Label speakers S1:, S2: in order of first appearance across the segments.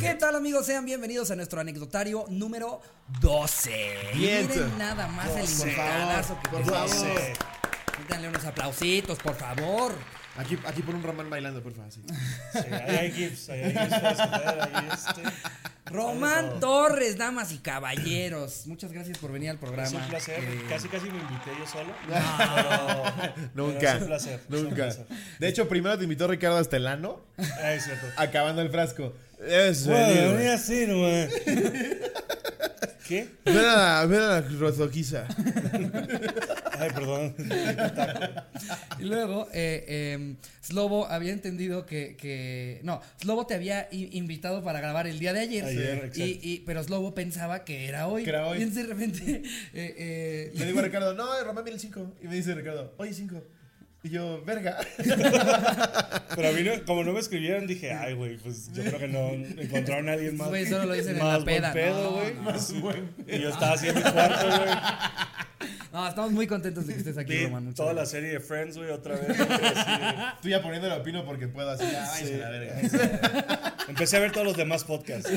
S1: ¿Qué tal amigos? Sean bienvenidos a nuestro anecdotario número 12. Y
S2: Bien.
S1: Miren nada más el
S2: Por
S1: invitadazo que
S2: favor, por
S1: tenemos.
S2: favor.
S1: Denle unos aplausitos, por favor.
S2: Aquí, aquí por un Román bailando, por favor. sí.
S3: Sí, ahí hay gifs, ahí hay gifs para sacar, ahí este.
S1: Román Torres, damas y caballeros. Muchas gracias por venir al programa.
S3: Es un placer,
S1: Eh,
S3: casi casi me invité yo solo. pero- pero
S2: Nunca.
S3: Es un placer. es un
S2: Nunca.
S3: placer.
S2: De hecho, primero te invitó Ricardo Astelano,
S3: Ah, es cierto.
S2: acabando el frasco. Eso,
S3: Bueno,
S2: digo.
S3: Pues venía así, no man. ¿Qué?
S2: Ven a la, ven a la rozoquiza.
S3: Ay, perdón.
S1: Y luego, eh, eh, Slobo había entendido que, que- No, Slobo te había i- invitado para grabar el día de ayer.
S3: Ayer,
S1: y,
S3: exacto.
S1: y- pero Slobo pensaba que era hoy.
S2: Que era hoy.
S1: Y entonces de repente. eh, eh,
S2: Le digo a Ricardo, no, Román viene el 5. Y me dice Ricardo, oye, 5. Y yo, verga.
S3: Pero a mí, no- como no me escribieron, dije, ay, güey, pues yo creo que no encontraron a nadie más.
S1: Güey, solo lo dicen en
S3: más
S1: la peda,
S3: buen pedo,
S1: no,
S3: güey.
S1: no.
S3: Más buen pedo. Y yo estaba así en mi cuarto, güey.
S1: no, estamos muy contentos de que estés aquí,
S3: Vi
S1: Román. muchas
S3: toda la
S1: gracias.
S3: serie de Friends, güey, otra vez. así.
S2: Tú ya poniéndole opino porque puedo así. Ay,
S3: Sí.
S2: se la verga.
S3: Empecé a ver todos los demás podcasts.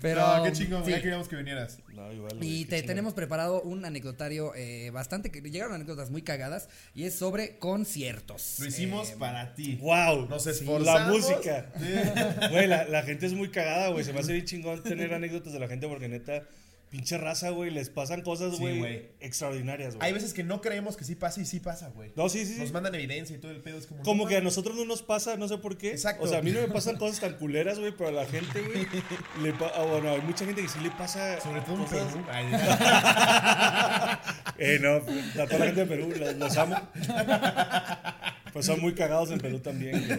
S1: Pero.
S2: no, qué chingón,
S1: sí.
S2: ya queríamos que vinieras.
S3: No, igual, güey,
S1: Y
S3: qué
S1: te
S3: chingón.
S1: tenemos preparado un anecdotario eh, bastante que llegaron anécdotas muy cagadas y es sobre conciertos.
S2: Lo hicimos
S1: Eh,
S2: para ti.
S3: ¡Wow!
S2: Nos esforzamos.
S3: la música.
S2: Sí.
S3: Güey, la, la gente es muy cagada, güey. Se me hace bien chingón tener anécdotas de la gente porque neta, pinche raza, güey. Les pasan cosas,
S2: Sí,
S3: güey,
S2: güey.
S3: extraordinarias,
S2: Hay
S3: güey.
S2: veces que no creemos que sí pasa y sí pasa, güey.
S3: No, sí, sí,
S2: Nos
S3: sí.
S2: mandan evidencia y todo el pedo es como.
S3: Como
S2: no,
S3: que a nosotros no nos pasa, no sé por qué.
S2: Exacto.
S3: O sea, a mí no me pasan cosas tan culeras, güey, pero a la gente, güey, le pa- ah, bueno, hay mucha gente que sí le pasa.
S2: Sobre todo en
S3: cosas-
S2: Perú. Ay,
S3: Eh, no, a toda la gente de Perú, los, los amo. Pues son muy cagados en Perú también, güey.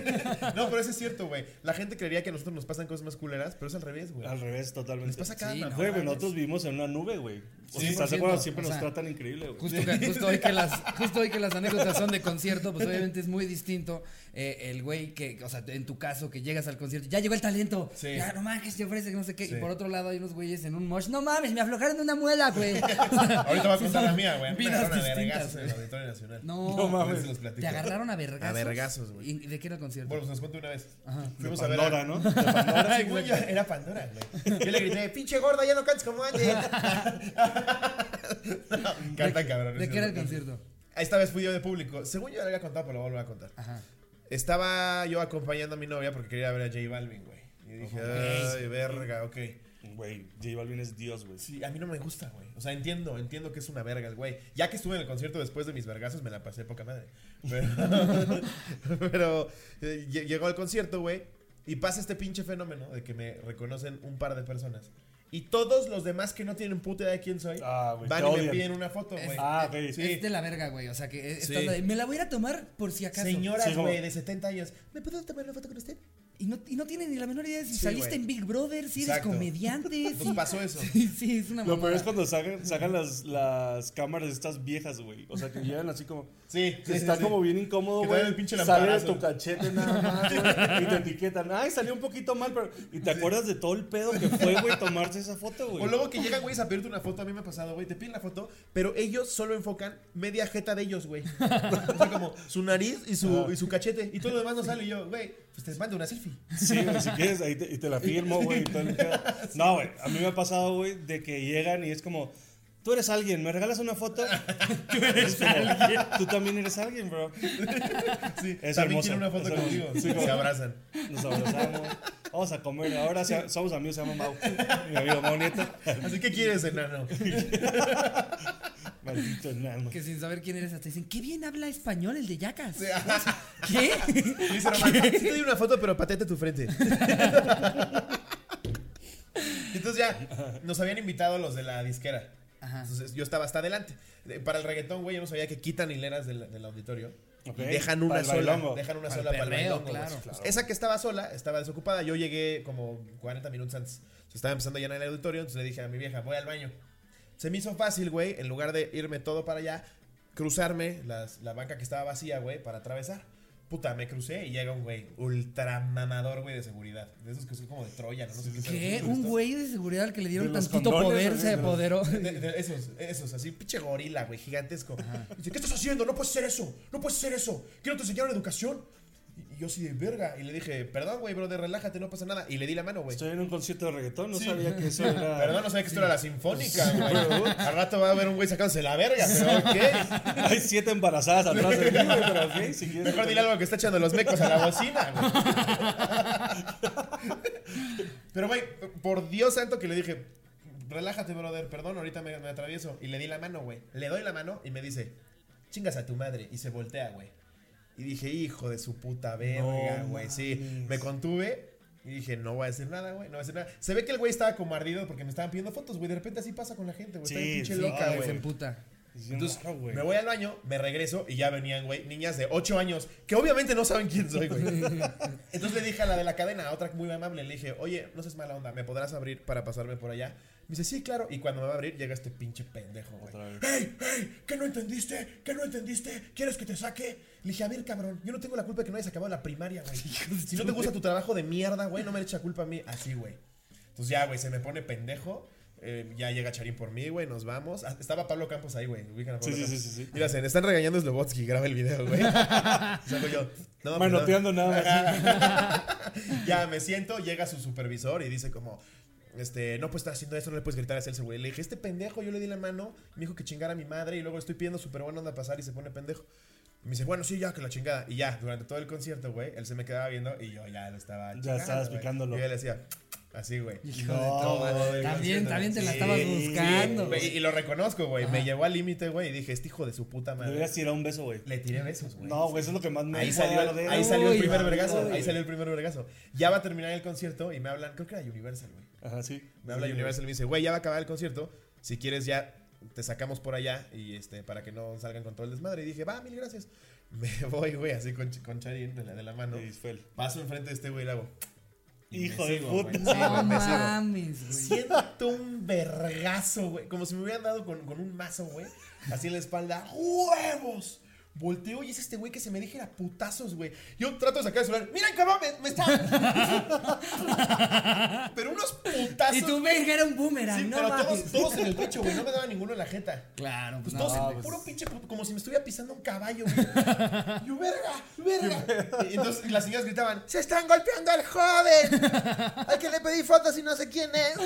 S2: no, pero eso es cierto, güey. La gente creería que a nosotros nos pasan cosas más culeras, pero es al revés, güey.
S3: Al revés, totalmente.
S2: Les pasa cada
S1: Sí,
S2: mamada,
S3: Güey, pues
S2: güey.
S3: nosotros vivimos en una nube, güey. O sea,
S1: 100%,
S3: ¿estás de acuerdo? Siempre
S1: o
S3: nos
S1: sea,
S3: tratan increíble, güey.
S1: Eh, Justo, que- justo hoy que las, justo hoy que las anécdotas son de concierto, pues obviamente es muy distinto eh, el güey que, o sea, en tu caso, que llegas al concierto, ya llegó el talento,
S2: Sí.
S1: ya no mames, te ofrece, que no sé qué,
S2: Sí.
S1: y por otro lado hay unos güeyes en un mosh, no mames, me aflojaron una muela, güey.
S2: Ahorita vas a contar la mía, güey. A mí Me
S1: Vidas
S2: agarraron a
S1: distintas,
S2: vergazos en el
S1: güey.
S2: Auditorio Nacional.
S1: No,
S3: No mames.
S2: A ver si los platico.
S1: te agarraron a vergazos.
S2: A vergazos, güey.
S1: ¿Y de qué era el concierto?
S2: Bueno, pues nos cuento una vez. Fuimos a ver.
S3: Pandora,
S2: a-
S3: ¿no?
S2: Ay, güey, ya era Pandora, güey. Yo le grité, pinche gorda, ya no cantes como antes. no, canta cabrón.
S1: ¿De
S2: es
S1: qué era el
S2: cierto.
S1: concierto?
S2: Esta vez fui yo de público. Según yo ya lo había contado, pero lo vuelvo a contar.
S1: Ajá.
S2: Estaba yo acompañando a mi novia porque quería ver a J Balvin, güey. Y dije, ay, verga, ok.
S3: Güey, J Balvin es Dios, güey.
S2: Sí, a mí no me gusta, güey. O sea, entiendo, entiendo que es una verga el güey. Ya que estuve en el concierto después de mis vergazos, me la pasé poca madre. Pero, pero, eh, lle- llegó al concierto, güey, y pasa este pinche fenómeno de que me reconocen un par de personas. Y todos los demás que no tienen puta idea de quién soy,
S3: Ah, güey,
S2: van
S3: te
S2: y me
S3: odian.
S2: piden una foto, güey.
S3: Ah, güey.
S2: Sí.
S1: Es de la verga, güey, o sea, que eh,
S2: Sí.
S1: estás de, me la voy a ir a tomar por si acaso.
S2: Señoras,
S3: Sí, como-
S2: güey, de 70 años, ¿me puedo tomar una foto con usted?
S1: Y no, y no tienen ni la menor idea de si
S2: Sí,
S1: saliste
S2: güey.
S1: en Big Brother, si eres
S2: Exacto.
S1: comediante.
S2: Nos
S1: si-
S2: pasó eso.
S1: Sí, sí, es una
S3: Lo peor
S1: mamada.
S3: es cuando sacan, sacan las, las cámaras estas viejas, güey. O sea, que llegan así como...
S2: Sí,
S3: que
S2: sí, sí,
S3: está
S2: sí.
S3: como bien incómodo,
S2: Que
S3: güey.
S2: traen el pinche
S3: Sale de
S2: lamparazo.
S3: tu cachete nada más, güey. Y te etiquetan. Ay, salió un poquito mal, pero... Y te acuerdas de todo el pedo que fue, güey, tomarse esa foto, güey.
S2: O luego que llegan, güey, a pedirte una foto. A mí me ha pasado, güey. Te piden la foto, pero ellos solo enfocan media jeta de ellos, güey. O sea, como su nariz y su, y su cachete. Y todo lo demás no sale. Y yo, güey, pues te mando una selfie.
S3: Sí, güey, si quieres, ahí te, y te la firmo, güey. y todo el pedo. No, güey, a mí me ha pasado, güey, de que llegan y es como, tú eres alguien, ¿me regalas una foto? tú eres alguien. Tú también eres alguien, bro.
S2: Sí,
S3: Es
S2: también
S3: hermoso,
S2: quieren una
S3: es
S2: foto
S3: hermoso.
S2: contigo.
S3: Sí, como-
S2: se abrazan.
S3: Nos abrazamos. Vamos a comer. Ahora se- somos amigos, se llama Mau. Mi amigo Mau Nieto.
S2: Así que quieres, enano.
S3: Maldito enano.
S1: Que sin saber quién eres hasta dicen, qué bien habla español el de Yacas.
S2: Sí,
S1: ¿Qué?
S2: Y dice Román, sí te doy una foto, pero patete tu frente. Entonces ya, nos habían invitado los de la disquera.
S1: Ajá.
S2: Entonces yo estaba hasta adelante. Eh, Para el reggaetón, güey, yo no sabía que quitan hileras del, del auditorio.
S3: Ok.
S2: Y dejan una
S3: Para el
S2: sola.
S3: bailongo.
S2: Dejan una
S1: Para el
S2: sola para el
S1: perreo,
S2: bailongo, güey.
S1: claro.
S2: Pues, Esa que estaba sola, estaba desocupada. Yo llegué como 40 minutos antes. Se estaba empezando a llenar el auditorio, entonces le dije a mi vieja, voy al baño. Se me hizo fácil, güey, en lugar de irme todo para allá, cruzarme las- la banca que estaba vacía, güey, para atravesar. Puta, me crucé y llega un güey ultra mamador, güey, de seguridad. De esos que son como de Troya, no, No sé
S1: ¿Qué?
S2: pedo.
S1: Un güey de seguridad al que le dieron
S3: De los
S1: tantito
S3: condones,
S1: poder
S3: ¿o qué?
S1: se
S3: De los-
S1: apoderó.
S2: De- de- esos, esos, así, pinche gorila, güey, gigantesco. Dice, ¿qué estás haciendo? No puedes hacer eso, no puedes hacer eso. ¿Qué no te enseñaron educación? Y, Y yo sí de verga. Y le dije, perdón, güey, brother, relájate, no pasa nada. Y le di la mano, güey.
S3: Estoy en un concierto de reggaetón, no sabía que eso era.
S2: Perdón, no sabía que esto era la sinfónica, güey. Al rato va a haber un güey sacándose la verga, pero ok.
S3: Hay siete embarazadas atrás de mí, güey, pero ok, si quieres.
S2: Mejor dile algo que está echando los mecos a la bocina, güey. Pero, güey, por Dios santo que le dije, relájate, brother, perdón, ahorita me, me atravieso. Y le di la mano, güey. Le doy la mano y me dice, chingas a tu madre. Y se voltea, güey. Y dije, hijo de su puta verga,
S3: No
S2: güey. sí,
S3: mames.
S2: me contuve. Y dije, no voy a decir nada, güey, no voy a decir nada. Se ve que el güey estaba como ardido porque me estaban pidiendo fotos, güey. De repente así pasa con la gente, güey. Está bien
S3: Sí,
S2: pinche
S3: sí,
S2: loca,
S1: Se
S2: güey.
S1: emputa.
S2: Entonces,
S3: Entonces, "Ah, güey.
S2: me voy al baño, me regreso y ya venían, güey, niñas de 8 años que obviamente no saben quién soy, güey. Entonces le dije a la de la cadena, a otra muy amable, le dije, oye, no seas mala onda, ¿me podrás abrir para pasarme por allá? Me dice, sí, claro. Y cuando me va a abrir, llega este pinche pendejo, güey.
S3: Otra vez.
S2: ¡Hey, hey! ¿Qué no entendiste? ¿Qué no entendiste? ¿Quieres que te saque? Le dije, a ver, cabrón, yo no tengo la culpa de que no hayas acabado la primaria, güey. Si no te gusta tu trabajo de mierda, güey, no me echa culpa a mí. Así, güey. Entonces ya, güey, se me pone pendejo. Eh, ya llega Charín por mí, güey, nos vamos. Ah, Estaba Pablo Campos ahí, güey. ubican a Pablo
S3: Sí, sí,
S2: Campos.
S3: sí, sí, sí.
S2: Mira, se me están regañando Slobotsky, graba el video, güey. Salgo yo. No,
S3: Manoteando nada más.
S2: Ajá. ya me siento, llega su supervisor y dice como. Este, no, pues está haciendo eso, no le puedes gritar a ese güey. Le dije, este pendejo, yo le di la mano, me dijo que chingara a mi madre y luego estoy pidiendo súper buena onda pasar y se pone pendejo. Me dice, bueno, sí, ya, que la chingada. Y ya, durante todo el concierto, güey, él se me quedaba viendo y yo ya lo estaba
S3: Ya
S2: chingando,
S3: estabas
S2: güey.
S3: picándolo.
S2: Y yo le decía, así, güey.
S1: Hijo de
S3: No,
S1: tu madre.
S2: güey,
S1: También,
S2: concierto.
S1: también te la
S2: Sí,
S1: estabas buscando.
S2: Sí, y, y lo reconozco, güey. Me llevó al límite, güey, y dije, este hijo de su puta
S3: Le
S2: madre.
S3: hubieras tirado un beso, güey.
S2: Le tiré besos, güey.
S3: No, güey, eso es lo que más me
S2: Ahí
S3: hizo
S2: salió,
S3: arder,
S2: ahí salió el
S1: Uy,
S2: primer
S1: madre,
S2: vergazo, ahí
S1: güey.
S2: salió el primer vergazo. Ya va a terminar el concierto y me hablan, creo que era Universal, güey.
S3: Ajá, sí.
S2: Me habla
S3: Sí,
S2: Universal y me dice, güey, ya va a acabar el concierto, si quieres ya te sacamos por allá y este, para que no salgan con todo el desmadre. Y dije, va, mil gracias. Me voy, güey, así con, Ch- con Charín de la, de la mano.
S3: güey. Sí, fue el-
S2: Paso enfrente de este güey y le hago. y me
S3: Hijo de
S2: sigo,
S3: puta.
S2: güey. Sí,
S1: No
S2: güey, me sigo.
S1: mames, güey.
S2: Siento un vergazo, güey. Como si me hubieran dado con, con un mazo, güey. Así en la espalda. ¡Huevos! Volteo y es este güey que se me dijera putazos, güey. Yo trato de sacar el celular. ¡Mira, cabrón! Me, me está. pero unos putazos.
S1: Y tu verga era un boomerang,
S2: Sí,
S1: no
S2: pero
S1: mames.
S2: todos, todos en el pecho, güey. No me daba ninguno en la jeta.
S1: Claro,
S2: Pues
S1: pues no.
S2: todos,
S1: pues,
S2: puro pinche puto, como si me estuviera pisando un caballo, güey. Yo, verga, verga. Y entonces las señoras gritaban, ¡se están golpeando al joven! ¡Hay que le pedí fotos y no sé quién es!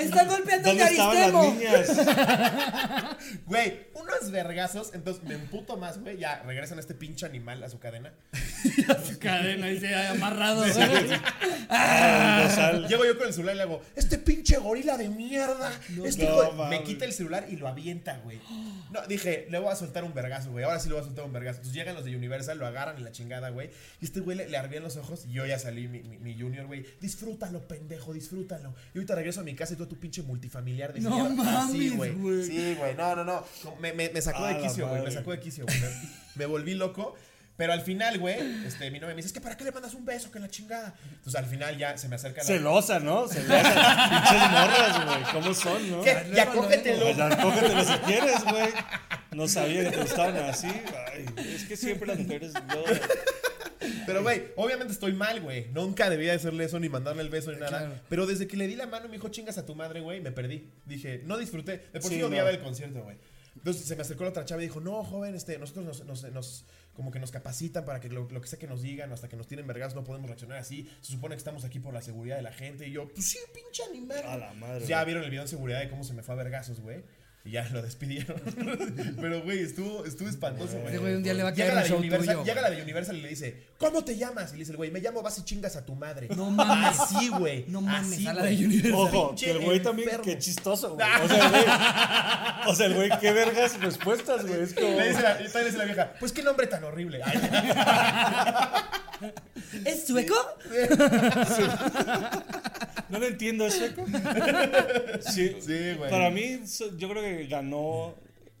S1: Están golpeando a
S3: ¿Dónde estaban las
S1: Caristemo.
S3: niñas?
S2: Güey, unos vergazos. Entonces me emputo más, güey. Ya regresan a este pinche animal a su cadena.
S1: Su cadena ahí se ha amarrado, güey.
S3: Ay, Ah, Rosal.
S2: Llego yo con el celular y le hago, este pinche gorila de mierda. este
S3: no
S2: hijo de-".
S3: mames.
S2: Me quita el celular y lo avienta, güey. No, dije, le voy a soltar un vergazo, güey. Ahora sí le voy a soltar un vergazo. Entonces llegan los de Universal, lo agarran y la chingada, güey. Y este güey le, le en los ojos y yo ya salí, mi, mi- mi junior, güey. Disfrútalo, pendejo, disfrútalo. Y ahorita regreso a mi casa y todo tu pinche multifamiliar de
S1: No
S2: mierda. Así,
S1: mames, güey.
S2: Sí, güey. No, no, no. Como- Me, me- me sacó
S3: A
S2: de
S3: la
S2: quicio, güey. Me
S3: madre.
S2: sacó de quicio, güey. Me- Me volví loco. Pero al final, güey, este, mi novia me dice, es que ¿para qué le mandas un beso? Que la chingada. Entonces al final ya se me acerca la...
S3: Celosa, ¿no? Celosa. Pinches morras, güey. ¿Cómo son, no?
S2: ¿Qué? Ya
S1: Ah, Luego,
S2: cógetelo.
S3: Pues ya, cógetelo si quieres, güey. No sabía que te gustaban así. Ay, es que siempre las mujeres. no.
S2: Pero, güey, obviamente estoy mal, güey. Nunca debía de hacerle eso, ni mandarle el beso, ni nada.
S1: Claro.
S2: Pero desde que le di la mano, me dijo, chingas a tu madre, güey, me perdí. Dije, no disfruté. De por sí,
S3: Sí, no.
S2: odiaba el concierto, güey. Entonces se me acercó la otra chava y dijo, no, joven, este, nosotros nos, nos- nos- como que nos capacitan para que lo, lo que sea que nos digan, hasta que nos tienen vergas, no podemos reaccionar así. Se supone que estamos aquí por la seguridad de la gente. Y yo, pues sí, pinche animal.
S3: A la madre,
S2: Ya
S3: güey.
S2: vieron el video de seguridad de cómo se me fue a vergazos, güey. Y ya lo despidieron. Pero, güey, estuvo, estuvo espantoso, güey.
S1: Ese güey un día le va a caer
S2: Llega la,
S1: un
S2: de
S1: show
S2: Universal,
S1: tuyo.
S2: llega la de Universal y le dice, ¿cómo te llamas? Y le dice el güey, me llamo vas y chingas a tu madre.
S1: No mames.
S2: Así, güey.
S1: No mames,
S2: Así,
S1: a la
S2: güey.
S1: de Universal.
S3: Ojo,
S2: Pinche
S3: que el güey también,
S2: enfermo.
S3: qué chistoso, güey. O sea, güey. O sea, el güey, qué vergas respuestas, güey. Es como.
S2: Le dice la, y todavía le dice la vieja, pues qué nombre tan horrible. Ay,
S1: ¿Es sueco?
S3: No lo entiendo, ¿es sueco? Sí,
S2: Sí, güey.
S3: Para mí, so- yo creo que ganó.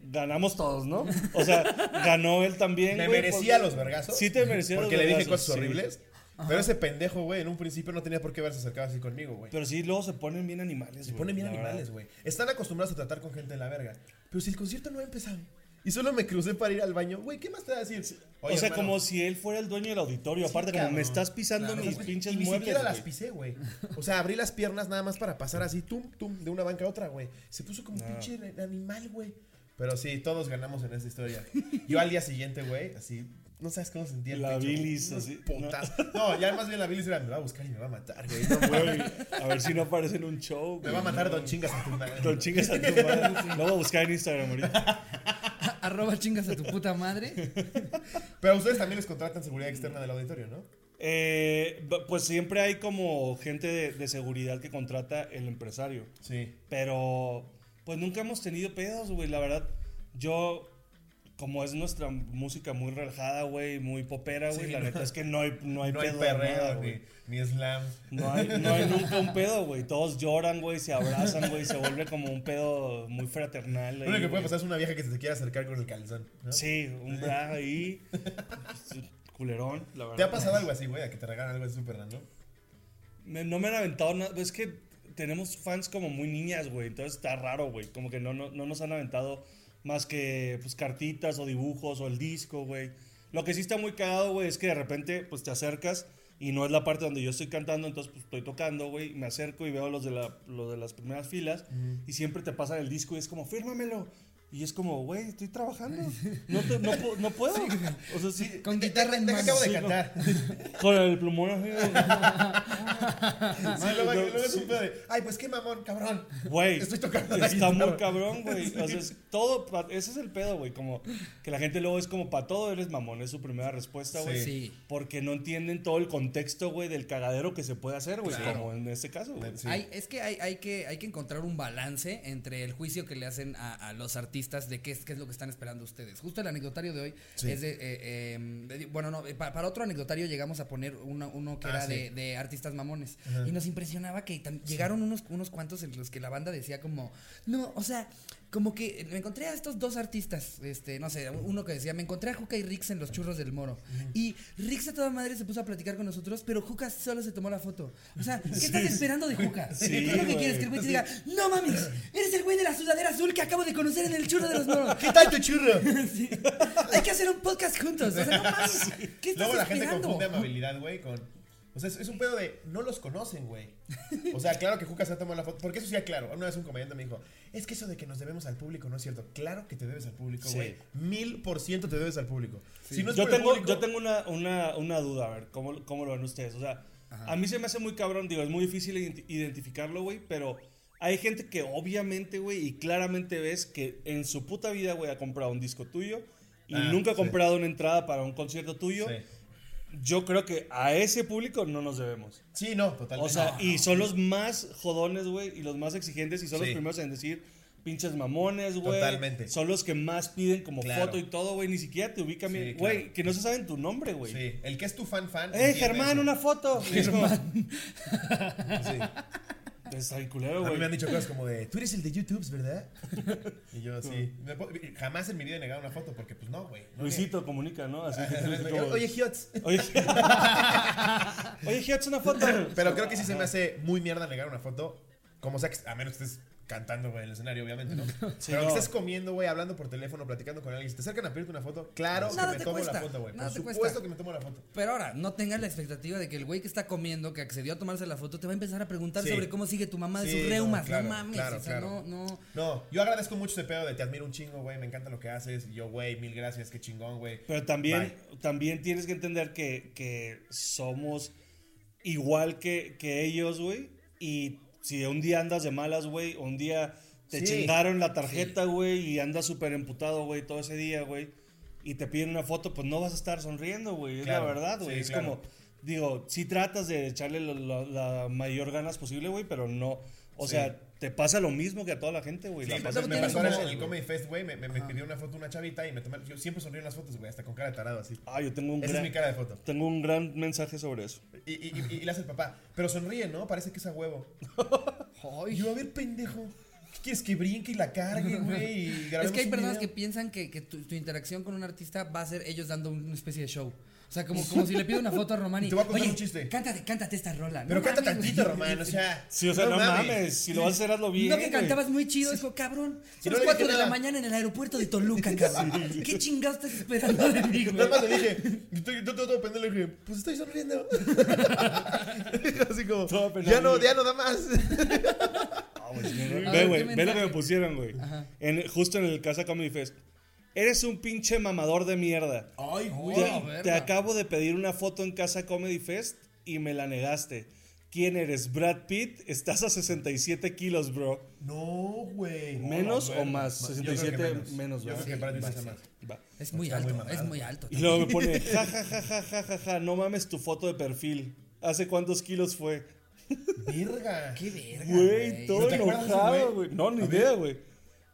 S3: Ganamos todos, ¿no? O sea, ganó él también.
S2: me
S3: güey,
S2: merecía
S3: porque-
S2: los vergazos.
S3: Sí, te merecía
S2: Porque
S3: los
S2: le dije
S3: vergazos,
S2: cosas
S3: sí.
S2: horribles. Pero ese pendejo, güey, en un principio no tenía por qué haberse acercado así conmigo, güey.
S3: Pero sí, luego se ponen bien animales,
S2: Se ponen bien
S3: la
S2: animales,
S3: verdad.
S2: güey. Están acostumbrados a tratar con gente de la verga. Pero si el concierto no ha empezado y solo me crucé para ir al baño, güey, ¿qué más te va a decir? Oye,
S3: o sea,
S2: hermano,
S3: como si él fuera el dueño del auditorio. Aparte, como
S2: cabrón.
S3: me estás pisando
S1: Claro,
S3: mis
S2: Güey,
S3: pinches
S2: y ni
S3: muebles.
S2: siquiera las
S3: güey.
S2: pisé, güey. O sea, abrí las piernas nada más para pasar así, tum, tum, de una banca a otra, güey. Se puso como un pinche re- animal, güey. Pero sí, todos ganamos en esta historia. Yo al día siguiente, güey, así No sabes cómo sentía el
S3: La
S2: pecho, güey.
S3: bilis,
S2: Unos
S3: así,
S2: putas. No, ya más bien la bilis era, me va a buscar y me va a matar, güey. No,
S3: Güey, a ver si no aparece en un show.
S2: me va a matar Don Chingas a tu madre.
S3: Don chingas a tu madre. Lo voy a buscar en Instagram ahorita.
S1: Arroba chingas a tu puta madre.
S2: Pero ustedes también les contratan seguridad externa del auditorio, ¿no?
S3: Eh, bu- pues siempre hay como gente de, de seguridad que contrata el empresario.
S2: Sí.
S3: Pero pues nunca hemos tenido pedos, güey. La verdad, yo, como es nuestra música muy relajada, güey, muy popera, güey, la neta es que no hay, no hay
S2: No hay
S3: pedo. nada,
S2: perreo,
S3: güey.
S2: ni, ni slam.
S3: No hay, no hay nunca un pedo, güey. Todos lloran, güey, se abrazan, güey, se vuelve como un pedo muy fraternal.
S2: Lo
S3: ahí,
S2: único que
S3: güey.
S2: puede pasar es una vieja que se te quiera acercar con el calzón. ¿no?
S3: Sí, un bra ahí. culerón, la verdad.
S2: ¿Te ha pasado algo así, güey? A que te regalan algo de Superman, ¿no?
S3: Me- no me han aventado nada. Es que tenemos fans como muy niñas, güey. Entonces está raro, güey. Como que no, no, no nos han aventado más que pues, cartitas o dibujos o el disco, güey. Lo que sí está muy cagado, güey, es que de repente pues te acercas y no es la parte donde yo estoy cantando, entonces pues estoy tocando, güey. y Me acerco y veo los de, la, los de las primeras filas y siempre te pasan el disco y es como, fírmamelo. Y es como, güey, estoy trabajando. No, te- no, pu- no puedo. O sea, sí,
S1: Con guitarra en
S2: Deja,
S1: mano.
S2: acabo de
S3: Sí, no.
S2: cantar.
S3: con el plumón así, güey.
S2: Sí, luego,
S3: no,
S2: luego es
S3: sí.
S2: un pedo de, ay, pues qué mamón, cabrón.
S3: Güey,
S2: Estoy tocando la
S3: está muy
S2: guitarra.
S3: cabrón, güey. O sea, es todo, pa- ese es el pedo, güey. Como que la gente luego es como, para todo eres mamón, es su primera respuesta, güey.
S1: Sí.
S3: Porque no entienden todo el contexto, güey, del cagadero que se puede hacer, güey.
S1: Claro.
S3: Como en este caso, güey.
S2: Sí.
S1: Hay- es que hay, hay que hay que encontrar un balance entre el juicio que le hacen a, a los artistas de qué es, qué es lo que están esperando ustedes. Justo el anecdotario de hoy
S2: Sí.
S1: es de, eh, eh, de- bueno, no, pa- para otro anecdotario llegamos a poner uno, uno que
S2: Ah,
S1: era
S2: sí.
S1: de, de artistas mamones.
S2: Ajá.
S1: Y nos impresionaba que tam- llegaron unos, unos cuantos en los que la banda decía como, no, o sea, como que me encontré a estos dos artistas, este, no sé, uno que decía, me encontré a Juca y Rix en los churros del moro. Y Rix a toda madre se puso a platicar con nosotros, pero Juca solo se tomó la foto. O sea, ¿qué estás esperando de Juca?
S3: Sí,
S1: ¿Qué es lo que
S3: güey.
S1: quieres que el güey te diga? No mames, eres el güey de la sudadera azul que acabo de conocer en el churro de los moros.
S2: ¿Qué tal tu churro?
S1: Sí. Hay que hacer un podcast juntos. O sea, no mames, ¿qué estás
S2: Luego la gente
S1: esperando?
S2: confunde amabilidad, güey, con. O sea, es, es un pedo de no los conocen, güey. O sea, claro que Juca se ha tomado la foto. Porque eso sí, claro. Una vez un comediante me dijo: Es que eso de que nos debemos al público no es cierto. Claro que te debes al público,
S3: Sí.
S2: güey. Mil por ciento te debes al público. Si no es
S3: yo,
S2: por el
S3: tengo,
S2: público-
S3: yo tengo una, una, una duda, a ver, ¿cómo, cómo lo ven ustedes? O sea, a mí se me hace muy cabrón, digo, es muy difícil ident- identificarlo, güey, pero hay gente que obviamente, güey, y claramente ves que en su puta vida, güey, ha comprado un disco tuyo y
S2: Ah,
S3: nunca ha
S2: sí.
S3: comprado una entrada para un concierto tuyo.
S2: Sí.
S3: Yo creo que a ese público no nos debemos.
S2: Sí, no, totalmente.
S3: O sea, y son los más jodones, güey, y los más exigentes y son los
S2: Sí.
S3: primeros en decir pinches mamones, güey.
S2: Totalmente.
S3: Son los que más piden como
S2: Claro.
S3: foto y todo, güey. Ni siquiera te ubican
S2: Sí,
S3: bien.
S2: claro.
S3: Güey, que no se saben tu nombre, güey.
S2: Sí, el que es tu fan, fan.
S3: ¡Eh,
S2: entiende
S3: Germán,
S2: eso.
S3: una foto! Y es como,
S2: Sí.
S3: Está bien culero,
S2: A mí me han
S3: güey.
S2: dicho cosas como de: Tú eres el de YouTube, ¿verdad? Y yo, sí. Me po- Jamás en mi vida he negado una foto porque, pues no, güey. No,
S3: Luisito comunica, ¿no? Así
S2: me-
S3: como-
S2: Oye, Giotz.
S3: Oye, Oye, Giotz, una foto.
S2: Pero creo que sí se me hace muy mierda negar una foto. Como sea, que- a menos que estés cantando, güey, en el escenario, obviamente, ¿no? Pero
S3: no.
S2: que estés comiendo, güey, hablando por teléfono, platicando con alguien. Si te acercan a pedirte una foto, claro
S1: Nada
S2: que me
S1: te
S2: tomo la
S1: cuesta,
S2: foto, güey. Por
S1: nada te
S2: supuesto
S1: cuesta.
S2: que me tomo la foto.
S1: Pero ahora, no tengas la expectativa de que el güey que está comiendo, que accedió a tomarse la foto, te va a empezar a preguntar
S2: Sí.
S1: sobre cómo sigue tu mamá de
S2: Sí,
S1: sus
S2: no,
S1: reumas. No,
S2: claro,
S1: mames,
S2: claro,
S1: o sea,
S2: claro.
S1: no, no.
S2: No, yo agradezco mucho ese pedo de te admiro un chingo, güey, me encanta lo que haces. Y yo, güey, mil gracias, qué chingón, güey.
S3: Pero también, también tienes que entender que, que somos igual que, que ellos, güey. Y si un día andas de malas, güey, o un día te
S2: Sí.
S3: chingaron la tarjeta, güey, y andas súper emputado, güey, todo ese día, güey, y te piden una foto, pues no vas a estar sonriendo, güey. Es
S2: Claro,
S3: la verdad, güey.
S2: sí,
S3: es
S2: claro.
S3: como, digo, si tratas de echarle lo- lo- la mayor ganas posible, güey, pero no. O
S2: Sí.
S3: sea, te pasa lo mismo que a toda la gente, güey.
S2: Sí,
S3: la
S2: me,
S3: pasas
S1: luego
S2: me
S3: bien
S2: pasó
S1: como-
S2: ahora en
S3: mal,
S2: el
S3: güey.
S2: Comedy Fest, güey, me, me- me pidió una foto una chavita y me tomé... Yo siempre sonrío en las fotos, güey, hasta con cara de tarado, así.
S3: Ah, yo tengo un,
S2: Esa es
S3: gran,
S2: mi cara de foto.
S3: tengo un gran mensaje sobre eso.
S2: Y, y, y- y le hace el papá. Pero sonríe, ¿no? Parece que es a huevo. Y yo, a ver, pendejo. ¿Qué quieres que brinque y la cargue, güey? Y
S1: Es
S2: grabemos
S1: que hay
S2: un
S1: personas que
S2: video?
S1: piensan que, que tu, tu interacción con un artista va a ser ellos dando un- una especie de show. O sea, como, como si le pido una foto a Román y.
S2: Te voy a contar
S1: Oye,
S2: un chiste".
S1: Cántate, cántate esta rola.
S2: Pero
S1: No
S2: canta
S1: mames,
S2: tantito,
S1: güey.
S2: Román, o sea.
S3: Sí, o sea, no, mames. Si lo vas a hacer, hazlo bien.
S1: No que
S3: güey.
S1: cantabas muy chido, dijo, cabrón.
S2: Si
S1: Son
S2: no
S1: las
S2: le
S1: 4 de
S2: dije nada.
S1: la mañana en el aeropuerto de Toluca, cabrón. ¿Qué chingados estás esperando de mí, güey?
S2: Nada más le dije, yo estoy- yo todo pendejo, le dije, pues estoy sonriendo. Así como,
S3: Todo pendejo.
S2: ya no, ya no da más.
S3: Ah, güey, sí,
S1: A
S3: Ve,
S1: ver,
S3: güey,
S1: ¿qué
S3: ve lo que
S1: mensaje?
S3: me pusieron, güey. En- justo en el Casa Comedy Fest. Eres un pinche mamador de mierda.
S2: Ay, güey.
S3: Te,
S1: Oh,
S3: te
S1: verga.
S3: acabo de pedir una foto en Casa Comedy Fest y me la negaste. ¿Quién eres? Brad Pitt, estás a 67 kilos, bro.
S2: No, güey.
S3: ¿Menos
S2: Hola,
S3: o más?
S2: Yo creo
S3: 67
S2: que
S3: menos,
S2: Yo creo
S3: ¿verdad?
S2: que para ti
S3: Sí,
S2: sí
S3: va,
S2: es más.
S3: sí. Va.
S1: Es muy
S2: Está muy
S1: alto,
S2: mamado.
S1: es muy alto.
S3: Y luego me pone, ja, ja, ja, ja, ja, ja, ja, no mames tu foto de perfil. ¿Hace cuántos kilos fue?
S2: Virga.
S1: Qué verga.
S3: Güey, todo
S2: te acuerdas de ese
S3: enojado,
S2: güey?
S3: güey. No, ni idea, güey.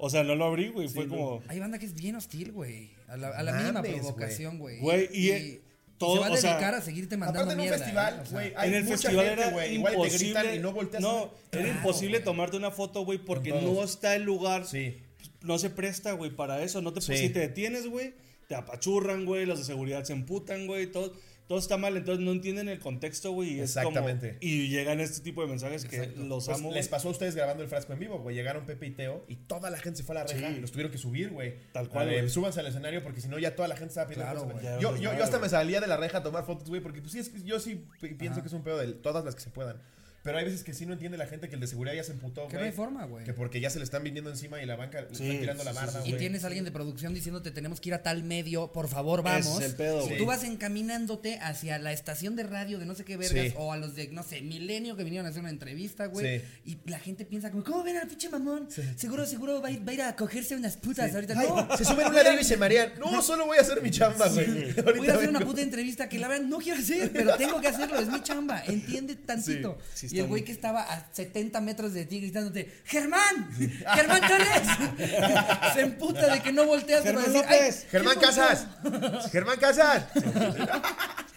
S3: O sea, no lo abrí, güey. Fue
S2: no.
S3: como,
S1: Hay banda que es bien hostil, güey. A la, a la
S2: Mames,
S1: mínima
S2: güey.
S1: provocación, güey.
S3: Güey, y, eh, todo,
S1: se va a
S3: o sea,
S1: dedicar a seguirte mandando
S2: Aparte en un
S1: mierda.
S2: festival,
S1: ¿eh? O sea,
S2: güey, hay
S3: en el
S2: mucha
S3: festival
S2: gente,
S3: era
S2: güey. Igual te gritan
S3: imposible.
S2: y no volteas. Ah,
S3: no, era
S1: Claro,
S3: imposible
S1: güey.
S3: tomarte una foto, güey, porque
S2: Con todos.
S3: no está el lugar.
S2: Sí.
S3: No se presta, güey, para eso. No te
S2: Sí.
S3: si te detienes, güey, te apachurran, güey, los de seguridad se emputan, güey, todo todo está mal, entonces no entienden el contexto, güey, y es como-
S2: Exactamente.
S3: y llegan este tipo de mensajes que los
S2: Pues,
S3: amo. güey.
S2: les pasó a ustedes grabando el frasco en vivo, güey. Llegaron Pepe y Teo y toda la gente se fue a la reja
S3: Sí.
S2: y los tuvieron que subir, güey.
S3: Tal cual,
S2: Dale,
S3: güey.
S2: Súbanse al escenario porque si no ya toda la gente estaba pidiendo
S1: Claro,
S2: cosas.
S1: güey.
S3: Ya era
S2: Yo,
S3: un
S2: yo, yo
S3: desmadre,
S2: hasta me
S3: güey.
S2: salía de la reja a tomar fotos, güey, porque pues sí, es que yo sí p- pienso que es un pedo de todas las que se puedan. Pero hay veces que sí no entiende la gente que el de seguridad ya se emputó,
S1: Que no hay
S2: ah, güey.
S1: forma, güey.
S2: Que porque ya se le están viniendo encima y la banca le
S3: Sí,
S2: están tirando la
S3: sí, sí,
S2: barda,
S3: sí.
S1: Y
S2: güey.
S1: tienes a alguien de producción diciéndote tenemos que ir a tal medio, por favor,
S3: Ese es
S1: vamos.
S3: el pedo,
S1: si
S3: güey.
S1: tú vas encaminándote hacia la estación de radio de no sé qué vergas
S2: Sí.
S1: o a los de, no sé, Milenio que vinieron a hacer una entrevista, güey.
S2: Sí.
S1: Y la gente piensa como, ¿cómo ven al pinche mamón? Seguro, seguro va a, ir, va a ir a cogerse unas putas ahorita.
S2: Ay,
S1: No,
S2: se suben a una deriva y se marean. No, solo voy a hacer mi chamba, güey. Ahorita
S1: Voy a hacer una
S2: vengo.
S1: puta entrevista que la verdad no quiero hacer, pero tengo que hacerlo, es mi chamba, entiende tantito.
S3: Sí, sí
S1: y el
S3: está
S1: güey
S3: muy-
S1: que estaba a 70 metros de ti gritándote, Germán, Germán Chávez, se emputa de que no volteas
S3: Germán
S1: para decir,
S3: López,
S1: "Ay, ¿quién
S2: Germán
S1: volteó?".
S2: Casas. Germán Casas.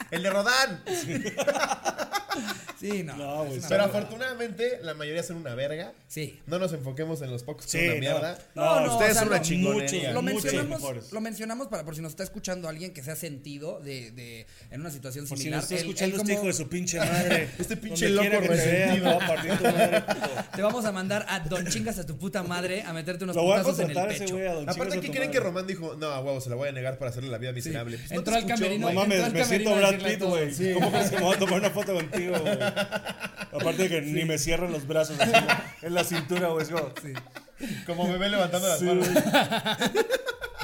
S2: El de Rodán.
S1: Sí, no.
S3: No,
S1: es
S3: güey,
S1: una
S2: Pero
S1: mamada.
S2: afortunadamente la mayoría son una verga.
S1: Sí.
S2: No nos enfoquemos en los pocos que
S3: Sí,
S2: son una
S3: no.
S2: mierda.
S1: No, no,
S2: ustedes
S1: o sea,
S2: son una
S1: no,
S2: chingonería.
S1: Lo
S3: muchos
S1: mencionamos,
S3: mejores.
S1: lo mencionamos para por si nos está escuchando alguien que se ha sentido de, de- en una situación
S3: Por si
S1: similar.
S3: nos está
S1: Él- él
S3: escuchando este
S1: como-
S3: hijo de su pinche madre.
S2: Este pinche
S3: donde quiera
S2: loco
S3: que te vea,
S2: resentido.
S3: te va a partir tu madre, puto.
S1: Te vamos a mandar a Don Chingas a tu puta madre a meterte unos
S3: Lo voy a
S1: putazos en el
S3: contratar a ese
S1: pecho.
S3: güey a don
S2: Aparte,
S3: Chingas a
S2: ¿qué
S3: tu
S2: creen
S3: madre.
S2: que Román dijo? No, a huevo, se la voy a negar para hacerle la vida miserable. Pues, ¿no
S1: Entró
S2: te
S1: al
S2: escuchó,
S1: camerino.
S3: No
S2: güey?
S1: Entró
S3: mames,
S1: al
S3: me siento
S1: camerino a
S3: Brad
S1: decirle a
S3: Pitt,
S1: todos.
S3: güey.
S1: Sí.
S3: ¿Cómo crees que me voy a tomar una foto contigo, güey? Aparte que ni me cierran los brazos así, en la cintura, güey. Es como,
S2: Como bebé levantando las
S3: sí,
S2: manos.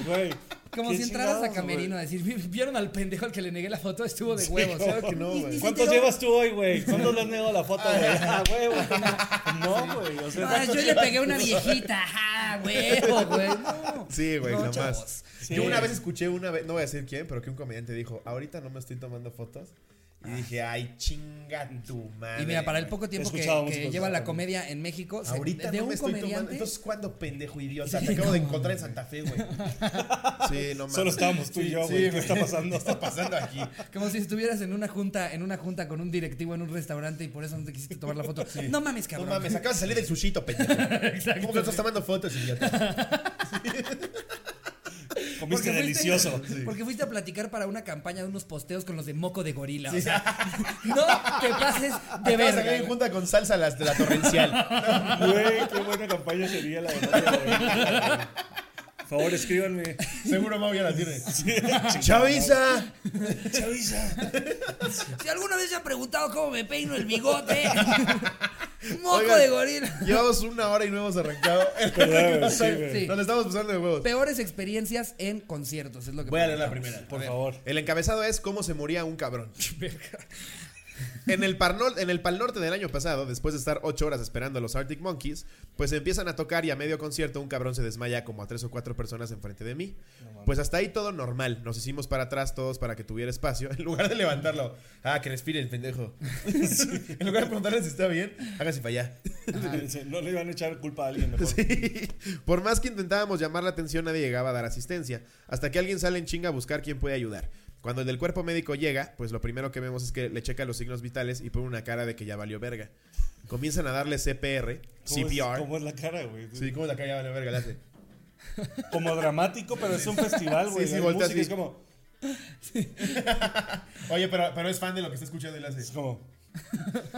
S3: güey.
S1: Como
S3: qué
S1: si entraras a
S3: chingados,
S1: Camerino a
S3: güey.
S1: decir, "Vi- ¿vieron al pendejo al que le negué la foto? Estuvo de huevos.
S2: claro que no,
S1: Ni- ni
S2: güey.
S1: se
S3: ¿Cuántos
S1: enteró.
S3: llevas tú hoy, güey? ¿Cuántos le has negado la foto, güey? Ah, güey, güey. No, güey. O
S1: Ah,
S3: sea,
S1: yo le pegué a una viejita, ajá, huevo, güey. No.
S2: Sí, güey,
S1: No,
S2: jamás.
S1: chavos.
S2: Yo
S3: Sí.
S2: una vez escuché una vez, no voy a decir quién, pero que un comediante dijo, ahorita no me estoy tomando fotos. Y dije, ay, chinga tu madre.
S1: Ah. Y mira, para el
S2: güey.
S1: poco tiempo que,
S3: escuchábamos
S1: que
S3: con-
S1: lleva la comedia en México, se-
S2: Ahorita
S1: de
S2: no
S1: un
S2: me estoy tomando.
S1: comediante.
S2: Entonces, ¿cuándo, pendejo idiota?
S1: Sí,
S2: Te acabo de
S1: no,
S2: encontrar en Santa Fe, güey. Sí, no mames.
S3: Solo estábamos tú y yo,
S2: Sí,
S3: güey. ¿Qué
S2: güey.
S3: está pasando?
S2: ¿Qué está pasando aquí?
S1: Como si estuvieras en una junta, en una junta con un directivo en un restaurante y por eso no te quisiste tomar la foto. No mames,
S2: No
S1: cabrón.
S2: mames, acabas de salir del sushito, pendejo.
S1: Exacto.
S2: ¿Cómo que no estás tomando fotos, idiota?
S3: Comiste
S1: fuiste-
S3: delicioso.
S1: Porque fuiste a platicar para una campaña de unos posteos con los de moco de gorila. o sea, no te pases de
S2: Acabas de
S1: verga.
S2: salir en
S1: güey.
S2: junta con salsa las de la torrencial.
S3: Güey, qué buena campaña sería la verdad, güey. Por favor, escríbanme.
S2: Seguro Mau ya la tiene. ¡Chaviza!
S3: Chavisa.
S1: Si alguna vez se han preguntado cómo me peino el bigote, moco
S2: Oigan.
S1: de gorila.
S2: Llevamos una hora y no hemos arrancado.
S3: Perdón, güey, sí, güey.
S1: Sí.
S2: Nos la estamos pasando de huevos.
S1: Peores experiencias en conciertos, es lo que
S2: Voy a leer la
S1: preguntamos.
S2: primera.
S3: Por favor.
S2: El encabezado es cómo se moría un cabrón. En el, Parnol- en el Pal Norte del año pasado, después de estar ocho horas esperando a los Arctic Monkeys, pues empiezan a tocar y a medio concierto un cabrón se desmaya como a tres o cuatro personas enfrente de mí. pues hasta ahí todo normal. Nos hicimos para atrás todos para que tuviera espacio. En lugar de levantarlo, ah, que respire el pendejo. en lugar de preguntarle si está bien, hágase para allá.
S3: Sí, No le iban a echar culpa a alguien mejor.
S2: Por más que intentábamos llamar la atención, nadie llegaba a dar asistencia, hasta que alguien sale en chinga a buscar quién puede ayudar. Cuando el del cuerpo médico llega, pues lo primero que vemos es que le checa los signos vitales y pone una cara de que ya valió verga. Comienzan a darle CPR,
S3: ¿Cómo es-
S2: CPR.
S3: ¿Cómo es la cara, güey?
S2: Sí, ¿cómo es la cara ya valió verga? Le hace.
S3: Como dramático, pero es un festival, güey.
S2: Sí, sí,
S3: Hay
S2: voltea así.
S3: música, Es como.
S2: Oye, pero, pero es fan de lo que está escuchando y le hace.
S3: Es como.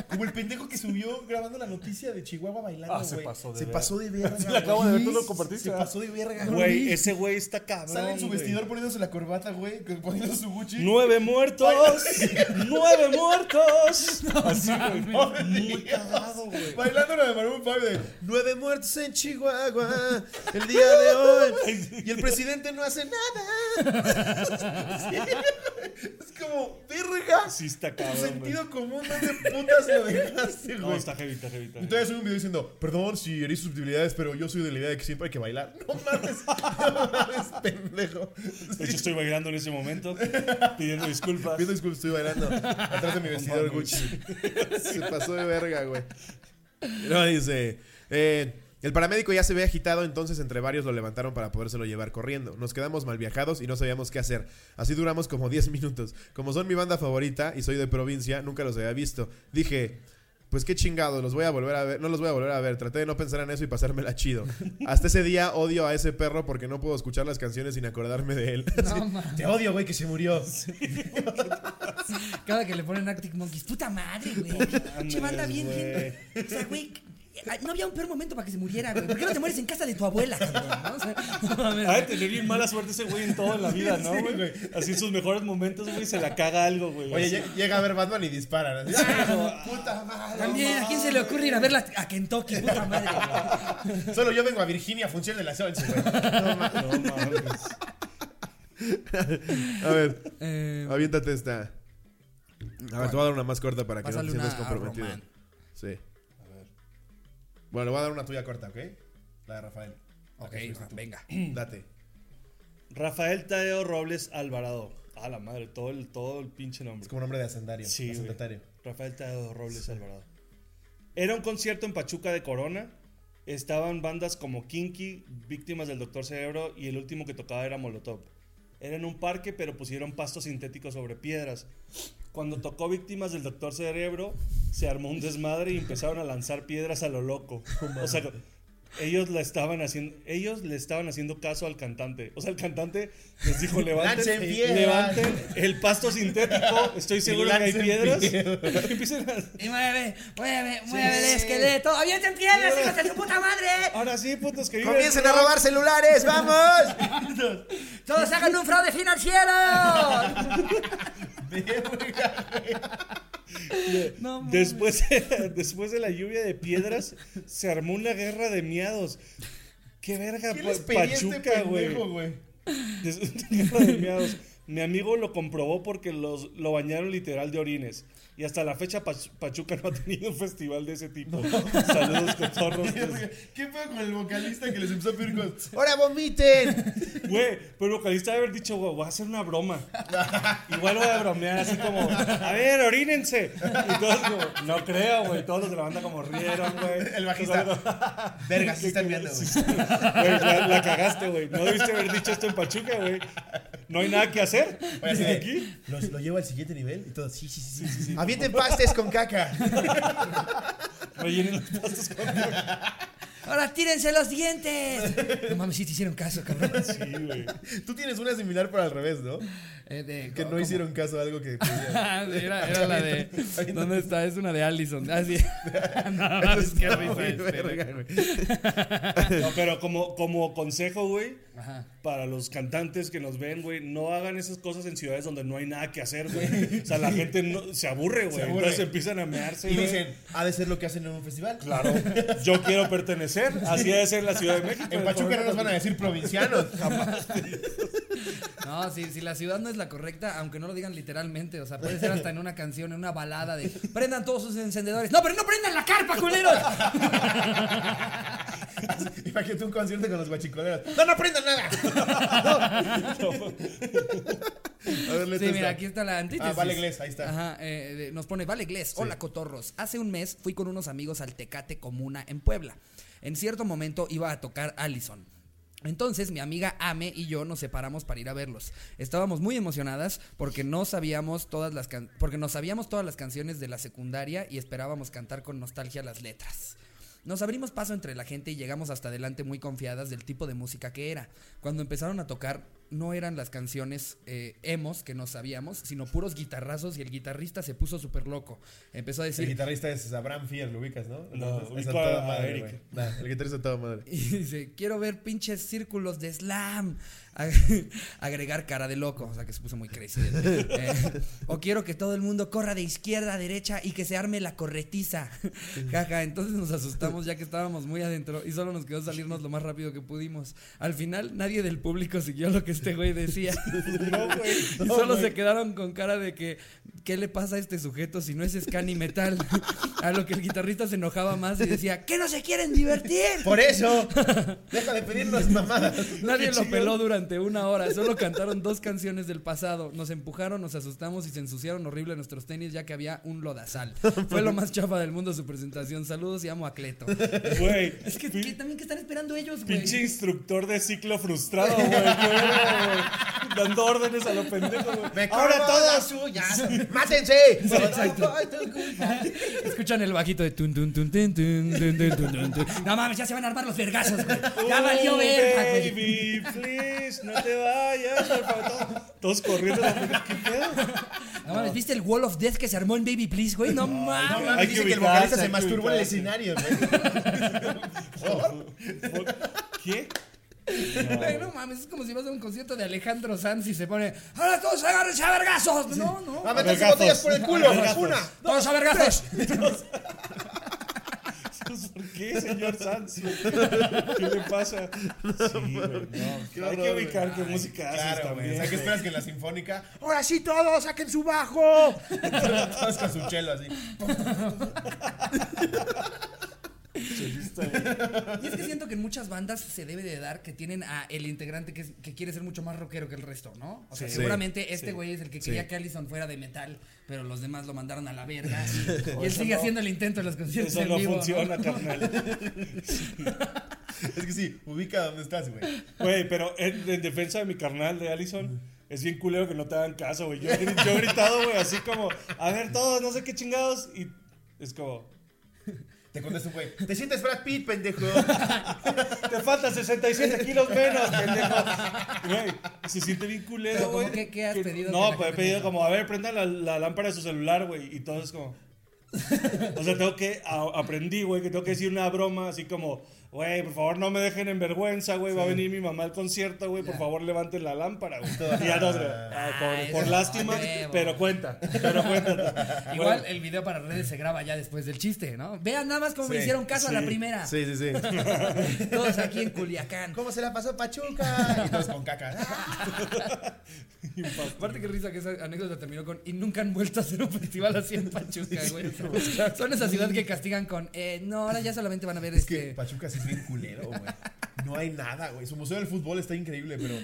S2: Como el pendejo que subió grabando la noticia de Chihuahua bailando,
S3: Ah,
S2: güey.
S3: se pasó de
S2: Se
S3: verga.
S2: pasó de verga.
S3: la acabo de ver, tú lo
S2: güey.
S3: compartiste,
S2: Se
S3: ¿ah?
S2: pasó de verga, güey.
S3: Güey, ese güey está cabrón.
S2: Sale en su
S3: güey.
S2: vestidor poniéndose la corbata, güey, que- poniendo su Gucci.
S3: Nueve muertos, nueve muertos. Así, güey. Muy
S2: Dios.
S3: cagado, güey.
S2: Bailando la de Maroon 5 de Nueve muertos en Chihuahua el día de hoy y el presidente no hace nada. Sí, güey. es como, verga.
S3: Sí está
S2: Tu
S3: cabrón, güey.
S2: sentido común, ¿dónde putas lo dejaste,
S3: No,
S2: güey?
S3: está heavy, está heavy, está heavy.
S2: Entonces sube un video diciendo, perdón si eres susceptibilidades, pero yo soy de la idea de que siempre hay que bailar. No mames, no mames, pendejo.
S3: De hecho, estoy bailando en ese momento, pidiendo disculpas.
S2: Pido disculpas, estoy bailando atrás de mi vestidor
S3: mames.
S2: Gucci. Se pasó de verga, güey. No, dice. eh, el paramédico ya se ve agitado, entonces entre varios lo levantaron para podérselo llevar corriendo. Nos quedamos mal viajados y no sabíamos qué hacer. Así duramos como 10 minutos. Como son mi banda favorita y soy de provincia, nunca los había visto. Dije. Pues qué chingados, los voy a volver a ver, no los voy a volver a ver, traté de no pensar en eso y pasármela chido. Hasta ese día odio a ese perro porque no puedo escuchar las canciones sin acordarme de él.
S1: No, mames.
S2: Te odio, güey, que se murió.
S1: Cada que le ponen Arctic Monkeys, puta madre, güey. Che banda bien,
S3: güey.
S1: bien. O sea, güey, eh, no había un peor momento para que se muriera, güey. ¿Por qué no te mueres en casa de tu abuela, cabrón? no? O sea, no mames.
S3: Ha de tener bien mala suerte ese güey en toda la vida, ¿no,
S2: Sí,
S3: güey?
S2: güey.
S3: Así en sus mejores momentos, güey, se la caga algo, güey.
S2: Oye,
S3: Así.
S2: lle- llega a ver Batman y dispara. ¿no? ¡Ah, puta madre!
S1: También, ¿a quién se le ocurre ir a verla a Kentucky, puta madre? güey?
S2: Solo yo vengo a Virginia, función de las 11, güey. No mames.
S3: No mames.
S2: A ver,
S1: Eh,
S2: aviéntate esta. A ver, te voy a dar una más corta para que no te
S1: pásale una
S2: sientas
S1: a
S2: comprometido.
S1: Román.
S2: Sí. Bueno, le voy a dar una tuya corta, ¿ok? La de Rafael. La
S1: Ok,
S2: que fuiste tú.
S1: venga.
S2: Date.
S3: Rafael Tadeo Robles Alvarado. A la madre, todo el, todo el pinche nombre.
S2: Es como nombre de hacendario.
S3: Sí, güey.
S2: hacendatario.
S3: Rafael Tadeo Robles Alvarado. Era un concierto en Pachuca de Corona. Estaban bandas como Kinky, Víctimas del Doctor Cerebro y el último que tocaba era Molotov. Era en un parque, pero pusieron pasto sintético sobre piedras. Cuando tocó Víctimas del Doctor Cerebro, se armó un desmadre y empezaron a lanzar piedras a lo loco. O sea, ellos le estaban haciendo, ellos le estaban haciendo caso al cantante. O sea, el cantante les dijo, levanten,
S2: Lancen piedras".
S3: levanten el pasto sintético. Estoy seguro que hay
S2: Lancen
S3: piedras.
S2: piedras.
S3: Empiecen a-
S1: Y mueve, mueve, mueve el
S3: sí.
S1: esqueleto. ¡Avienten piedras, hijos de su puta madre!
S3: Ahora sí, putos que viven.
S2: ¡Comiencen a robar celulares! ¡Vamos!
S1: ¡Todos hagan un fraude financiero! No, mames.
S3: Después, después de la lluvia de piedras, se armó una guerra de miados. Qué verga,
S2: ¿Qué
S3: pa-
S2: les pedí a este
S3: Pues Pachuca, güey.
S2: pendejo, güey?
S3: Des- una guerra de miados. Mi amigo lo comprobó porque los, lo bañaron literal de orines. Y hasta la fecha Pach- Pachuca no ha tenido un festival de ese tipo. Saludos, cotorros.
S2: ¿Qué pedo con el vocalista que les empezó a pedir cosas? ¡Ahora vomiten!
S3: Güey, pero el vocalista debe haber dicho, güey, voy a hacer una broma. Igual voy a bromear así como, a ver, orínense. Y todos como, no creo, güey. Todos los de la banda como rieron, güey.
S2: El bajista.
S3: Todos como,
S2: Verga, sí están viendo, güey.
S3: Güey, la, la cagaste, güey. No debiste haber dicho esto en Pachuca, güey. No hay nada que hacer.
S2: Oye, así
S3: Desde
S2: de,
S3: aquí.
S2: Los, lo llevo al siguiente nivel y todo. Sí, sí, sí. sí, sí. Avienten pastes con caca.
S3: Rellenen los pastos con...
S1: ¡Ahora tírense los dientes! No mames, sí te hicieron caso, cabrón.
S3: Sí, güey.
S2: Tú tienes una similar, pero al revés, ¿no?
S1: Eh, de-
S2: Que no
S1: ¿cómo?
S2: hicieron caso a algo que. decía.
S1: era, era la de. ¿Dónde está? Es una de Allison. Ah, sí. no,
S2: Eso
S1: mames, qué
S2: está muy
S1: risa. este, güey.
S2: verga, güey.
S3: No, pero como, como consejo, güey,
S1: Ajá.
S3: para los cantantes que nos ven, güey, no hagan esas cosas en ciudades donde no hay nada que hacer, güey. O sea, la gente no- se aburre, güey.
S2: Se aburre.
S3: Entonces empiezan a mearse,
S2: Y
S3: güey.
S2: dicen, ha de ser lo que hacen en un festival.
S3: claro, yo quiero pertenecer. Así debe ser la Ciudad de México.
S2: En Pachuca no nos van a decir provincianos.
S1: No, si, si la ciudad no es la correcta, aunque no lo digan literalmente, o sea, puede ser hasta en una canción, en una balada de prendan todos sus encendedores. No, pero no prendan la carpa, culeros.
S2: Imagínate un concierto con los guachicoleros. No, no aprendan nada. A ver,
S1: Sí,
S2: letra
S1: mira, aquí está la antítesis.
S2: Ah, Vale Glés, ahí está.
S1: Ajá, eh, de- nos pone Vale Glés. Hola, cotorros. Hace un mes fui con unos amigos al Tecate Comuna en Puebla. En cierto momento iba a tocar Allison. Entonces mi amiga Ame y yo nos separamos para ir a verlos. Estábamos muy emocionadas porque no sabíamos todas las can- porque nos sabíamos todas las canciones de la secundaria y esperábamos cantar con nostalgia las letras. Nos abrimos paso entre la gente y llegamos hasta adelante muy confiadas del tipo de música que era. Cuando empezaron a tocar no eran las canciones eh, emos que no sabíamos, sino puros guitarrazos y el guitarrista se puso súper loco. Empezó a
S2: El
S1: decir,
S2: guitarrista es Abraham Fier, lo ubicas, ¿no?
S3: No,
S2: es,
S3: ubico
S2: a toda
S3: a
S2: madre,
S3: Eric.
S2: güey. Nah, el guitarrista a toda madre.
S1: y dice, quiero ver pinches círculos de slam. A- Agregar cara de loco, o sea que se puso muy crazy. Eh, o quiero que todo el mundo corra de izquierda a derecha y que se arme la corretiza. Jaja, entonces nos asustamos ya que estábamos muy adentro y solo nos quedó salirnos lo más rápido que pudimos. Al final nadie del público siguió lo que este güey decía.
S3: No, güey.
S1: Y
S3: no,
S1: solo
S3: güey.
S1: se quedaron con cara de que, ¿qué le pasa a este sujeto si no es scan y metal? A lo que el guitarrista se enojaba más y decía, ¿qué no se quieren divertir?
S2: Por eso, deja de pedirnos mamadas.
S1: Nadie
S2: Qué
S1: lo
S2: chingón.
S1: peló durante una hora, solo cantaron dos canciones del pasado. Nos empujaron, nos asustamos y se ensuciaron horrible nuestros tenis ya que había un lodazal. Fue lo más chafa del mundo su presentación. Saludos y amo a Cleto.
S3: Güey.
S1: Es que,
S3: pin-
S1: que también que están esperando ellos, güey.
S3: Pinche instructor de ciclo frustrado, güey. Qué verga, güey. Dando órdenes a lo pendejo,
S2: Me
S3: güey.
S2: Ahora
S3: Ahora
S2: todas
S3: todos.
S2: suyas. ¡Mátense!
S1: exacto. Escuchan el bajito de tun tun tun tun tun tun tun tun tun tun. No mames, ya se van a armar los vergazos, güey. Ya
S3: Oh,
S1: valió verga, güey.
S3: Baby, please, no te vayas, por favor. Todos corriendo. la- ¿Qué pedo?
S1: No mames, ¿viste el Wall of Death que se armó en Baby Please, güey? No
S2: No
S1: mames.
S2: mames,
S3: Hay
S2: dice
S3: que
S2: que el
S3: ubicarse,
S2: vocalista
S3: hay
S2: se
S3: que
S2: masturbó en el
S3: ubicarse.
S2: escenario, güey.
S3: ¿Qué?
S1: Güey, No mames, es como si vas a un concierto de Alejandro Sanz y se pone ¡Ahora todos agárrense a vergazos! No, no.
S2: A meterse
S3: Vergazos.
S2: botellas por el culo.
S3: Vergazos.
S2: Una.
S1: ¡Todos a vergazos!
S3: ¿Por qué, señor Sanz? ¿Qué le pasa? Sí, güey, no. Hay que ubicar qué música haces
S2: Claro, güey. O
S3: también.
S2: sea, ¿qué
S3: güey.
S2: esperas que en la sinfónica?
S1: ¡Ahora sí todos, saquen su bajo!
S2: Todos con su chelo así.
S1: Y es que siento que en muchas bandas se debe de dar que tienen a el integrante que, es- que quiere ser mucho más rockero que el resto, ¿no? O sea,
S3: Sí.
S1: seguramente
S3: Sí.
S1: este güey es el que
S3: Sí.
S1: quería que Allison fuera de metal, pero los demás lo mandaron a la verga. Y, y él sigue haciendo el intento en los conciertos
S3: Eso
S1: en
S3: no
S1: vivo,
S3: funciona, carnal.
S2: Es que sí, ubica dónde estás, güey.
S3: Güey, pero en, en defensa de mi carnal de Allison, es bien culero que no te hagan caso, güey. Yo, he gri- yo he gritado, güey, así como, a ver todos, no sé qué chingados. Y es como,
S2: Te contesta un güey. Te sientes Brad Pitt, pendejo.
S3: te faltan 67 kilos menos, pendejo. Güey, se siente bien culero,
S1: Pero, ¿cómo
S3: güey.
S1: qué- qué has
S3: que-
S1: pedido que
S3: No,
S1: la
S3: pues he
S1: gente
S3: pedido
S1: diga?
S3: como, a ver, prenda la, la lámpara de su celular, güey. Y todo es como... O sea, tengo que... a- aprendí, güey, que tengo que decir una broma así como... Güey, por favor, no me dejen en vergüenza, güey. Va a venir mi mamá al concierto, güey. Por favor, levanten la lámpara, güey. Y ya todos, güey, ah, por-
S1: Ay,
S3: por,
S1: no,
S3: lástima,
S1: huevo.
S3: pero cuenta. Pero cuenta.
S1: ¿no? Igual el video para redes se graba ya después del chiste, ¿no? Vean nada más cómo me
S2: Sí,
S1: hicieron caso a la
S3: sí,
S1: primera.
S2: sí, sí.
S1: Todos aquí en Culiacán.
S2: ¿Cómo se la pasó Pachuca? Y todos con caca. Ah,
S1: Aparte que risa que esa anécdota terminó con y nunca han vuelto a hacer un festival así en Pachuca, güey. O sea, Son esa ciudad que castigan con eh, no, ahora ya solamente van a ver
S2: Es que
S1: este
S2: Pachuca sí es bien culero, güey. No hay nada, güey. Su museo del fútbol está increíble, pero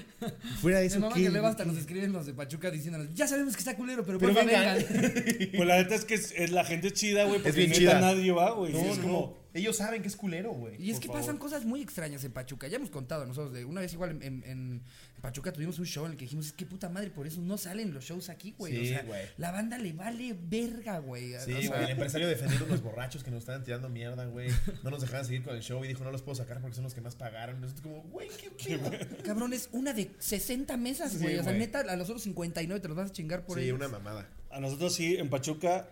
S2: fuera de
S1: Mi mamá que luego hasta nos escriben los de Pachuca diciéndonos, ya sabemos que está culero, pero,
S2: Pero
S1: porfa,
S2: vengan".
S1: vengan.
S3: Pues la neta es que es- es- la gente es chida, güey. Porque
S2: bien
S3: neta
S2: chida.
S3: nadie va, güey.
S2: No,
S3: es
S2: no.
S3: como...
S2: Ellos saben que es culero, güey.
S1: Y es que
S3: favor.
S1: pasan cosas muy extrañas en Pachuca. Ya hemos contado nosotros de una vez igual en, en- en Pachuca tuvimos un show en el que dijimos, es que puta madre, por eso no salen los shows aquí, güey.
S2: Sí,
S1: o sea,
S2: güey.
S1: la banda le vale verga, güey. O
S2: Sí,
S1: sea,
S2: güey, el empresario defendiendo a unos borrachos que nos estaban tirando mierda, güey. No nos dejaban seguir con el show y dijo, no los puedo sacar porque son los que más pagaron. Y nosotros como, güey, qué pedo.
S1: Cabrón, es una de 60 mesas,
S2: Sí,
S1: güey. o sea,
S2: güey.
S1: neta, a los otros 59 te los vas a chingar por
S2: Sí,
S1: ellos.
S2: una mamada.
S3: A nosotros sí, en Pachuca,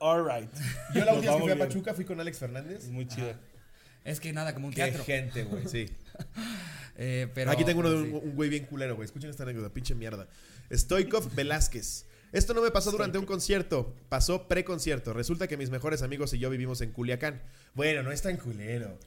S3: alright.
S2: Yo la última vez que fui a Pachuca fui con Alex Fernández.
S3: Es muy chido.
S1: Es que nada, como un
S2: Qué
S1: Mm, teatro.
S2: gente, güey, sí.
S1: Eh, pero,
S2: Aquí tengo uno de
S1: pero
S2: un,
S1: sí.
S2: un güey bien culero, güey. Escuchen esta anécdota, pinche mierda. Stoikov Velázquez. Esto no me pasó durante un concierto, pasó preconcierto. Resulta que mis mejores amigos y yo vivimos en Culiacán. Bueno, no es tan culero.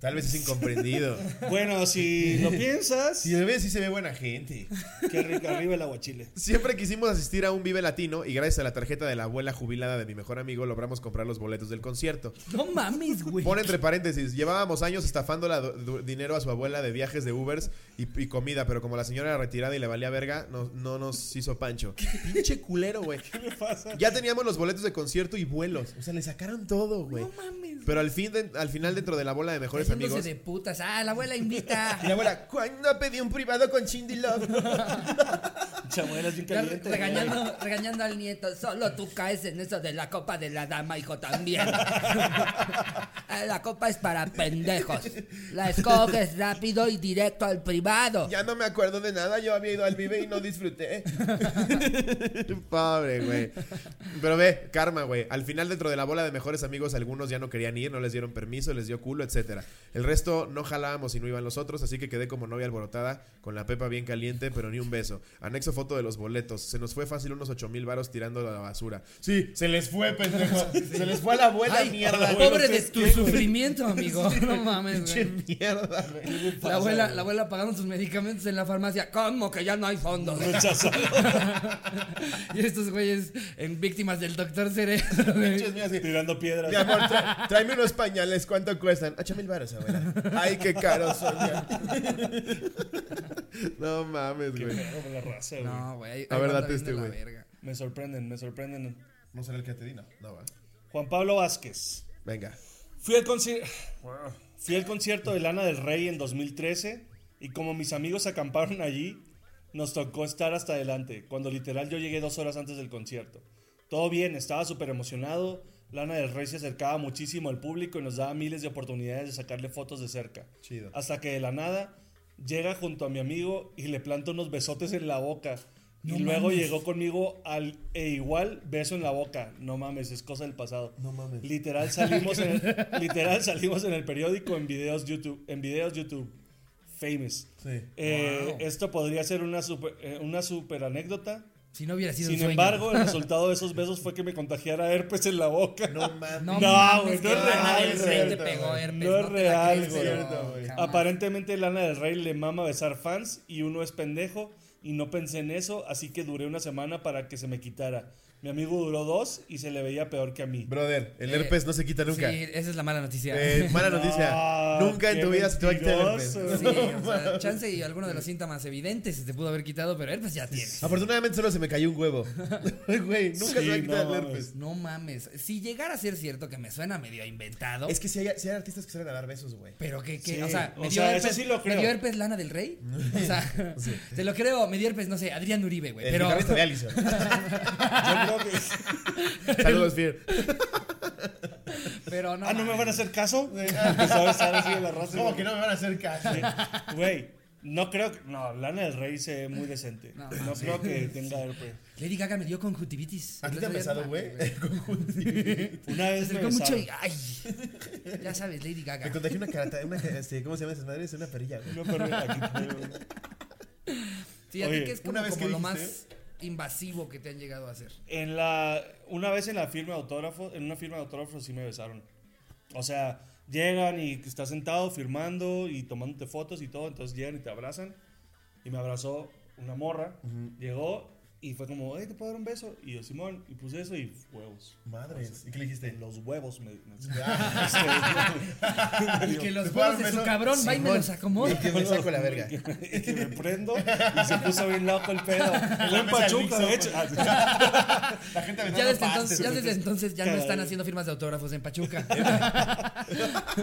S2: Tal vez es incomprendido.
S3: Bueno, si lo piensas,
S2: Si de vez sí se ve buena gente.
S3: qué rico, arriba el aguachile.
S2: Siempre quisimos asistir a un Vive Latino y gracias a la tarjeta de la abuela jubilada de mi mejor amigo logramos comprar los boletos del concierto.
S1: No mames, güey.
S2: Pone entre paréntesis, llevábamos años estafándola du- du- dinero a su abuela de viajes de Ubers y, y comida, pero como la señora era retirada y le valía verga, no, no nos hizo pancho. Pinche culero, güey.
S3: ¿Qué me pasa?
S2: Ya teníamos los boletos de concierto y vuelos. O sea, le sacaron todo, güey.
S1: No mames.
S2: Pero al, fin de- al final dentro de la bola de mejores
S1: Haciéndose
S2: amigos...
S1: de putas. Ah, la abuela invita.
S2: Y la abuela, ¿cuándo pedí un privado con Cindy Love?
S3: Chamuelas bien
S1: Ya
S3: caliente.
S1: regañando, regañando al nieto, solo tú caes en eso de la copa de la dama, hijo, también. Ah, la copa es para pendejos. La escoges rápido y directo al privado.
S2: Ya no me acuerdo de nada, yo había ido al Vive y no disfruté. Pobre, güey. Pero ve, karma, güey. Al final, dentro de la bola de mejores amigos, algunos ya no querían ir, no les dieron permiso, les dio culo, etcétera. El resto no jalábamos y no iban los otros, así que quedé como novia alborotada, con la pepa bien caliente, pero ni un beso. Anexo foto de los boletos. Se nos fue fácil unos ocho mil varos tirando a la basura. Sí, se les fue, pendejo. Se les fue a la abuela,
S1: Ay,
S2: mierda.
S1: pobre de tu sufrimiento, amigo. No mames,
S2: Pinche
S1: güey.
S2: mierda, güey.
S1: La abuela, la abuela pagando sus medicamentos en la farmacia. ¿Cómo que ya no hay fondos?
S3: Rechazado.
S1: y estos güeyes en víctimas del doctor Cerebro. güey.
S2: Pinches mías, sí.
S3: Tirando
S2: Mi
S3: piedras.
S2: amor, tra- tráeme unos pañales, ¿cuánto cuestan? Ocho mil baros, abuela. Ay, qué caros son ya. No mames,
S3: Qué
S2: güey.
S3: pedo con pues la raza, güey.
S1: No, güey.
S2: A ver,
S1: anda bien
S2: date
S1: de
S2: este,
S1: la
S2: güey.
S1: verga.
S3: Me sorprenden, me sorprenden.
S2: No será el que te di, no. No va.
S3: Juan Pablo Vázquez.
S2: Venga.
S3: Fui al, conci- Fui al concierto de Lana del Rey en 2013 y como mis amigos acamparon allí, nos tocó estar hasta adelante, cuando literal yo llegué dos horas antes del concierto. Todo bien, estaba súper emocionado, Lana del Rey se acercaba muchísimo al público y nos daba miles de oportunidades de sacarle fotos de cerca.
S2: Chido.
S3: Hasta que de la nada llega junto a mi amigo y le planta unos besotes en la boca.
S1: No
S3: y luego
S1: mames.
S3: llegó conmigo al e igual beso en la boca. No mames, es cosa del pasado.
S2: No mames.
S3: Literal salimos en el, literal salimos en el periódico en videos YouTube, en videos YouTube famous.
S2: Sí.
S3: Eh,
S1: Wow.
S3: Esto podría ser una super, eh, una super anécdota.
S1: Si no hubiera sido un
S3: Sin
S1: sueño.
S3: embargo, el resultado de esos besos fue que me contagiara herpes en la boca.
S2: No mames.
S1: No,
S3: No,
S1: mames,
S3: güey,
S1: que
S3: no es
S1: Lana
S3: real,
S1: del
S3: es
S1: Rey te
S2: cierto,
S1: pegó
S2: güey.
S1: herpes,
S3: No es
S1: te la
S3: real,
S1: crees,
S3: güey.
S2: Cierto, güey.
S1: jamás.
S3: Aparentemente Lana del Rey le mama besar fans y uno es pendejo y no pensé en eso, así que duré una semana para que se me quitara. Mi amigo duró dos y se le veía peor que a mí.
S2: Brother, el
S1: Eh,
S2: herpes no se quita nunca.
S1: Sí, esa es la mala noticia.
S2: Eh, mala noticia.
S3: Ah,
S2: nunca en
S3: qué
S2: tu vida se te va a quitar el herpes.
S3: mentiroso.
S1: Sí, o sea, chance y alguno de los síntomas evidentes se te pudo haber quitado, pero herpes ya tienes.
S2: Afortunadamente solo se me cayó un huevo. Güey, nunca
S3: Sí,
S2: se va a quitar
S3: no
S2: el
S3: mames.
S2: herpes.
S1: No mames. Si llegara a ser cierto que me suena medio inventado,
S2: Es que si hay, sí hay artistas que salen a dar besos, güey.
S1: pero que, que
S3: Sí,
S1: o sea,
S3: o
S1: me dio,
S3: sea, eso
S1: herpes,
S3: sí lo
S1: me
S3: creo.
S1: dio herpes lana del rey. O sea, te lo creo, me dio herpes, no sé, Adrián Uribe, güey.
S2: El
S1: Pero,
S2: guitarrista de Allison.
S3: Yo creo que...
S2: Saludos, Fear.
S1: pero no.
S3: Ah, no me
S1: mames.
S3: van a hacer caso. Empezó a besar así de la raza.
S2: ¿Cómo que no me van a hacer caso?
S3: Güey, no creo que... No, Lana del Rey se ve muy decente.
S1: No,
S3: No,
S1: mames.
S3: creo que tenga pues. herpes.
S1: Lady Gaga me dio conjuntivitis.
S2: ¿A ti
S1: El
S2: te han
S1: otro día,
S2: besado,
S1: no
S2: güey?
S1: mames,
S3: Una
S1: Se
S3: vez me
S1: acercó mucho
S3: besaron.
S1: y. ¡Ay! Ya sabes, Lady
S2: Me
S1: Gaga.
S2: contagié una carata, una, este, ¿cómo se llaman esas madres? Una perilla, güey.
S3: No, pero aquí tengo-
S1: Sí, a ti
S3: Oye,
S1: que es como,
S2: una vez
S1: como
S2: que
S1: lo más
S2: dijiste-
S1: invasivo que te han llegado a hacer.
S3: En la, una vez en la firma de autógrafos, en una firma de autógrafos sí me besaron. O sea, llegan y estás sentado firmando y tomándote fotos y todo, entonces llegan y te abrazan. Y me abrazó una morra, llegó y fue como, hey, ¿te puedo dar un beso? Y yo, Simón, y puse eso y huevos.
S2: Madres. ¿Y qué le dijiste?
S3: Los huevos me... me-
S1: Y que los
S2: ¿Te puedo dar
S1: huevos de
S2: un
S1: su
S2: beso?
S1: cabrón, va y me
S2: Simón.
S1: los acomoda.
S2: Que me saco la verga.
S3: Que me, que me prendo y se puso bien loco el pedo. Fue en
S2: mesa
S3: Pachuca,
S2: del
S3: de hecho.
S2: La gente
S1: Ya desde,
S3: pases,
S1: entonces, ya desde
S3: entonces,
S1: entonces ya no
S3: cada
S1: están
S3: vez.
S1: haciendo firmas de autógrafos en Pachuca.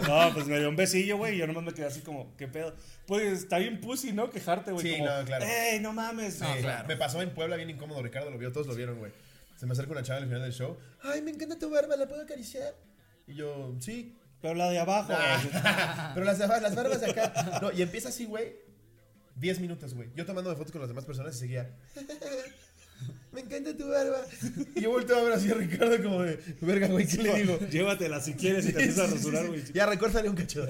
S3: No, pues me dio un besillo, güey. y Yo nomás me quedé así como, ¿qué pedo? Pues está bien pussy, ¿no? Quejarte, güey.
S2: Sí,
S3: como,
S2: no, claro.
S3: ¡Ey, no mames!
S1: No,
S2: Sí,
S1: claro.
S2: Me pasó en Puebla bien incómodo, Ricardo lo vio, todos lo vieron, güey. Se me acerca una chava al final del show. Ay, me encanta tu barba, ¿la puedo acariciar? Y yo, sí.
S3: Pero la de abajo, güey.
S2: Ah. Pero las, barba- las barbas de acá. No, y empieza así, güey. Diez minutos, güey. Yo tomándome fotos con las demás personas y seguía. Me encanta tu barba. Y yo volteo a ver así a Ricardo como de, verga, güey, ¿qué le digo?
S3: Llévatela si quieres y te empiezas a rasurar, güey.
S2: Ya recórtale un cacho.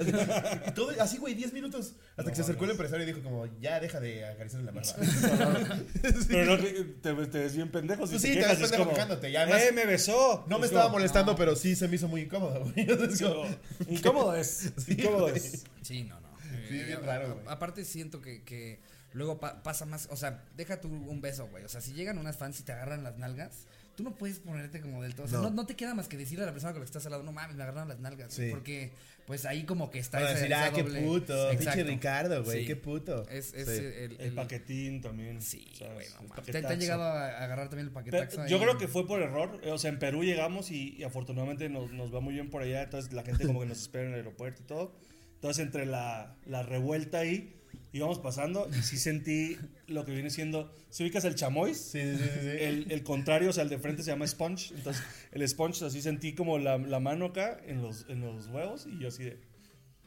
S2: Todo, así, güey, 10 minutos. Hasta que se acercó el empresario y dijo como, ya deja de acariciarle la barba.
S3: Pero no, te, te- te ves bien pendejo. Si
S2: Pues
S3: te
S2: sí, te
S3: quejas,
S2: ves
S3: es
S2: pendejo
S3: como,
S2: quejándote, y además-
S3: ¡Eh, me besó!
S2: No me
S3: Es
S2: estaba
S3: como,
S2: molestando, pero sí se me hizo muy incómodo, güey. Es como-
S3: no. Incómodo es.
S2: Sí,
S3: incómodo
S2: güey.
S3: es.
S1: Sí, no, no.
S2: Sí,
S1: Eh,
S2: bien
S1: a-
S2: raro,
S1: a-
S2: güey.
S1: Aparte siento que, que luego pa- pasa más, o sea, deja tú un beso, güey. O sea, si llegan unas fans y te agarran las nalgas, tú no puedes ponerte como del todo. O sea, no,
S2: No.
S1: no te queda más que decirle a la persona con la que estás al lado, no mames, me agarraron las nalgas.
S2: Sí.
S1: Porque, pues ahí como que está
S2: Van a
S1: esa-
S2: decir,
S1: esa
S2: ah, qué
S1: doble-
S2: puto. Pinche
S1: Exacto.
S2: Ricardo, güey,
S1: Sí.
S2: qué puto.
S1: Es, es eh,
S2: Sí.
S1: el, el-
S3: El
S1: el-
S3: paquetín también.
S1: Sí,
S3: ¿sabes?
S1: güey, no
S3: El
S1: mames. ¿Te, te han
S3: paquetaxo.
S1: llegado a agarrar también el paquetaxo?
S3: Pero
S1: ahí?
S3: Yo creo que fue por error. eh, O sea, en Perú llegamos y, y afortunadamente nos, nos va muy bien por allá. Entonces la gente como que nos espera en el aeropuerto y todo. Entonces entre la, la revuelta ahí íbamos pasando y sí sentí lo que viene siendo. ¿Se ubicas el chamois?
S2: Sí, sí, sí, sí, sí.
S3: El, el contrario, o sea, el de frente se llama sponge. Entonces, el sponge, así sentí como la, la mano acá en los, en los huevos y yo así de.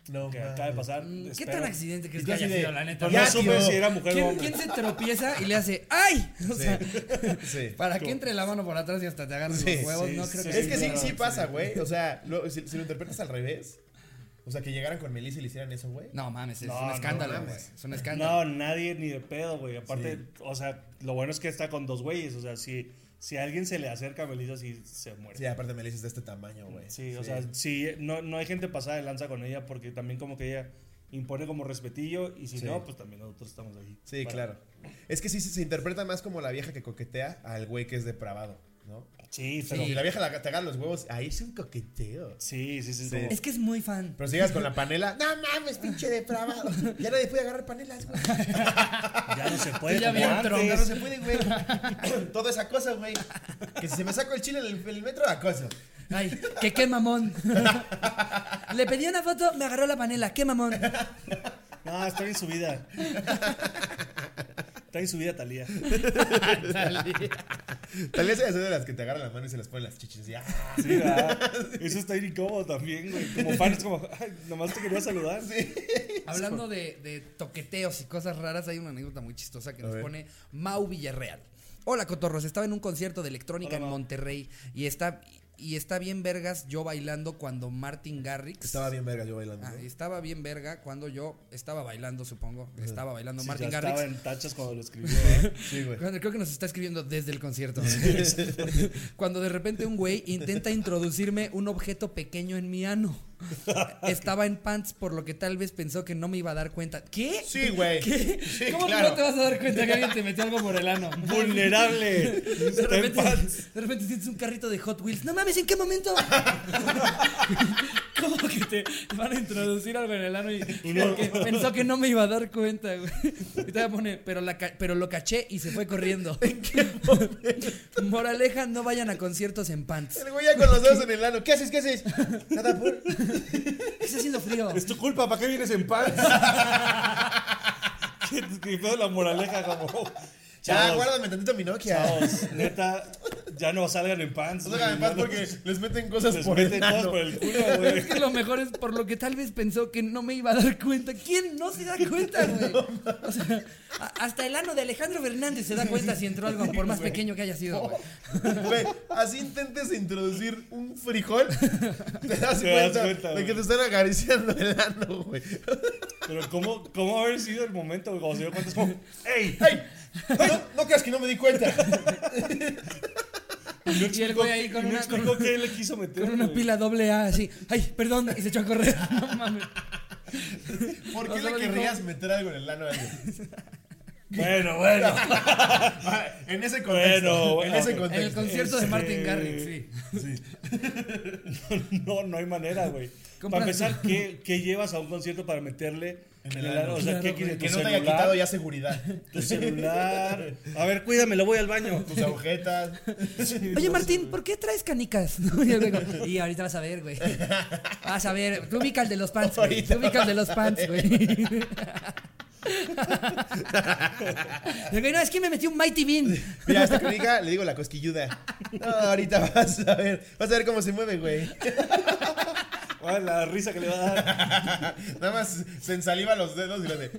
S2: No,
S3: Que
S2: mames.
S3: acaba de pasar.
S1: Mm, ¿Qué
S3: espero.
S1: tan accidente crees
S2: Y
S1: que
S2: yo así
S1: haya
S2: de-
S1: sido, la neta?
S3: Pero
S2: Ya,
S3: no supe
S2: tío.
S3: si era mujer o
S1: ¿Quién,
S3: hombre.
S1: quién se tropieza y le hace ¡ay! O sea,
S2: Sí.
S1: para que entre la mano por atrás y hasta te agarres
S2: Sí,
S1: los huevos,
S3: sí,
S1: no creo
S3: sí,
S1: que
S2: Es que sí,
S3: no,
S2: sí
S3: sí.
S2: pasa, güey. O sea, lo- si, si lo interpretas al revés. O sea, que llegaran con Melissa y le hicieran eso, güey.
S1: No mames, es
S3: No,
S1: un
S3: no
S1: escándalo,
S2: mames.
S1: güey. Es un escándalo.
S3: No, nadie ni de pedo, güey. Aparte, o sea, lo bueno es que está con dos güeyes. O sea, si, si alguien se le acerca a Melissa, sí se muere.
S2: Sí, aparte Melissa es de este tamaño, güey.
S3: Sí, o sea, sí, no, no hay gente pasada de lanza con ella porque también como que ella impone como respetillo y si
S2: Sí.
S3: no, pues también nosotros estamos ahí.
S2: Sí,
S3: Para-
S2: claro. Es que sí sí, se interpreta más como la vieja que coquetea al güey que es depravado, ¿no?
S3: Sí,
S2: Pero
S3: pero...
S2: si
S3: Sí,
S2: la vieja la, te agarra los huevos, ahí es un coqueteo.
S3: sí, sí.
S2: Sí.
S3: como-
S1: Es que es muy fan.
S2: Pero si llegas con la panela, no mames, pinche depravado. Ya nadie puede agarrar panelas, güey.
S3: ya no se puede.
S1: Ya
S3: como
S1: vieron
S3: antes.
S2: Ya no se puede, güey. Toda esa cosa, güey. Que si se me saco el chile en el, en el metro, acoso.
S1: Ay, que qué mamón. Le pedí una foto, me agarró la panela, qué mamón.
S3: No, está bien subida. Está bien subida Talía.
S2: Tal vez es de las que te agarran la mano y se las ponen las chichis. Y, ah,
S3: Sí, ¿verdad? Eso está bien incómodo también, güey. Como fan es como, ay, nomás te quería saludar.
S1: Hablando de, de toqueteos y cosas raras, hay una anécdota muy chistosa que
S2: A
S1: nos
S2: ver.
S1: pone Mau Villarreal. Hola, Cotorros. Estaba en un concierto de electrónica
S3: Hola,
S1: en
S3: Mau.
S1: Monterrey y está, y está bien vergas yo bailando cuando Martin Garrix.
S2: Estaba bien verga yo bailando.
S1: Ah,
S2: ¿no?
S1: estaba bien verga cuando yo estaba bailando, supongo. Estaba bailando
S3: Sí,
S1: Martin
S3: ya
S1: Garrix.
S3: estaba en tachas cuando lo escribió. ¿eh?
S2: Sí, güey.
S1: Cuando- Creo que nos está escribiendo desde el concierto. Cuando de repente un güey intenta introducirme un objeto pequeño en mi ano. Estaba en pants, por lo que tal vez pensó que no me iba a dar cuenta. ¿Qué?
S2: Sí, güey.
S1: ¿Qué?
S2: Sí,
S1: ¿Cómo
S2: claro.
S1: que no te vas a dar cuenta que alguien te metió algo por el ano?
S3: Vulnerable.
S1: De
S3: Está en
S1: repente,
S3: pants.
S1: de repente sientes un carrito de Hot Wheels. No mames, ¿en qué momento? ¿Cómo que te van a introducir algo en el ano y porque pensó que no me iba a dar cuenta, güey? Y te pone, pero, la ca- pero lo caché y se fue corriendo. Moraleja, no vayan a conciertos en pants.
S2: El güey ya con los dedos en el ano. ¿Qué haces? ¿Qué haces? Nada, por.
S1: Está haciendo frío.
S3: Es tu culpa, ¿para qué vienes en paz? que que pedo la moraleja como.
S2: Ya,
S3: chavos,
S2: guárdame tantito mi Nokia.
S3: chavos, neta, ya no salgan en pants.
S2: No se hagan en
S3: güey,
S2: paz
S3: ya
S2: porque les meten cosas
S3: les
S2: por
S3: meten
S2: el
S3: cosas
S2: ano.
S3: por el culo,
S1: Es
S3: güey.
S1: que lo mejor es por lo que tal vez pensó que no me iba a dar cuenta. ¿Quién no se da cuenta, güey? O sea, a- hasta el ano de Alejandro Fernández se da cuenta si entró algo, por más pequeño que haya sido, güey.
S2: Güey, así intentes introducir un frijol, te das
S3: Te das
S2: cuenta,
S3: cuenta,
S2: de
S3: güey.
S2: que te están acariciando el ano, güey.
S3: Pero, ¿cómo, cómo haber sido el momento, güey? Cuando se dio cuenta, es como, ¡ey!
S2: ¡Ay! No, no creas que no me di cuenta.
S1: Y el güey ahí con
S3: y no
S1: una,
S3: explicó
S1: con-
S3: qué le quiso meter.
S1: con una
S3: güey.
S1: pila doble A así. Ay, perdón, y se echó a correr. No mames.
S2: ¿Por
S1: No
S2: qué
S1: se
S2: le
S1: lo dijo.
S2: querrías meter algo en el ano a alguien?
S3: Bueno, bueno.
S2: Ah, En ese contexto.
S3: Bueno,
S2: en
S3: bueno.
S2: ese
S1: En el
S2: contexto.
S1: concierto de Martin
S3: Este-
S1: Garrix, sí.
S3: No, no hay manera, güey. Para
S1: Compras-
S3: empezar, ¿qué, ¿qué llevas a un concierto para meterle
S2: En
S3: en
S2: el
S3: el ano? O sea,
S1: ano.
S3: ¿qué
S1: Claro, güey.
S3: quieres? ¿Tu
S2: Que no te haya
S3: celular?
S2: quitado ya seguridad.
S3: Tu celular. A ver, cuídame, lo voy al baño.
S2: Tus agujetas.
S1: Oye, Martín, ¿por qué traes canicas? No, Y, el güey como, "Y ahorita vas a ver, güey. Vas a ver. Tú ubica el de los pants, güey. Tú ubica el de los pants, güey. El güey, no, es que me metí un Mighty Bean.
S2: Mira, hasta que diga, le digo la cosquilluda. No, ahorita vas a ver. Vas a ver cómo se mueve, güey.
S3: Ay, la risa que le va a dar.
S2: Nada más se ensaliva los dedos y lo hace.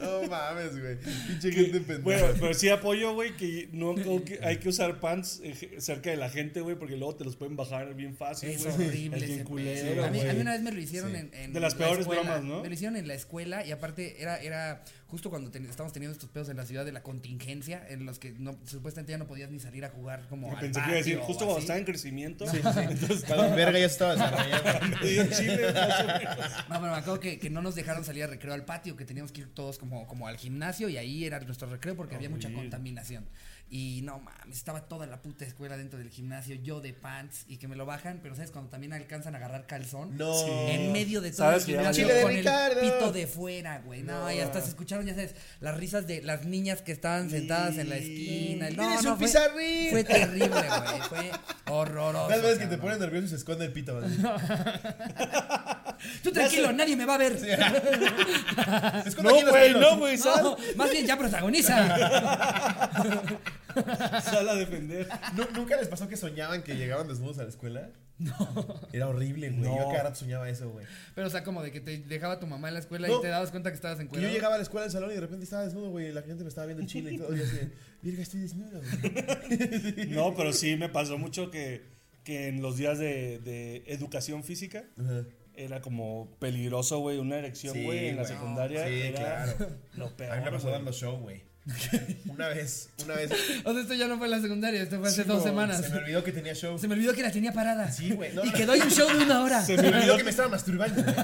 S2: No mames, güey. Pinche gente pendeja.
S3: Bueno, pero sí apoyo, güey, que no que hay que usar pants eh, cerca de la gente, güey, porque luego te los pueden bajar bien fácil.
S1: Es
S3: güey.
S1: horrible.
S3: Es
S1: ese
S3: bien
S1: pedo.
S3: culero,
S1: a, mí, a mí
S3: güey.
S1: una vez me lo hicieron
S2: Sí.
S1: en, en
S3: De las
S1: la
S3: peores
S1: escuela.
S3: bromas, ¿no?
S1: Me lo hicieron en la escuela y aparte era, era justo cuando ten- estábamos teniendo estos pedos en la ciudad de la contingencia, en los que no, supuestamente ya no podías ni salir a jugar como al
S3: Pensé que iba a decir,
S1: patio o
S3: justo cuando
S1: así.
S3: estaba en crecimiento.
S2: Cuando verga ya se estaba desarrollando.
S3: me dio chile, más o menos.
S1: No, pero me acuerdo que, que no nos dejaron salir a recreo al patio, que teníamos que ir todos como, como al gimnasio y ahí era nuestro recreo porque había mucha contaminación. Y no mames, estaba toda la puta escuela dentro del gimnasio, yo de pants y que me lo bajan, pero sabes, cuando también alcanzan a agarrar calzón.
S2: No.
S1: En medio de todo el
S3: Sabes que ya
S1: gimnasio
S2: valió.
S1: con
S2: Chile de
S1: el
S2: Ricardo.
S1: pito de fuera, güey. No, y hasta se escucharon, ya sabes, las risas de las niñas que estaban sentadas en la esquina. No,
S2: ¡Eres
S1: no,
S2: un
S1: fue,
S2: pizarrín!
S1: Fue terrible, güey. Fue horroroso.
S2: Las veces que te
S1: cabrón.
S2: pones nervioso y se esconde el pito. güey.
S1: Tú tranquilo,
S3: sé.
S1: nadie me va a ver.
S2: Es cuando
S3: No,
S2: aquí los
S3: güey,
S2: pelos.
S3: no, güey. Sal,
S1: No, más bien ya protagoniza.
S3: sal a defender.
S2: Nu- ¿Nunca les pasó que soñaban que llegaban desnudos a la escuela? No. Era horrible, güey. Yo
S3: No.
S2: cada rato soñaba eso, güey.
S1: Pero o sea, como de que te dejaba tu mamá en la escuela
S2: No.
S1: y te dabas cuenta que estabas en
S2: Que yo
S1: cuero.
S2: llegaba a la escuela del salón y de repente estaba desnudo, güey. y La gente me estaba viendo en Chile y todo. Y yo así, de, virga, estoy desnudo, güey.
S3: No, pero sí me pasó mucho que, que en los días de, de educación física
S2: Ajá.
S3: era como peligroso, güey, una erección,
S2: Sí,
S3: güey, en la
S2: güey.
S3: secundaria.
S2: Sí,
S3: era
S2: claro.
S3: Lo peor.
S2: A mí me pasó
S3: güey.
S2: dando show, güey. Una vez, una vez.
S1: O sea, esto ya no fue en la secundaria, esto fue hace
S3: Sí,
S1: dos
S3: no,
S1: semanas.
S2: Se me olvidó que tenía show.
S1: Se me olvidó que la tenía parada.
S2: Sí, güey, no,
S1: y
S2: no.
S1: que doy un show de una hora.
S3: Se
S2: Se me olvidó que me estaba masturbando. güey.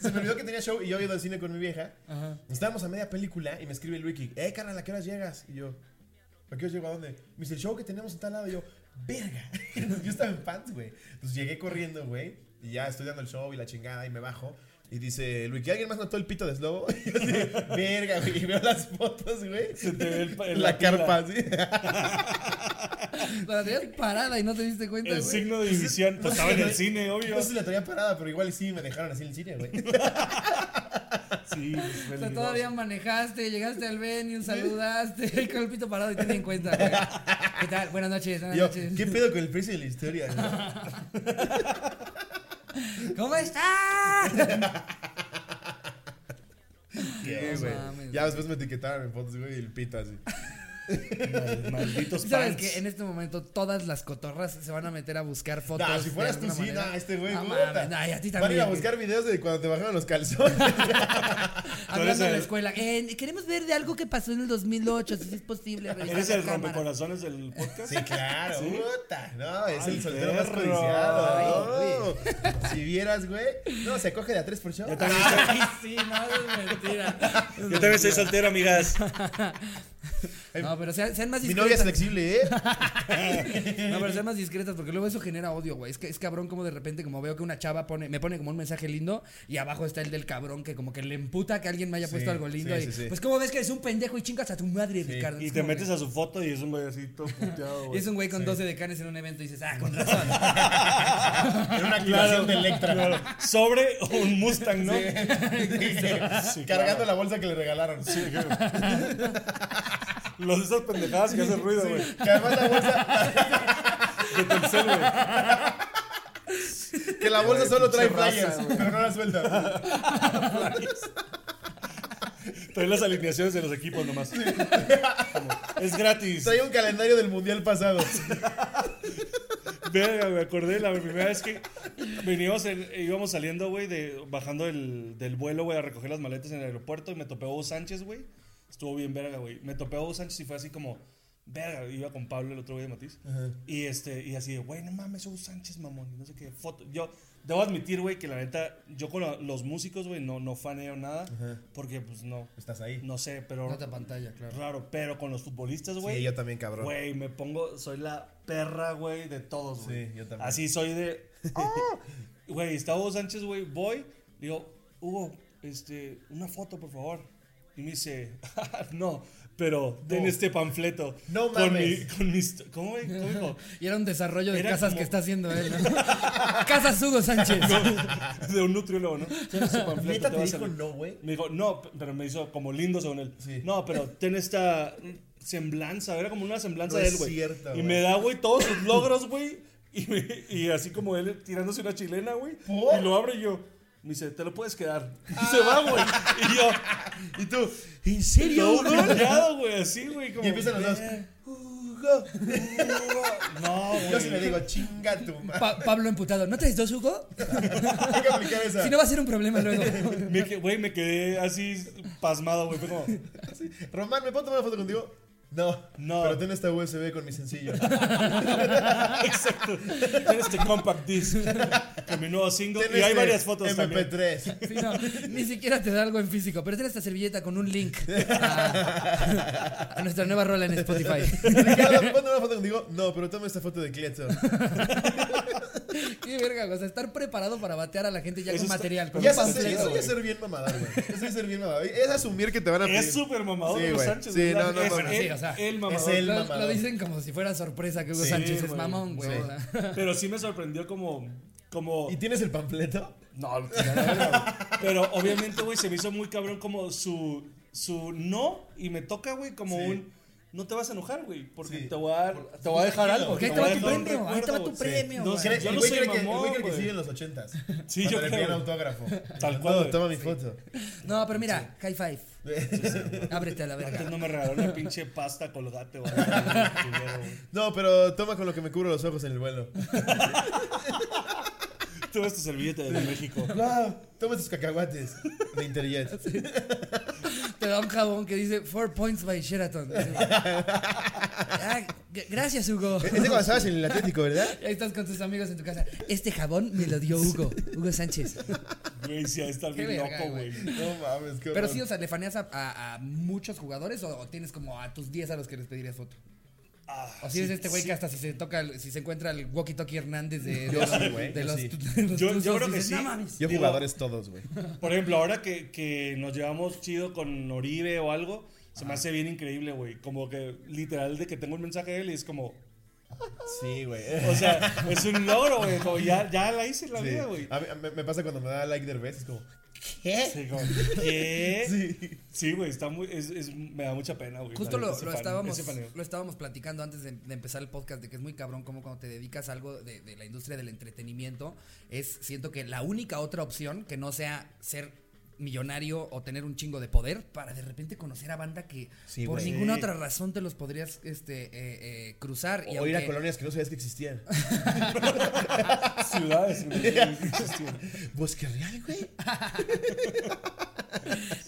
S2: Se me olvidó que tenía show y yo había ido al cine con mi vieja.
S1: Ajá.
S2: Estábamos a media película y me escribe el wiki. Eh, carnal, ¿a qué horas llegas? Y yo, ¿a qué horas llego a dónde? Me dice, el show que tenemos en tal lado. Y yo, verga. yo estaba en pants, güey. Entonces llegué corriendo, güey. Y ya estoy dando el show y la chingada y me bajo. Y dice, el wiki, ¿alguien más notó el pito de Slobo? Y yo así, verga, güey. Y veo las fotos, güey.
S3: Se te ve el pa- en
S2: la,
S3: la pila.
S2: carpa, así.
S1: La tenías parada y no te diste cuenta,
S3: El
S1: güey.
S3: signo de división. Pues estaba en el cine, obvio.
S2: No sé si Pues la tenía parada, pero igual y sí me dejaron así en el cine, güey.
S3: Sí, pues,
S1: O sea,
S3: peligroso.
S1: todavía manejaste, llegaste al venue, saludaste, con el pito parado y te di en cuenta, güey. ¿Qué tal? Buenas noches, buenas
S2: Y yo,
S1: noches.
S2: ¿qué pedo con el precio de la historia? güey?
S1: ¿Cómo estás?
S2: ¿Qué,
S1: No
S2: güey?
S1: mames,
S2: Ya después me etiquetaron en fotos, güey, y el pito así.
S3: Mal- Malditos
S1: Sabes
S3: pants.
S1: que en este momento todas las cotorras se van a meter a buscar fotos.
S2: Nah, si fueras
S1: de
S2: tú,
S1: alguna
S2: sí,
S1: manera.
S2: nah, este güey,
S1: No
S2: puta.
S1: mames, nah, y a ti
S2: Van a ir
S1: también.
S2: a buscar videos de cuando te bajaron los calzones.
S1: güey.
S3: Tú eres
S1: Hablando de la
S3: el-
S1: escuela. Eh, queremos ver de algo que pasó en el 2008, si es posible. revisar
S3: ¿Eres
S1: la
S3: el
S1: cámara.
S3: rompecorazones del podcast?
S2: sí, claro,
S3: Sí.
S2: puta. No, es
S3: Ay,
S2: el soltero más
S3: perro.
S2: codiciado. ¿no? Si vieras, güey. No, se coge de a tres por show. Ah,
S3: Yo también,
S1: Ay, sí, no, es mentira.
S3: yo también soy soltero, amigas.
S1: No, pero sean, sean más
S2: Mi
S1: discretas.
S2: novia es flexible, ¿eh?
S1: No, pero sean más discretas porque luego eso genera odio, güey. Es, que, es cabrón como de repente como veo que una chava pone, me pone como un mensaje lindo y abajo está el del cabrón que como que le emputa que alguien me haya
S2: Sí,
S1: puesto algo lindo.
S2: sí,
S1: y,
S2: sí, sí.
S1: Pues cómo ves que eres un pendejo y chingas a tu madre,
S2: Sí.
S1: Ricardo.
S3: Y
S1: Es
S3: te
S1: como,
S3: metes a su foto y es un bailecito puteado,
S1: güey,
S3: güey.
S1: Es un güey con 12 decanes en un evento y dices, ah, con razón.
S2: Era una activación de Electra.
S3: Claro. Sobre un Mustang, ¿no? Sí,
S2: Cargando
S3: claro.
S2: la bolsa que le regalaron.
S3: Los de esas pendejadas que hacen ruido, güey.
S2: Que además la bolsa,
S3: De tercer, güey.
S2: que la bolsa solo trae
S3: pinche raza,
S2: flyers,
S3: güey.
S2: pero no la suelta.
S3: Trae las alineaciones de los equipos nomás. Como, es gratis.
S2: Trae un calendario del mundial pasado.
S3: Verga, me acordé la primera vez que veníamos en- íbamos saliendo, güey, de, bajando el- del vuelo, güey, a recoger las maletas en el aeropuerto y me topé a Hugo Sánchez, güey. Estuvo bien verga, güey. Me topé a Hugo Sánchez y fue así como, verga, iba con Pablo, el otro güey de Matiz. Y este, y así de, güey, no mames, Hugo Sánchez, mamón, y no sé qué, foto. Yo, debo admitir, güey, que la neta, yo con la- los músicos, güey, no, no faneo nada, porque, pues, no,
S2: Estás ahí.
S3: no sé, pero...
S1: Nota pantalla, claro.
S3: Raro, pero con los futbolistas, güey.
S2: Sí, yo también, cabrón.
S3: Güey, me pongo, soy la perra, güey, de todos, güey.
S2: Sí, yo también.
S3: Así soy de. ¡Ah! Güey, está Hugo Sánchez, güey, voy, digo, Hugo, este, una foto, por favor. Y me dice, no, pero ten
S2: No.
S3: este panfleto.
S2: No
S3: con mi,
S2: mames.
S3: con mis. ¿Cómo, güey? ¿Cómo dijo?
S1: Y era un desarrollo de
S3: Era
S1: casas
S3: como-
S1: que está haciendo él, ¿no? casas Hugo Sánchez.
S3: De un nutriólogo, ¿no? Ten su panfleto,
S2: Neta
S3: te
S2: te
S3: vas a-
S2: dijo no, güey.
S3: Me dijo, no, p- pero me hizo como lindo según él.
S2: Sí.
S3: No, pero ten esta semblanza, era como una semblanza
S2: No
S3: de
S2: es
S3: él, güey.
S2: cierto,
S3: Y
S2: güey.
S3: me da, güey, todos sus logros, güey. Y, me- y así como él tirándose una chilena, güey.
S2: ¿Por? Ah.
S3: Y lo abre y yo. Me dice, te lo puedes quedar. Y se va, güey. Y yo,
S2: Y tú,
S3: ¿en serio? Todo humillado, güey, así, güey. Como,
S2: Y empiezan los dos.
S3: "Eh,
S2: Hugo.
S3: No, güey.
S2: Yo sí le digo, chinga tu madre.
S1: Pa- Pablo emputado. ¿No traes dos, Hugo?
S2: Hay que aplicar esa.
S1: Si no va a ser un problema luego.
S3: Me que- Güey, me quedé así pasmado, güey. Fue como,
S2: Sí. Román, ¿me puedo tomar una foto contigo? No.
S3: No.
S2: Pero ten esta USB con mi sencillo.
S3: "Ah, exacto. Ten este compact disc. Con mi nuevo single.
S2: Ten
S3: y hay
S2: este
S3: varias fotos también.
S2: MP3.
S1: Sí, no, ni siquiera te da algo en físico, pero tiene esta servilleta con un link a, a nuestra nueva rola en Spotify.
S2: Ricardo, ¿me puedo tomar una foto contigo? No, pero toma esta foto de Cleto.
S1: Qué verga, o sea, estar preparado para batear a la gente ya
S3: Eso
S1: con
S3: está-
S1: material. Con
S2: Ya
S1: un
S2: es hacer,
S1: panfleto,
S2: eso ya
S1: güey.
S2: es ser bien mamador, güey. Eso ya es ser bien mamador. Es asumir que te van a pedir.
S3: Es súper mamador
S2: Sí,
S3: Hugo
S2: güey.
S3: Sánchez.
S2: Sí,
S3: güey.
S2: no, no,
S3: es
S2: bueno,
S3: el,
S1: sí, o sea,
S3: el
S2: es
S3: mamador.
S2: el
S1: lo,
S2: mamador.
S1: lo dicen como si fuera sorpresa que Hugo
S2: Sí,
S1: Sánchez es
S3: güey.
S1: mamón, güey.
S2: Sí.
S1: o sea.
S3: Pero sí me sorprendió como, como...
S2: ¿Y tienes el panfleto?
S3: No, lo tiré a la verga, güey. Pero obviamente, güey, se me hizo muy cabrón como su, su no y me toca, güey, como
S2: Sí.
S3: un... No te vas a enojar, güey, porque
S2: Sí.
S3: te voy a dar- te voy a dejar algo.
S1: Porque ahí
S3: te
S1: te
S3: voy a
S1: va tu
S3: dejar un
S1: premio, ahí te va
S3: recuerdo,
S1: tu
S3: güey.
S1: premio.
S3: No
S1: güey.
S3: sé,
S2: ¿Crees-
S3: yo
S2: el
S3: no
S2: güey
S3: soy
S2: cree que-
S3: mamón,
S2: El güey cree que
S3: güey.
S2: sigue en los ochentas.
S3: Sí,
S2: Cuando
S3: yo
S2: le
S3: creo.
S2: piden autógrafo.
S3: Tal
S2: No,
S3: cual,
S2: Toma mi foto.
S1: No, pero mira, high five. Ábrete a la
S3: Antes
S1: verga.
S3: no me regalaron una pinche pasta colgate, güey. Culero, güey.
S2: No, pero toma con lo que me cubro los ojos en el vuelo.
S3: Tú ves tu servilleta de México.
S2: No, toma estos cacahuates de Interjet.
S1: Te da un jabón que dice Four points by Sheraton. Ah, g- gracias, Hugo.
S2: E-, Ese cuando estabas en el Atlético, ¿verdad?
S1: Ahí estás con tus amigos en tu casa. Este jabón me lo dio Hugo, Hugo Sánchez.
S3: Güey, sí, ahí está
S1: Qué
S3: bien
S1: verga,
S3: loco,
S1: güey.
S3: güey.
S2: No mames, qué
S1: Pero
S2: horror.
S1: sí, o sea, ¿le faneas a, a- a muchos jugadores o, o tienes como a tus 10 a los que les pedirías foto?
S3: Ah,
S1: O si eres
S3: sí,
S1: este güey
S3: sí.
S1: que hasta si se toca, el- si se encuentra el walkie talkie Hernández de, de
S2: Yo
S1: los,
S2: sí, güey,
S1: de
S2: yo
S1: los-
S2: sí.
S1: de los
S3: Yo- yo
S1: tuzos,
S3: creo que
S1: dices,
S3: sí.
S1: "No mames".
S2: Yo
S3: Digo-
S2: jugadores todos, güey.
S3: Por ejemplo, ahora que, que nos llevamos chido con Oribe o algo, se me hace bien increíble, güey. Como que literal de que tengo un mensaje de él y es como,
S2: Sí, güey.
S3: o sea, es un logro, güey. Como ya, ya la hice la
S2: Sí. Ah,
S3: vida, güey.
S2: A mí- a mí- me pasa cuando me da like Derbez, es como...
S1: ¿Eh?
S3: Sí, como, ¿Qué?
S2: Sí.
S3: Sí, güey, está muy, es, es- me da mucha pena, güey.
S1: Justo lo,
S3: la neta, ese
S1: lo
S3: fan-
S1: estábamos,
S3: ese faneo.
S1: lo estábamos platicando antes de, de empezar el podcast, de que es muy cabrón como cuando te dedicas a algo de, de la industria del entretenimiento, es, siento que la única otra opción que no sea ser millonario o tener un chingo de poder para de repente conocer a banda que
S2: Sí,
S1: por
S2: güey.
S1: ninguna otra razón te los podrías este eh, eh, cruzar.
S2: O ir a
S1: aunque-
S2: colonias que no sabías que existían.
S3: Ciudades, güey.
S2: Bosque Real, güey.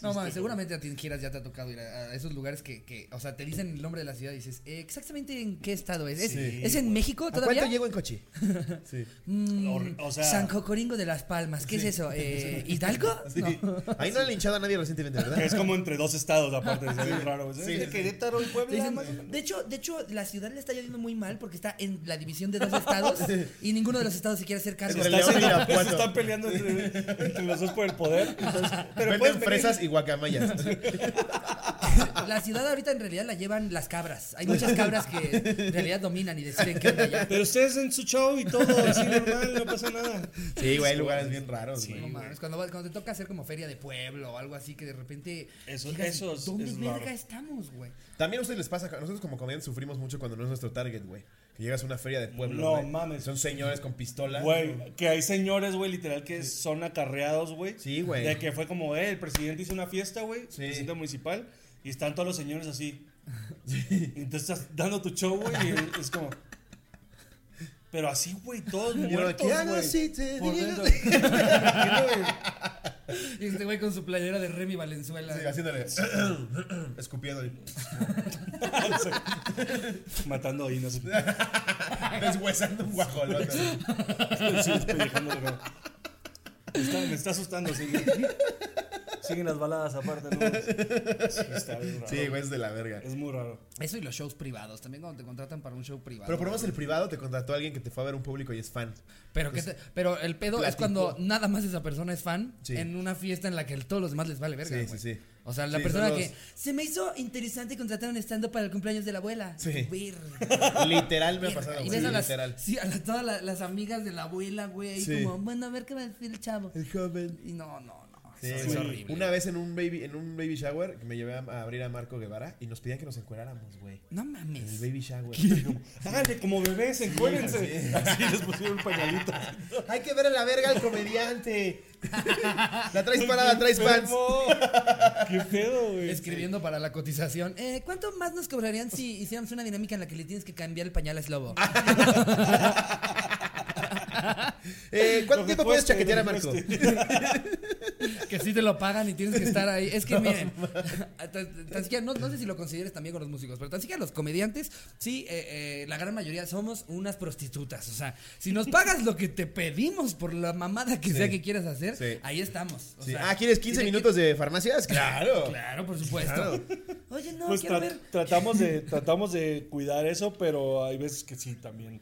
S1: No mames, seguramente a ti en giras ya te ha tocado ir a, a esos lugares que, que, o sea, te dicen el nombre de la ciudad y dices, "Eh, exactamente en qué estado es. ¿Es,
S3: Sí,
S1: es en México
S2: ¿A
S1: todavía?
S2: cuánto llego en coche? Sí.
S1: Mm,
S3: O- o sea-
S1: San Cocoringo de las Palmas, ¿qué es eso? Eh, ¿Hidalgo?
S2: Sí. Ahí no han linchado a nadie recientemente,
S3: Que
S2: ¿verdad?
S3: es como entre dos estados, aparte, es bien raro, güey.
S2: Sí,
S3: Es de
S2: sí.
S3: Querétaro y
S1: Le
S3: Puebla,
S1: dicen,
S3: más o menos.
S1: de hecho, de hecho, la ciudad le está yendo muy mal porque está en la división de dos estados y ninguno de los estados se quiere hacer caso.
S2: Es
S3: Se
S2: León
S3: están-
S2: y Irapuato.
S3: se están peleando entre, entre los dos por el poder. entonces- pero pues, puedes
S2: Venden
S3: venir.
S2: fresas y guacamayas.
S1: La ciudad ahorita en realidad la llevan las cabras. Hay muchas cabras que en realidad dominan y deciden qué onda ya.
S3: Pero ustedes en su show y todo, así normal, no pasa nada.
S2: Sí, güey, hay lugares bien raros,
S3: Sí,
S2: güey.
S1: No mames, cuando, vas- cuando te toca hacer como feria de pueblo o algo así que de repente
S3: Eso- eso es-
S1: ¿dónde
S3: es
S1: verga
S3: raro.
S1: estamos, güey?
S2: También a ustedes les pasa, nosotros como comediantes sufrimos mucho cuando no es nuestro target, güey. Que llegas a una feria de pueblo.
S3: No
S2: güey.
S3: mames.
S2: Son señores con pistola.
S3: Güey, que hay señores, güey, literal que son acarreados, güey.
S2: Sí, güey.
S3: De que fue como, eh, el presidente hizo una fiesta, güey,
S2: Sí.
S3: presidente municipal, y están todos los señores así. Y entonces estás dando tu show, güey, y es como. Pero así, güey, todos muertos,
S2: ¿qué hago
S3: güey.
S2: si te
S3: Por
S2: digo?
S3: dentro. Entiendo, güey.
S1: Y este güey con su playera de Remy Valenzuela.
S2: Sí, haciéndole. escupiéndole.
S3: Matando oínos.
S2: Deshuesando un guajolote.
S3: Sí, despellejándolo, cabrón. Me está- me está asustando, sí. Siguen las baladas aparte, ¿no? Sí, está bien raro.
S2: Sí, güey, es de la verga.
S3: Es muy raro.
S1: Eso y los shows privados, también cuando te contratan para un show privado.
S2: Pero por lo menos el privado te contrató a alguien que te fue a ver un público y es fan.
S1: Pero, que te- pero el pedo es
S2: platicó.
S1: cuando nada más esa persona es fan
S2: Sí.
S1: en una fiesta en la que el- todos los demás les vale verga.
S2: Sí,
S1: güey.
S2: sí, sí.
S1: O sea, la
S2: Sí,
S1: persona
S2: son
S1: que
S2: los-
S1: se me hizo interesante contratar un stand para el cumpleaños de la abuela.
S2: Sí.
S1: Verga,
S2: Literal me ha
S1: verga.
S2: pasado,
S1: Y
S2: güey.
S1: ves a las,
S2: Literal.
S1: sí, a la- todas la- las amigas de la abuela, güey, ahí
S2: Sí.
S1: como, bueno, a ver qué va a decir el chavo.
S2: El joven.
S1: Y no, no, no.
S2: Sí,
S1: eso es
S2: güey.
S1: horrible.
S2: Una vez en un baby, en un baby shower, que me llevé a, a abrir a Marco Guevara y nos pedían que nos encueráramos, güey.
S1: No
S2: En el
S1: mames.
S2: baby shower.
S3: Háganle como bebés, encuérdense.
S2: Sí,
S3: Así les pusieron pañalitos.
S2: Hay que ver a la verga al comediante. la traes parada, traes pants.
S3: Enfermo. Qué pedo, güey.
S1: Escribiendo para la cotización. Eh, ¿Cuánto más nos cobrarían si hiciéramos una dinámica en la que le tienes que cambiar el pañal a Slobo?
S2: Eh, ¿Cuánto
S3: Lo
S2: tiempo puedes este,
S3: repueste,
S2: chaquetear a
S3: lo
S2: Marco?
S3: repueste.
S1: Que sí te lo pagan y tienes que estar ahí. Es que miren, tan- tan siquiera- no, no sé si lo consideres también con los músicos, pero tan siquiera los comediantes, sí, eh, eh, la gran mayoría somos unas prostitutas. O sea, si nos pagas lo que te pedimos por la mamada que sea que quieras hacer,
S2: sí.
S1: ahí estamos. O
S2: Sí.
S1: sea,
S2: Ah, ¿quieres 15
S1: si te
S2: minutos de farmacias? Claro.
S1: qui- Claro, por supuesto.
S2: Claro.
S1: Oye, no,
S3: Pues
S1: quiero
S3: tra-
S1: ver.
S3: tratamos, de, tratamos de cuidar eso, pero hay veces que sí también.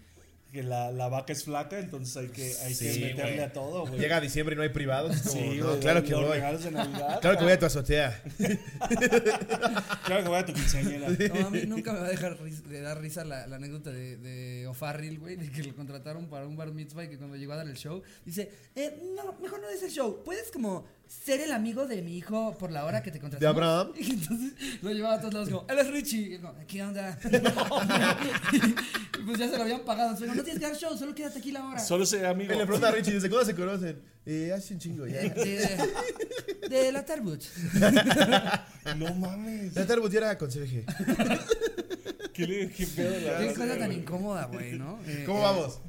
S3: que la, la vaca es flaca, entonces hay que, hay que
S2: Sí,
S3: meterle
S2: güey.
S3: a todo, güey.
S2: Llega diciembre y no hay privados. es como,
S3: Sí,
S2: no,
S3: güey,
S2: claro que
S3: los
S2: voy.
S3: regalos de Navidad,
S2: Claro que voy a tu azotea.
S3: Claro que voy a tu quinceañera.
S1: No, a mí nunca me va a dejar ris- de dar risa la, la anécdota de, de O'Farrill, güey, de que lo contrataron para un bar mitzvah y que cuando llegó a dar el show, dice, eh, no, mejor no des el show, puedes como ser el amigo de mi hijo por la hora que te contratamos.
S2: ¿De Abraham?
S1: Y entonces lo llevaba a todos lados como, él es Richie. Y yo como, ¿qué onda? y pues ya se lo habían pagado. Entonces, no tienes que dar show, solo quédate aquí la hora.
S3: Solo sea amigo.
S2: Y le pregunta a Richie, ¿desde cuándo se conocen? Eh, hace un chingo ya.
S1: de, de la Tarbut.
S3: No mames.
S2: La tarde era conserje.
S3: ¿Qué, le, qué pedo la
S1: Qué
S3: verdad,
S1: cosa tan
S3: güey.
S1: incómoda, güey, ¿no? Eh,
S2: ¿Cómo
S1: eh,
S2: vamos?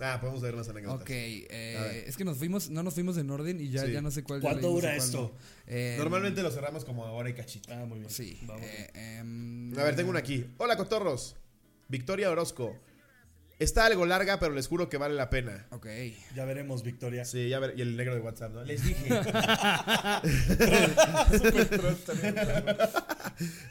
S2: Ah, podemos ver las anécdotas.
S1: Ok, eh,
S2: A ver.
S1: es que nos fuimos, no nos fuimos en orden y ya,
S2: Sí.
S1: ya no sé cuál.
S3: ¿Cuánto
S1: leí, no sé
S3: dura
S1: cuál
S3: esto?
S1: no. Eh,
S2: Normalmente lo cerramos como ahora y cachita.
S3: Ah, muy bien.
S1: Sí.
S3: Vamos.
S1: eh, em,
S2: A ver, tengo una aquí. Hola, cotorros. Victoria Orozco. Está algo larga, pero les juro que vale la pena.
S1: Ok.
S3: Ya veremos, Victoria.
S2: Sí, ya ver. Y el negro de WhatsApp, ¿no? Les dije.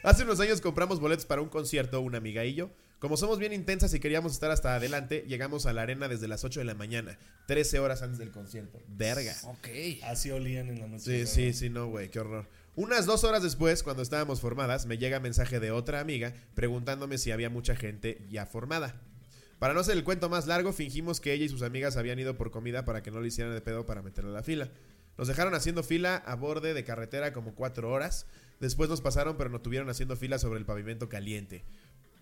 S2: Hace unos años compramos boletos para un concierto, una amiga y yo. Como somos bien intensas y queríamos estar hasta adelante, llegamos a la arena desde las 8 de la mañana, 13 horas antes del concierto. Verga.
S1: Ok.
S3: Así olían en la noche.
S2: Sí,
S3: ¿verdad?
S2: sí, sí, no, güey, qué horror. Unas dos horas después, cuando estábamos formadas, me llega mensaje de otra amiga preguntándome si había mucha gente ya formada. Para no hacer el cuento más largo, fingimos que ella y sus amigas habían ido por comida para que no le hicieran de pedo para meterla a la fila. Nos dejaron haciendo fila a borde de carretera como cuatro horas. Después nos pasaron, pero nos tuvieron haciendo fila sobre el pavimento caliente.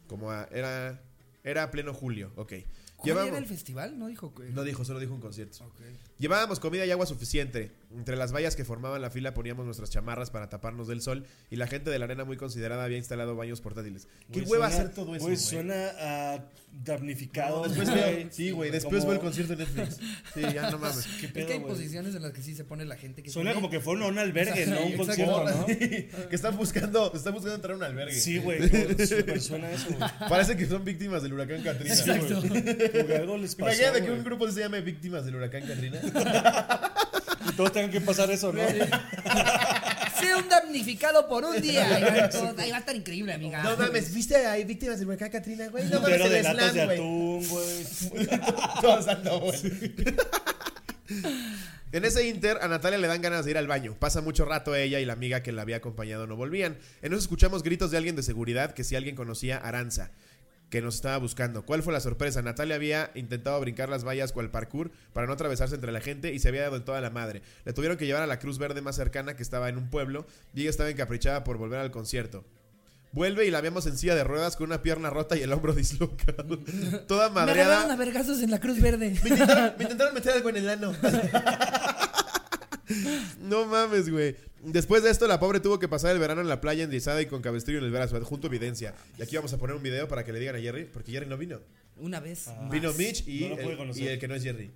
S2: Como a- era, era pleno julio, ok.
S1: ¿Cuál era
S2: Llevamos-
S1: el festival? No dijo que.
S2: No dijo, solo dijo un concierto.
S1: Ok.
S2: Llevábamos comida y agua suficiente. Entre las vallas que formaban la fila poníamos nuestras chamarras para taparnos del sol y la gente de la arena muy considerada había instalado baños portátiles. ¿Qué
S3: Güey,
S2: hueva
S3: suena-
S2: hacer todo eso?
S3: Güey,
S2: güey?
S3: suena a damnificado.
S2: Después veo- sí, güey, después
S3: Como-
S2: veo el concierto en Netflix. Sí, ya no mames.
S3: ¿Qué
S1: Es
S3: pedo,
S1: que hay
S3: güey?
S1: posiciones en las que sí se pone la gente que.
S3: Suena
S1: tiene-
S3: como que fueron a un albergue,
S1: Exacto,
S3: no un
S1: exacto.
S3: concierto, ¿no?
S2: que están buscando, están buscando entrar a un albergue.
S3: Sí, güey, como súper suena eso, güey.
S2: Parece que son víctimas del huracán Katrina.
S3: Sí, güey.
S1: Exacto.
S3: Como que algo les pasó,
S2: Imagínate que
S3: güey.
S2: un grupo se llame Víctimas del huracán Katrina.
S3: Y todos tengan que pasar eso, ¿no?
S1: Sea un damnificado por un día. Ahí va, todo- ahí va a estar increíble, amiga.
S2: ¿viste ahí Víctimas del huracán Katrina, güey?
S3: Un
S2: mames,
S3: putero
S2: el
S3: de latas
S2: slam,
S3: de
S2: güey.
S3: atún, güey.
S2: Todos dando vueltas. En ese inter, a Natalia le dan ganas de ir al baño. Pasa mucho rato ella y la amiga que la había acompañado no volvían. En eso escuchamos gritos de alguien de seguridad que si alguien conocía a Aranza, que nos estaba buscando. ¿Cuál fue la sorpresa? Natalia había intentado brincar las vallas cual parkour para no atravesarse entre la gente y se había dado en toda la madre. Le tuvieron que llevar a la Cruz Verde más cercana que estaba en un pueblo y ella estaba encaprichada por volver al concierto. Vuelve y la vemos en silla de ruedas con una pierna rota y el hombro dislocado. Toda
S1: Me
S2: madreada.
S1: agarraron a vergazos en la Cruz Verde.
S2: Me intentaron, me intentaron meter algo en el ano. No mames, güey. Después de esto, la pobre tuvo que pasar el verano en la playa enrizada y con cabestrillo en el brazo. Adjunto evidencia. Y aquí vamos a poner un video para que le digan a Jerry, porque Jerry no vino.
S1: Una vez.
S3: Ah.
S1: más.
S2: Vino Mitch y,
S3: No lo pude
S2: el,
S3: conocer.
S2: y el que Ah, no es Jerry.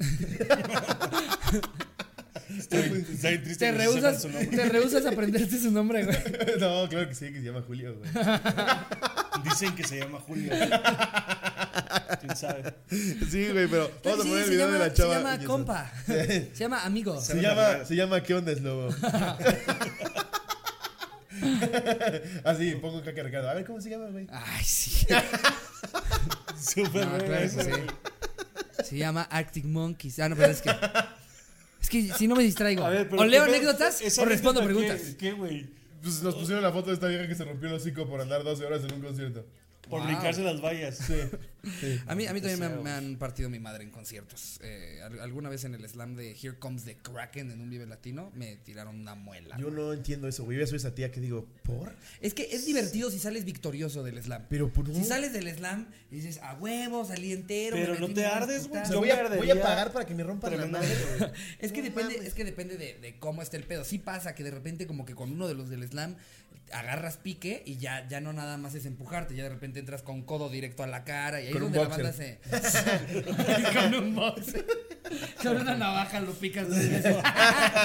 S3: Estoy, estoy bien
S1: Te
S3: triste que no sepan
S1: rehusas,
S3: su nombre.
S1: te rehusas a aprenderte su nombre, güey.
S2: no, claro que sí, que se llama Julio, güey.
S3: Dicen que se llama Julio. ¿Quién sabe?
S2: Sí, güey, pero vamos a
S1: Sí,
S2: poner el
S1: se
S2: video
S1: llama,
S2: de la chava.
S1: Se llama compa. Se llama amigo.
S2: Se llama, se llama ¿Qué onda es lobo? Así, pongo un caca Ricardo. A ver, ¿cómo se llama, güey?
S1: Ay, sí.
S3: Súper
S1: No,
S3: raro
S1: claro
S3: eso,
S1: que sí.
S3: güey.
S1: Se llama Arctic Monkeys. Ah, no, pero es que. Es que si no me distraigo.
S3: A ver, pero
S1: o leo
S3: ¿qué pedo?
S1: anécdotas
S3: ¿Esa
S1: o respondo
S3: anécdota
S1: preguntas.
S3: ¿Qué, qué, güey?
S2: Pues nos pusieron la foto de esta vieja que se rompió el hocico por andar 12 horas en un concierto.
S3: Por
S1: Wow.
S3: brincarse las vallas.
S1: A mí, a mí también me, han-
S3: Deseos.
S1: me han partido mi madre en conciertos. Eh, al- alguna vez en el slam de Here Comes the Kraken en un Vive Latino me tiraron una muela.
S2: Yo no entiendo eso, güey. Yo ya soy esa tía que digo, ¿por?
S1: Es que es divertido si sales victorioso del slam.
S2: Pero por
S1: si sales del slam y dices, a huevo, salí entero.
S3: Pero
S1: me
S3: no
S1: metí
S3: te
S1: unos
S3: ardes, güey.
S1: putazos".
S3: Yo
S2: voy, a,
S3: me
S2: voy a
S3: ardería
S2: pagar para que me rompan la madre.
S3: tremendamente, güey.
S1: Es que
S2: No
S1: depende,
S2: mames.
S1: es que depende de, de cómo está el pedo. Sí pasa que de repente como que con uno de los del slam agarras pique y ya, ya no nada más es empujarte, ya de repente entras con codo directo a la cara y ahí es
S2: Con un
S1: donde la
S2: boxer.
S1: banda se con un boxer. Sobre una navaja lo picas dos veces.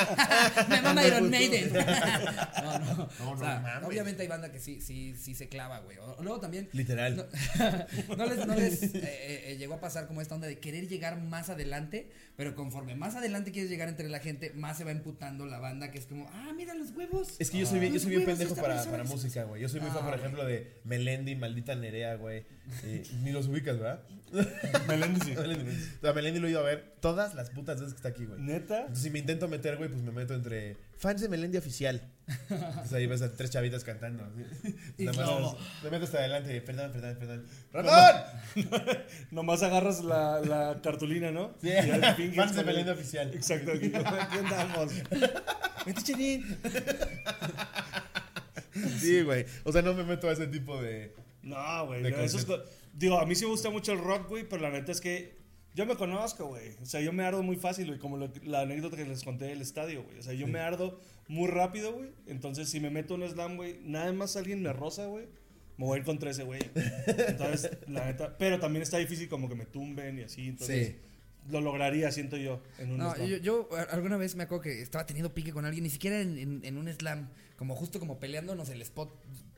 S1: Me manda Iron Maiden. no, no.
S2: No,
S1: o sea,
S2: no mames.
S1: obviamente hay banda que sí, sí, sí se clava, güey. O- Luego también.
S2: Literal.
S1: No, no les, no les, eh, eh, eh, llegó a pasar como esta onda de querer llegar más adelante, pero conforme más adelante quieres llegar entre la gente, más se va emputando la banda, que es como, ah, mira los huevos.
S2: Es que yo soy bien, yo
S1: Los
S2: soy bien
S1: huevos de
S2: pendejo
S1: esta
S2: para,
S1: persona
S2: para
S1: que se-
S2: música, güey. Yo soy muy fan, por
S1: Ah,
S2: ejemplo, de Melendi, maldita Nerea, güey. Eh, ni los ubicas, ¿verdad?
S3: Melendi, sí.
S2: Melendi. O sea, Melendi lo he ido a ver todas las putas veces que está aquí, güey.
S3: Neta.
S2: Entonces, si me intento meter, güey, pues me meto entre fans de Melendi oficial. Entonces ahí ves a tres chavitas cantando. así.
S1: Y
S2: Nada más
S1: no.
S2: me meto hasta adelante. Perdón, perdón, perdón. ¡Ratón!
S3: Nomás agarras la, la cartulina, ¿no?
S2: Sí.
S3: Y ahí pingues
S2: Fans de
S3: con el-
S2: Melendi oficial.
S3: Exacto, aquí, aquí andamos. Vete, Chenin.
S2: Sí, güey. O sea, no me meto a ese tipo de.
S3: No, güey.
S2: De
S3: no, eso es
S2: concierto.
S3: co- digo, a mí sí me gusta mucho el rock, güey, pero la neta es que yo me conozco, güey. O sea, yo me ardo muy fácil, güey, como lo- la anécdota que les conté del estadio, güey. O sea, yo me ardo muy rápido, güey. Entonces, si me meto un slam, güey, nada más alguien me roza, güey. Me voy a ir contra ese güey. Entonces, la neta. Pero también está difícil como que me tumben y así. Entonces,
S1: Sí.
S3: lo lograría, siento yo, en un
S1: No,
S3: slam.
S1: yo, yo a- alguna vez me acuerdo que estaba teniendo pique con alguien, ni siquiera en, en- en un slam, como justo como peleándonos el spot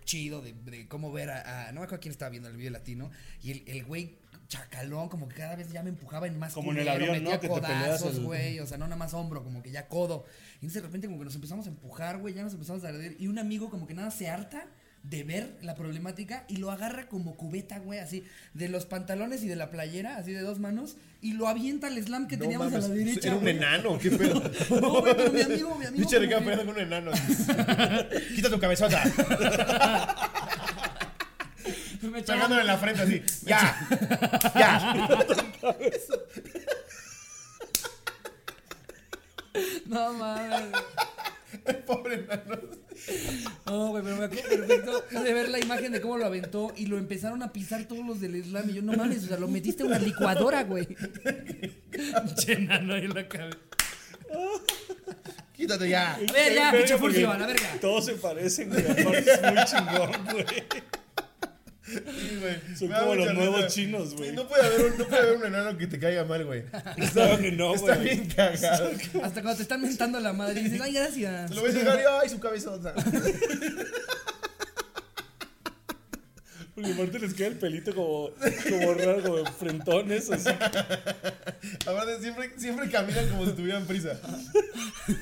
S1: chido de, de cómo ver a, a- No me acuerdo quién estaba viendo el video latino, y el, el güey chacalón, como que cada vez ya me empujaba en más
S3: Como en el
S1: culero,
S3: avión,
S1: metía
S3: ¿no? Que te peleas
S1: codazos,
S3: el-
S1: güey, o sea, no nada más hombro, como que ya codo. Y entonces de repente como que nos empezamos a empujar, güey, ya nos empezamos a arder, y un amigo como que nada se harta. De ver la problemática y lo agarra como cubeta, güey, así, de los pantalones y de la playera, así de dos manos, y lo avienta al slam que
S2: No
S1: teníamos a la
S2: mames, pues,
S1: derecha.
S2: Era un
S1: güey.
S2: enano, qué pedo.
S1: No, güey, pero mi amigo, mi amigo.
S2: Pinche
S1: como
S2: Ricardo
S1: que-
S2: peleando con un enano. Quita tu cabezota.
S1: me echaba-
S2: Pegándole en la frente así. ¡Ya! ¡Ya!
S1: No mames.
S2: Pobre enano.
S1: No, güey, pero me acuerdo perfecto de ver la imagen de cómo lo aventó y lo empezaron a pisar todos los del Islam. Y yo, no mames, o sea, lo metiste a una licuadora, güey. Chenano en la cabeza.
S2: Quítate ya.
S1: A ver, ya, pinche
S3: Porque
S1: Furcio, a la verga.
S3: Todos se parecen, güey. aparte Es muy chingón, güey.
S2: Sí, güey.
S3: Son
S2: Me da
S3: como
S2: mucha
S3: los nuevos
S2: risa.
S3: chinos, güey.
S2: No puede, haber un, no puede haber un enano que te caiga mal, güey.
S1: Ah,
S3: Claro que no,
S2: Está
S3: güey.
S2: bien cagado.
S1: Hasta cuando te están mentando la madre y dices, ay, gracias.
S2: Lo ves llegar y ¡ay, su cabezota!
S3: Porque aparte les queda el pelito como, como raro, como frentones, así.
S2: Aparte, siempre, siempre caminan como si tuvieran prisa.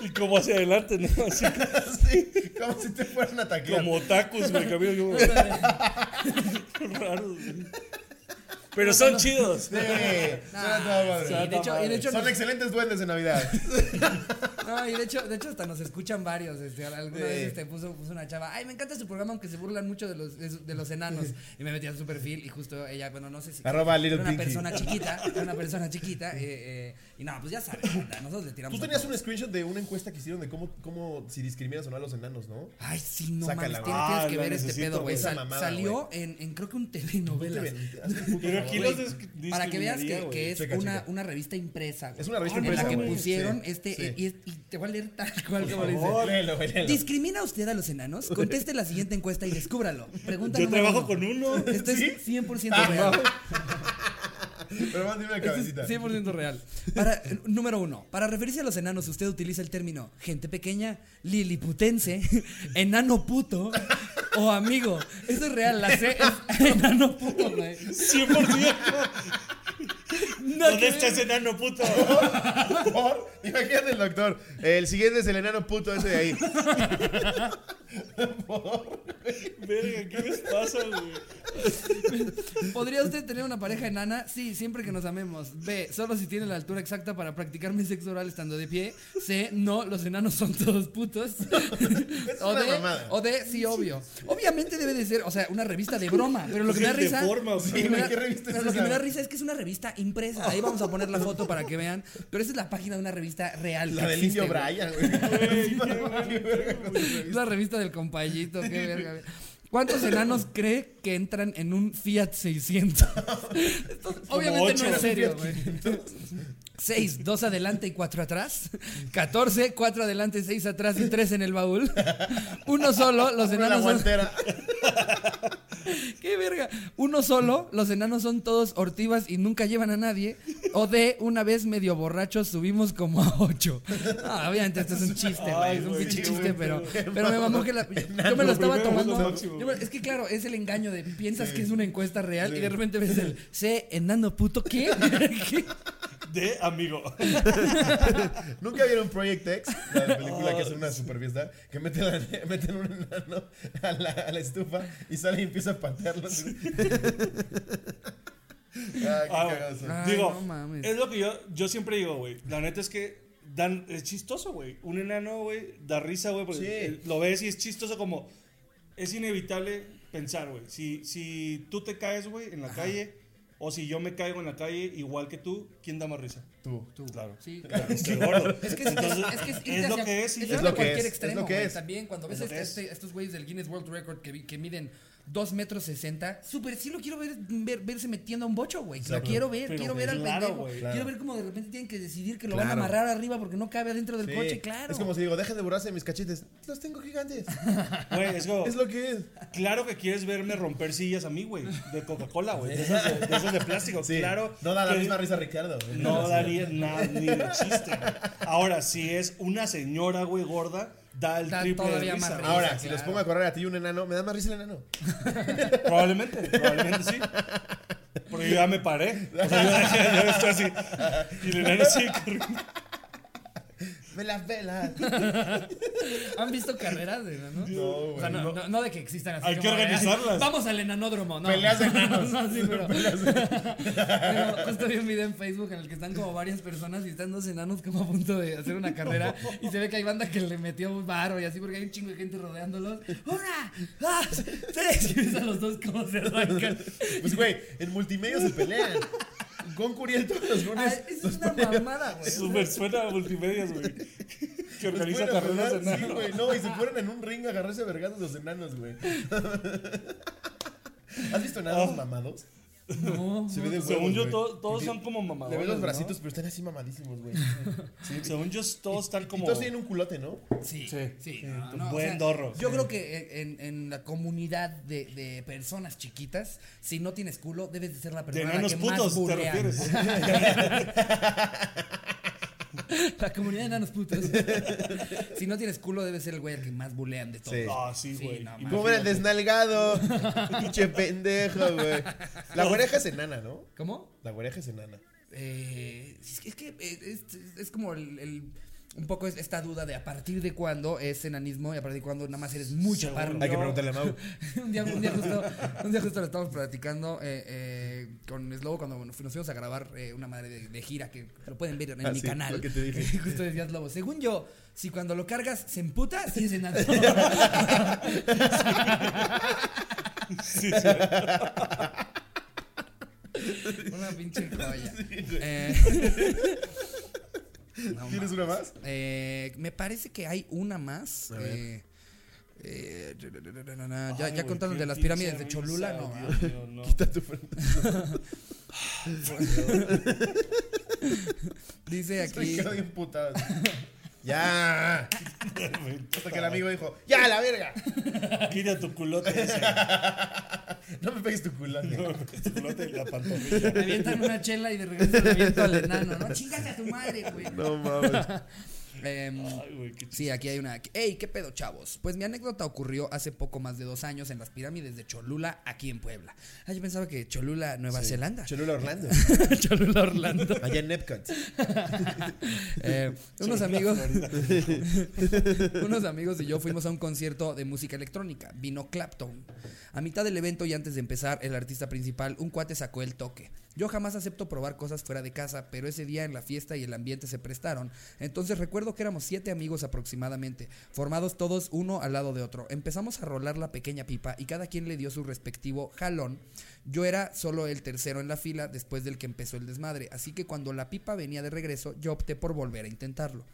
S3: Y como hacia adelante, ¿no? Así
S2: Sí, como si te fueran a taquear.
S3: como tacos, güey. Caminan como raros, güey. Pero son chidos.
S2: Sí, son a toda madre.
S1: Sí, de hecho, y de hecho
S2: "Ah, Son
S1: nos-
S2: excelentes duendes de Navidad.
S1: No, y de hecho, de hecho hasta nos escuchan varios. Este, alguna
S2: Sí.
S1: vez este, puso, puso una chava, ay, me encanta su programa, aunque se burlan mucho de los, de, su- de los enanos. Y me metí a su perfil y justo ella, bueno, no sé si...
S2: Arroba Little
S1: era una
S2: Pinky.
S1: persona chiquita, era una persona chiquita. eh, eh, y nada, pues ya sabes, banda, nosotros le tiramos...
S2: Tú
S1: a
S2: tenías
S1: todo.
S2: un screenshot de una encuesta que hicieron de cómo, cómo si discriminas o no a los enanos, ¿no?
S1: Ay, sí, no
S2: Sácala,
S1: mames,
S2: güey.
S1: tienes, tienes
S3: Ah,
S1: que
S3: la
S1: ver este
S3: necesito,
S1: pedo, güey.
S3: güey.
S2: Esa
S1: Sal-
S2: mamada,
S1: salió en, en, creo que un telenovelas.
S3: Pero aquí los
S1: Güey,
S3: des-
S1: Para que veas que,
S3: discriminaría,
S1: que es
S2: Checa,
S1: una,
S2: checa.
S1: una revista impresa. güey,
S2: Es una revista
S1: en
S2: impresa,
S1: la que
S2: güey.
S1: pusieron
S2: Sí,
S1: este.
S2: sí.
S1: eh, Y, es- y te voy a leer tal cual como
S2: Por
S1: lo dice.
S2: favor. Léelo, güey, léelo.
S1: ¿Discrimina usted a los enanos? Conteste la siguiente encuesta y descúbralo. Pregunta
S3: Yo
S1: número
S3: trabajo
S1: uno.
S3: con uno.
S1: Esto es
S2: ¿Sí?
S1: 100%
S2: Ah,
S1: real.
S2: no. Pero más dime la
S1: Esto
S2: cabecita.
S1: es 100% real. Para, eh, número uno. Para referirse a los enanos, usted utiliza el término gente pequeña, liliputense, enano puto o amigo. Eso es real. La C es enano puto, güey.
S3: 100%.
S1: No
S3: ¿Dónde
S1: que
S3: estás, este enano puto?
S2: Por- Imagínate el doctor. El siguiente es el enano puto ese de ahí.
S3: Verga, ¿qué les pasa, güey?
S1: ¿Podría usted tener una pareja enana? Sí, siempre que nos amemos. B, solo si tiene la altura exacta para practicar mi sexo oral estando de pie. C, no, los enanos son todos putos. o,
S2: una
S1: D,
S2: mamada.
S1: o D, sí, obvio. Obviamente debe de ser, o sea, una revista de broma, pero lo que me da
S3: Gente
S1: risa...
S3: forma,
S1: lo que
S3: güey.
S1: me da-
S2: ¿Qué revista es
S1: pero lo que
S2: esa?
S1: me da risa es que es una revista impresa. Ahí vamos a poner la foto para que vean. Pero esa es la página de una revista real.
S2: La
S1: que
S2: del
S1: existe,
S2: indio
S1: güey.
S2: Brian, güey. Qué verga con esa
S1: Es
S2: revista.
S1: la revista del compayito, qué verga. güey. ¿Cuántos enanos cree que entran en un Fiat 600? Esto obviamente
S3: ocho,
S1: no
S3: ¿no?
S1: es serio, güey. Seis, dos adelante y cuatro atrás. Catorce, cuatro adelante, seis atrás y tres en el baúl. Uno solo, los
S2: Con la
S1: enanos son
S2: guantera.
S1: ¡Qué verga! Uno solo, los enanos son todos ortivas y nunca llevan a nadie. O de una vez medio borrachos subimos como a ocho. Ah, obviamente, esto es un chiste, güey.
S3: Ay,
S1: Es un
S3: güey,
S1: pinche
S3: qué
S1: chiste,
S3: buen
S1: pero,
S3: pedo.
S1: pero me mamó que la. Yo me lo estaba
S3: Lo primero es lo
S1: tomando.
S3: máximo.
S1: yo me- es que, claro, es el engaño de piensas que es una encuesta real y de repente ves el C, enano puto, ¿qué? ¿Qué?
S3: De amigo.
S2: ¿Nunca vieron Project X? La película que es una super fiesta. Que meten, a- meten un enano a la, a la estufa y sale y empieza a patearlo. así. ah, qué
S3: Ah,
S2: cagado soy.
S1: Ay,
S3: digo,
S1: no mames.
S3: es lo que yo, yo siempre digo, güey. La neta es que dan, es chistoso, güey. Un enano, güey, da risa, güey. porque,
S2: Sí.
S3: eh, Lo ves y es chistoso como... Es inevitable pensar, güey. Si, si tú te caes, güey, en la calle, o si yo me caigo en la calle igual que tú, ¿quién da más risa?
S2: Tú.
S1: Tú.
S3: Claro.
S1: Sí, claro.
S3: Claro, estoy gordo.
S1: Es que es,
S3: Entonces,
S1: es que es, irte
S3: es lo
S1: hacia-
S3: que es. y
S1: es
S3: ya.
S1: irte
S2: lo
S1: a
S2: que
S1: cualquier
S2: es, es
S1: extremo,
S2: lo que
S1: güey.
S2: es.
S1: También cuando ves
S3: lo que
S1: este-
S3: es.
S1: este- estos güeyes del Guinness World Record que, vi- que miden 2 metros 60, súper sí lo quiero ver, ver- verse metiendo a un bocho, güey. Lo
S2: Exacto.
S1: quiero ver,
S3: Pero
S1: quiero ver al
S3: claro,
S1: pendejo.
S3: güey,
S2: claro.
S1: Quiero ver cómo de repente tienen que decidir que lo van a
S2: Claro.
S1: amarrar arriba porque no cabe adentro del
S2: Sí.
S1: coche, claro.
S2: Es como si digo, dejen de burlarse de mis cachetes. Los tengo gigantes.
S3: Güey, es como-
S2: es lo que es.
S3: Claro que quieres verme romper sillas a mí, güey. De Coca-Cola, güey. De esas de, de esas de plástico.
S2: Sí.
S3: Claro.
S2: No da la
S3: que-
S2: misma risa Ricardo.
S3: No daría nada ni de chiste. güey. Ahora, si es una señora, güey, gorda, da el
S1: Da
S3: triple de
S1: todavía
S3: risa.
S1: más
S3: güey.
S2: Ahora,
S1: Claro.
S2: si los pongo a correr a ti y un enano, me da más risa el enano.
S3: Probablemente, probablemente sí. Porque yo ya me paré. O sea, yo ya, ya estoy así. Y el enano sigue corriendo.
S2: Me las velas.
S1: ¿Han visto carreras de enanos?
S2: No,
S1: O sea, no, no- no de que existan así.
S3: Hay que
S1: como de, "Ay,
S3: organizarlas".
S1: Vamos al enanódromo, no.
S2: Peleas de enanos.
S1: No, sí, pero-
S2: Peleas de-
S1: Pero justo vi un video en Facebook en el que están como varias personas y están dos enanos como a punto de hacer una carrera y se ve que hay banda que le metió un varo y así porque hay un chingo de gente rodeándolos. ¡Una! ¡Dos! ¡Tres! Y ves a los dos como se arrancan.
S2: Pues, güey, en multimedia se pelean. Con Curiel todos los
S1: Ah,
S2: lunes.
S1: eso es una mamada, güey.
S3: Súper suena a multimedias, güey.
S2: Los
S3: Que organiza
S2: ponen a
S3: carreras de
S2: jugar, Pues sí,
S3: enano.
S2: güey, no, y se ponen en un ring a agarrarse a vergazos los enanos, güey. ¿Has visto enanos mamados?
S1: No.
S2: Se ve de
S3: Ah. Según
S2: huevos,
S3: yo,
S2: güey.
S3: to- todos
S2: Sí.
S3: son como
S2: Le ves
S3: mamadores.
S2: los
S3: ¿no?
S2: bracitos, pero están así mamadísimos, güey.
S3: Sí, según yo, todos están
S2: Y
S3: como.
S2: todos tienen un culote, ¿no?
S1: Sí, sí,
S3: Sí,
S1: no,
S3: un
S1: no,
S3: buen dorro.
S1: Yo
S3: Sí.
S1: creo que en, en la comunidad de, de personas chiquitas, si no tienes culo, debes de ser la
S3: De
S1: persona a la
S3: enanos
S1: que más
S3: putos, ¿te
S1: burlean.
S3: refieres? ¿eh?
S1: La comunidad de enanos putos. si no tienes culo, debes ser el güey al que más bulean de todos.
S2: Sí.
S3: Ah, sí, güey.
S1: no,
S3: Y
S1: mames.
S2: ¿Cómo era el desnalgado? Pinche pendejo, güey. La oreja es enana, ¿no?
S1: ¿Cómo?
S2: La oreja es enana.
S1: Eh, es que, es, que, eh, es- es como el, el- un poco es- esta duda de a partir de cuándo es enanismo y a partir de cuándo nada más eres muy
S3: Según
S1: chaparro.
S2: Hay que
S3: No.
S2: preguntarle a Mau.
S1: un, día, un día justo, un día justo lo estábamos platicando eh, eh, con Slobo cuando nos fuimos a grabar eh, una madre de, de gira que lo pueden ver en
S2: Ah,
S1: mi
S2: sí,
S1: canal.
S2: lo que te dije.
S1: Justo decía Slobo, según yo, si cuando lo cargas se emputa, sí es enano.
S3: Sí, sí.
S1: una pinche joya. Eh, no
S2: ¿Tienes una más?
S1: Eh, me parece que hay una más.
S2: A ver.
S1: eh, eh, ya- ya
S3: Ay,
S1: ya
S3: güey,
S1: contaron
S3: qué
S1: de las
S3: pinche
S1: pirámides de Cholula,
S3: risa,
S1: no.
S3: Dios mío, no.
S2: Quita tu frente.
S1: ah, Dice
S2: Estoy
S1: aquí.
S2: quedando bien putado. Ya. Hasta que el amigo dijo, ya, la verga.
S3: Quita tu culote. dice.
S2: No me pegues tu culote.
S3: Tu culote y la pantorrilla.
S1: Me avientan una chela y de regreso le aviento al enano, ¿no? Chingate a tu madre, güey.
S2: No mames.
S1: Em,
S3: Ay, güey, qué
S1: Sí, aquí hay una. ¡Ey, qué pedo, chavos! Pues mi anécdota ocurrió hace poco más de dos años en las pirámides de Cholula, aquí en Puebla. Ah, yo pensaba que Cholula, Nueva Zelanda.
S2: Cholula Orlando.
S1: Cholula, Orlando.
S2: Allá en Epcot.
S1: Eh, unos
S3: Cholula,
S1: amigos.
S3: Florida.
S1: Unos amigos y yo fuimos a un concierto de música electrónica. Vino Clapton. A mitad del evento y antes de empezar, el artista principal, un cuate sacó el toque. Yo jamás acepto probar cosas fuera de casa, pero ese día en la fiesta y el ambiente se prestaron. Entonces recuerdo que éramos siete amigos aproximadamente, formados todos uno al lado de otro. Empezamos a rolar la pequeña pipa y cada quien le dio su respectivo jalón. Yo era solo el tercero en la fila después del que empezó el desmadre, así que cuando la pipa venía de regreso, yo opté por volver a intentarlo.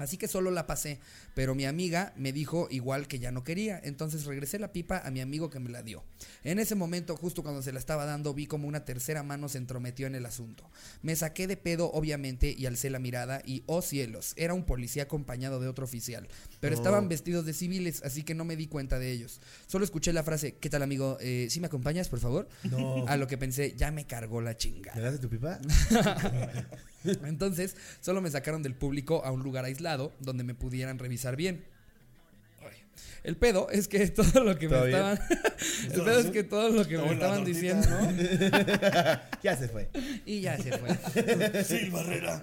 S1: Así que solo la pasé, pero mi amiga me dijo igual que ya no quería, entonces regresé la pipa a mi amigo que me la dio. En ese momento, justo cuando se la estaba dando, vi como una tercera mano se entrometió en el asunto. Me saqué de pedo, obviamente, y alcé la mirada y, oh cielos, era un policía acompañado de otro oficial, pero estaban vestidos de civiles, así que no me di cuenta de ellos. Solo escuché la frase, ¿qué tal amigo? Eh, ¿Sí me acompañas, por favor?
S2: No.
S1: A lo que pensé, ya me cargó la chingada.
S2: ¿Me das de tu pipa?
S1: Entonces, solo me sacaron del público a un lugar aislado donde me pudieran revisar bien. Ay. El pedo es que todo lo que me
S2: ¿Todo bien?
S1: estaban. El pedo es que todo lo que
S3: Todo
S1: me
S3: en la
S1: estaban
S3: tortita,
S1: diciendo.
S2: ya se fue.
S1: Y ya se fue.
S3: Sil Barrera.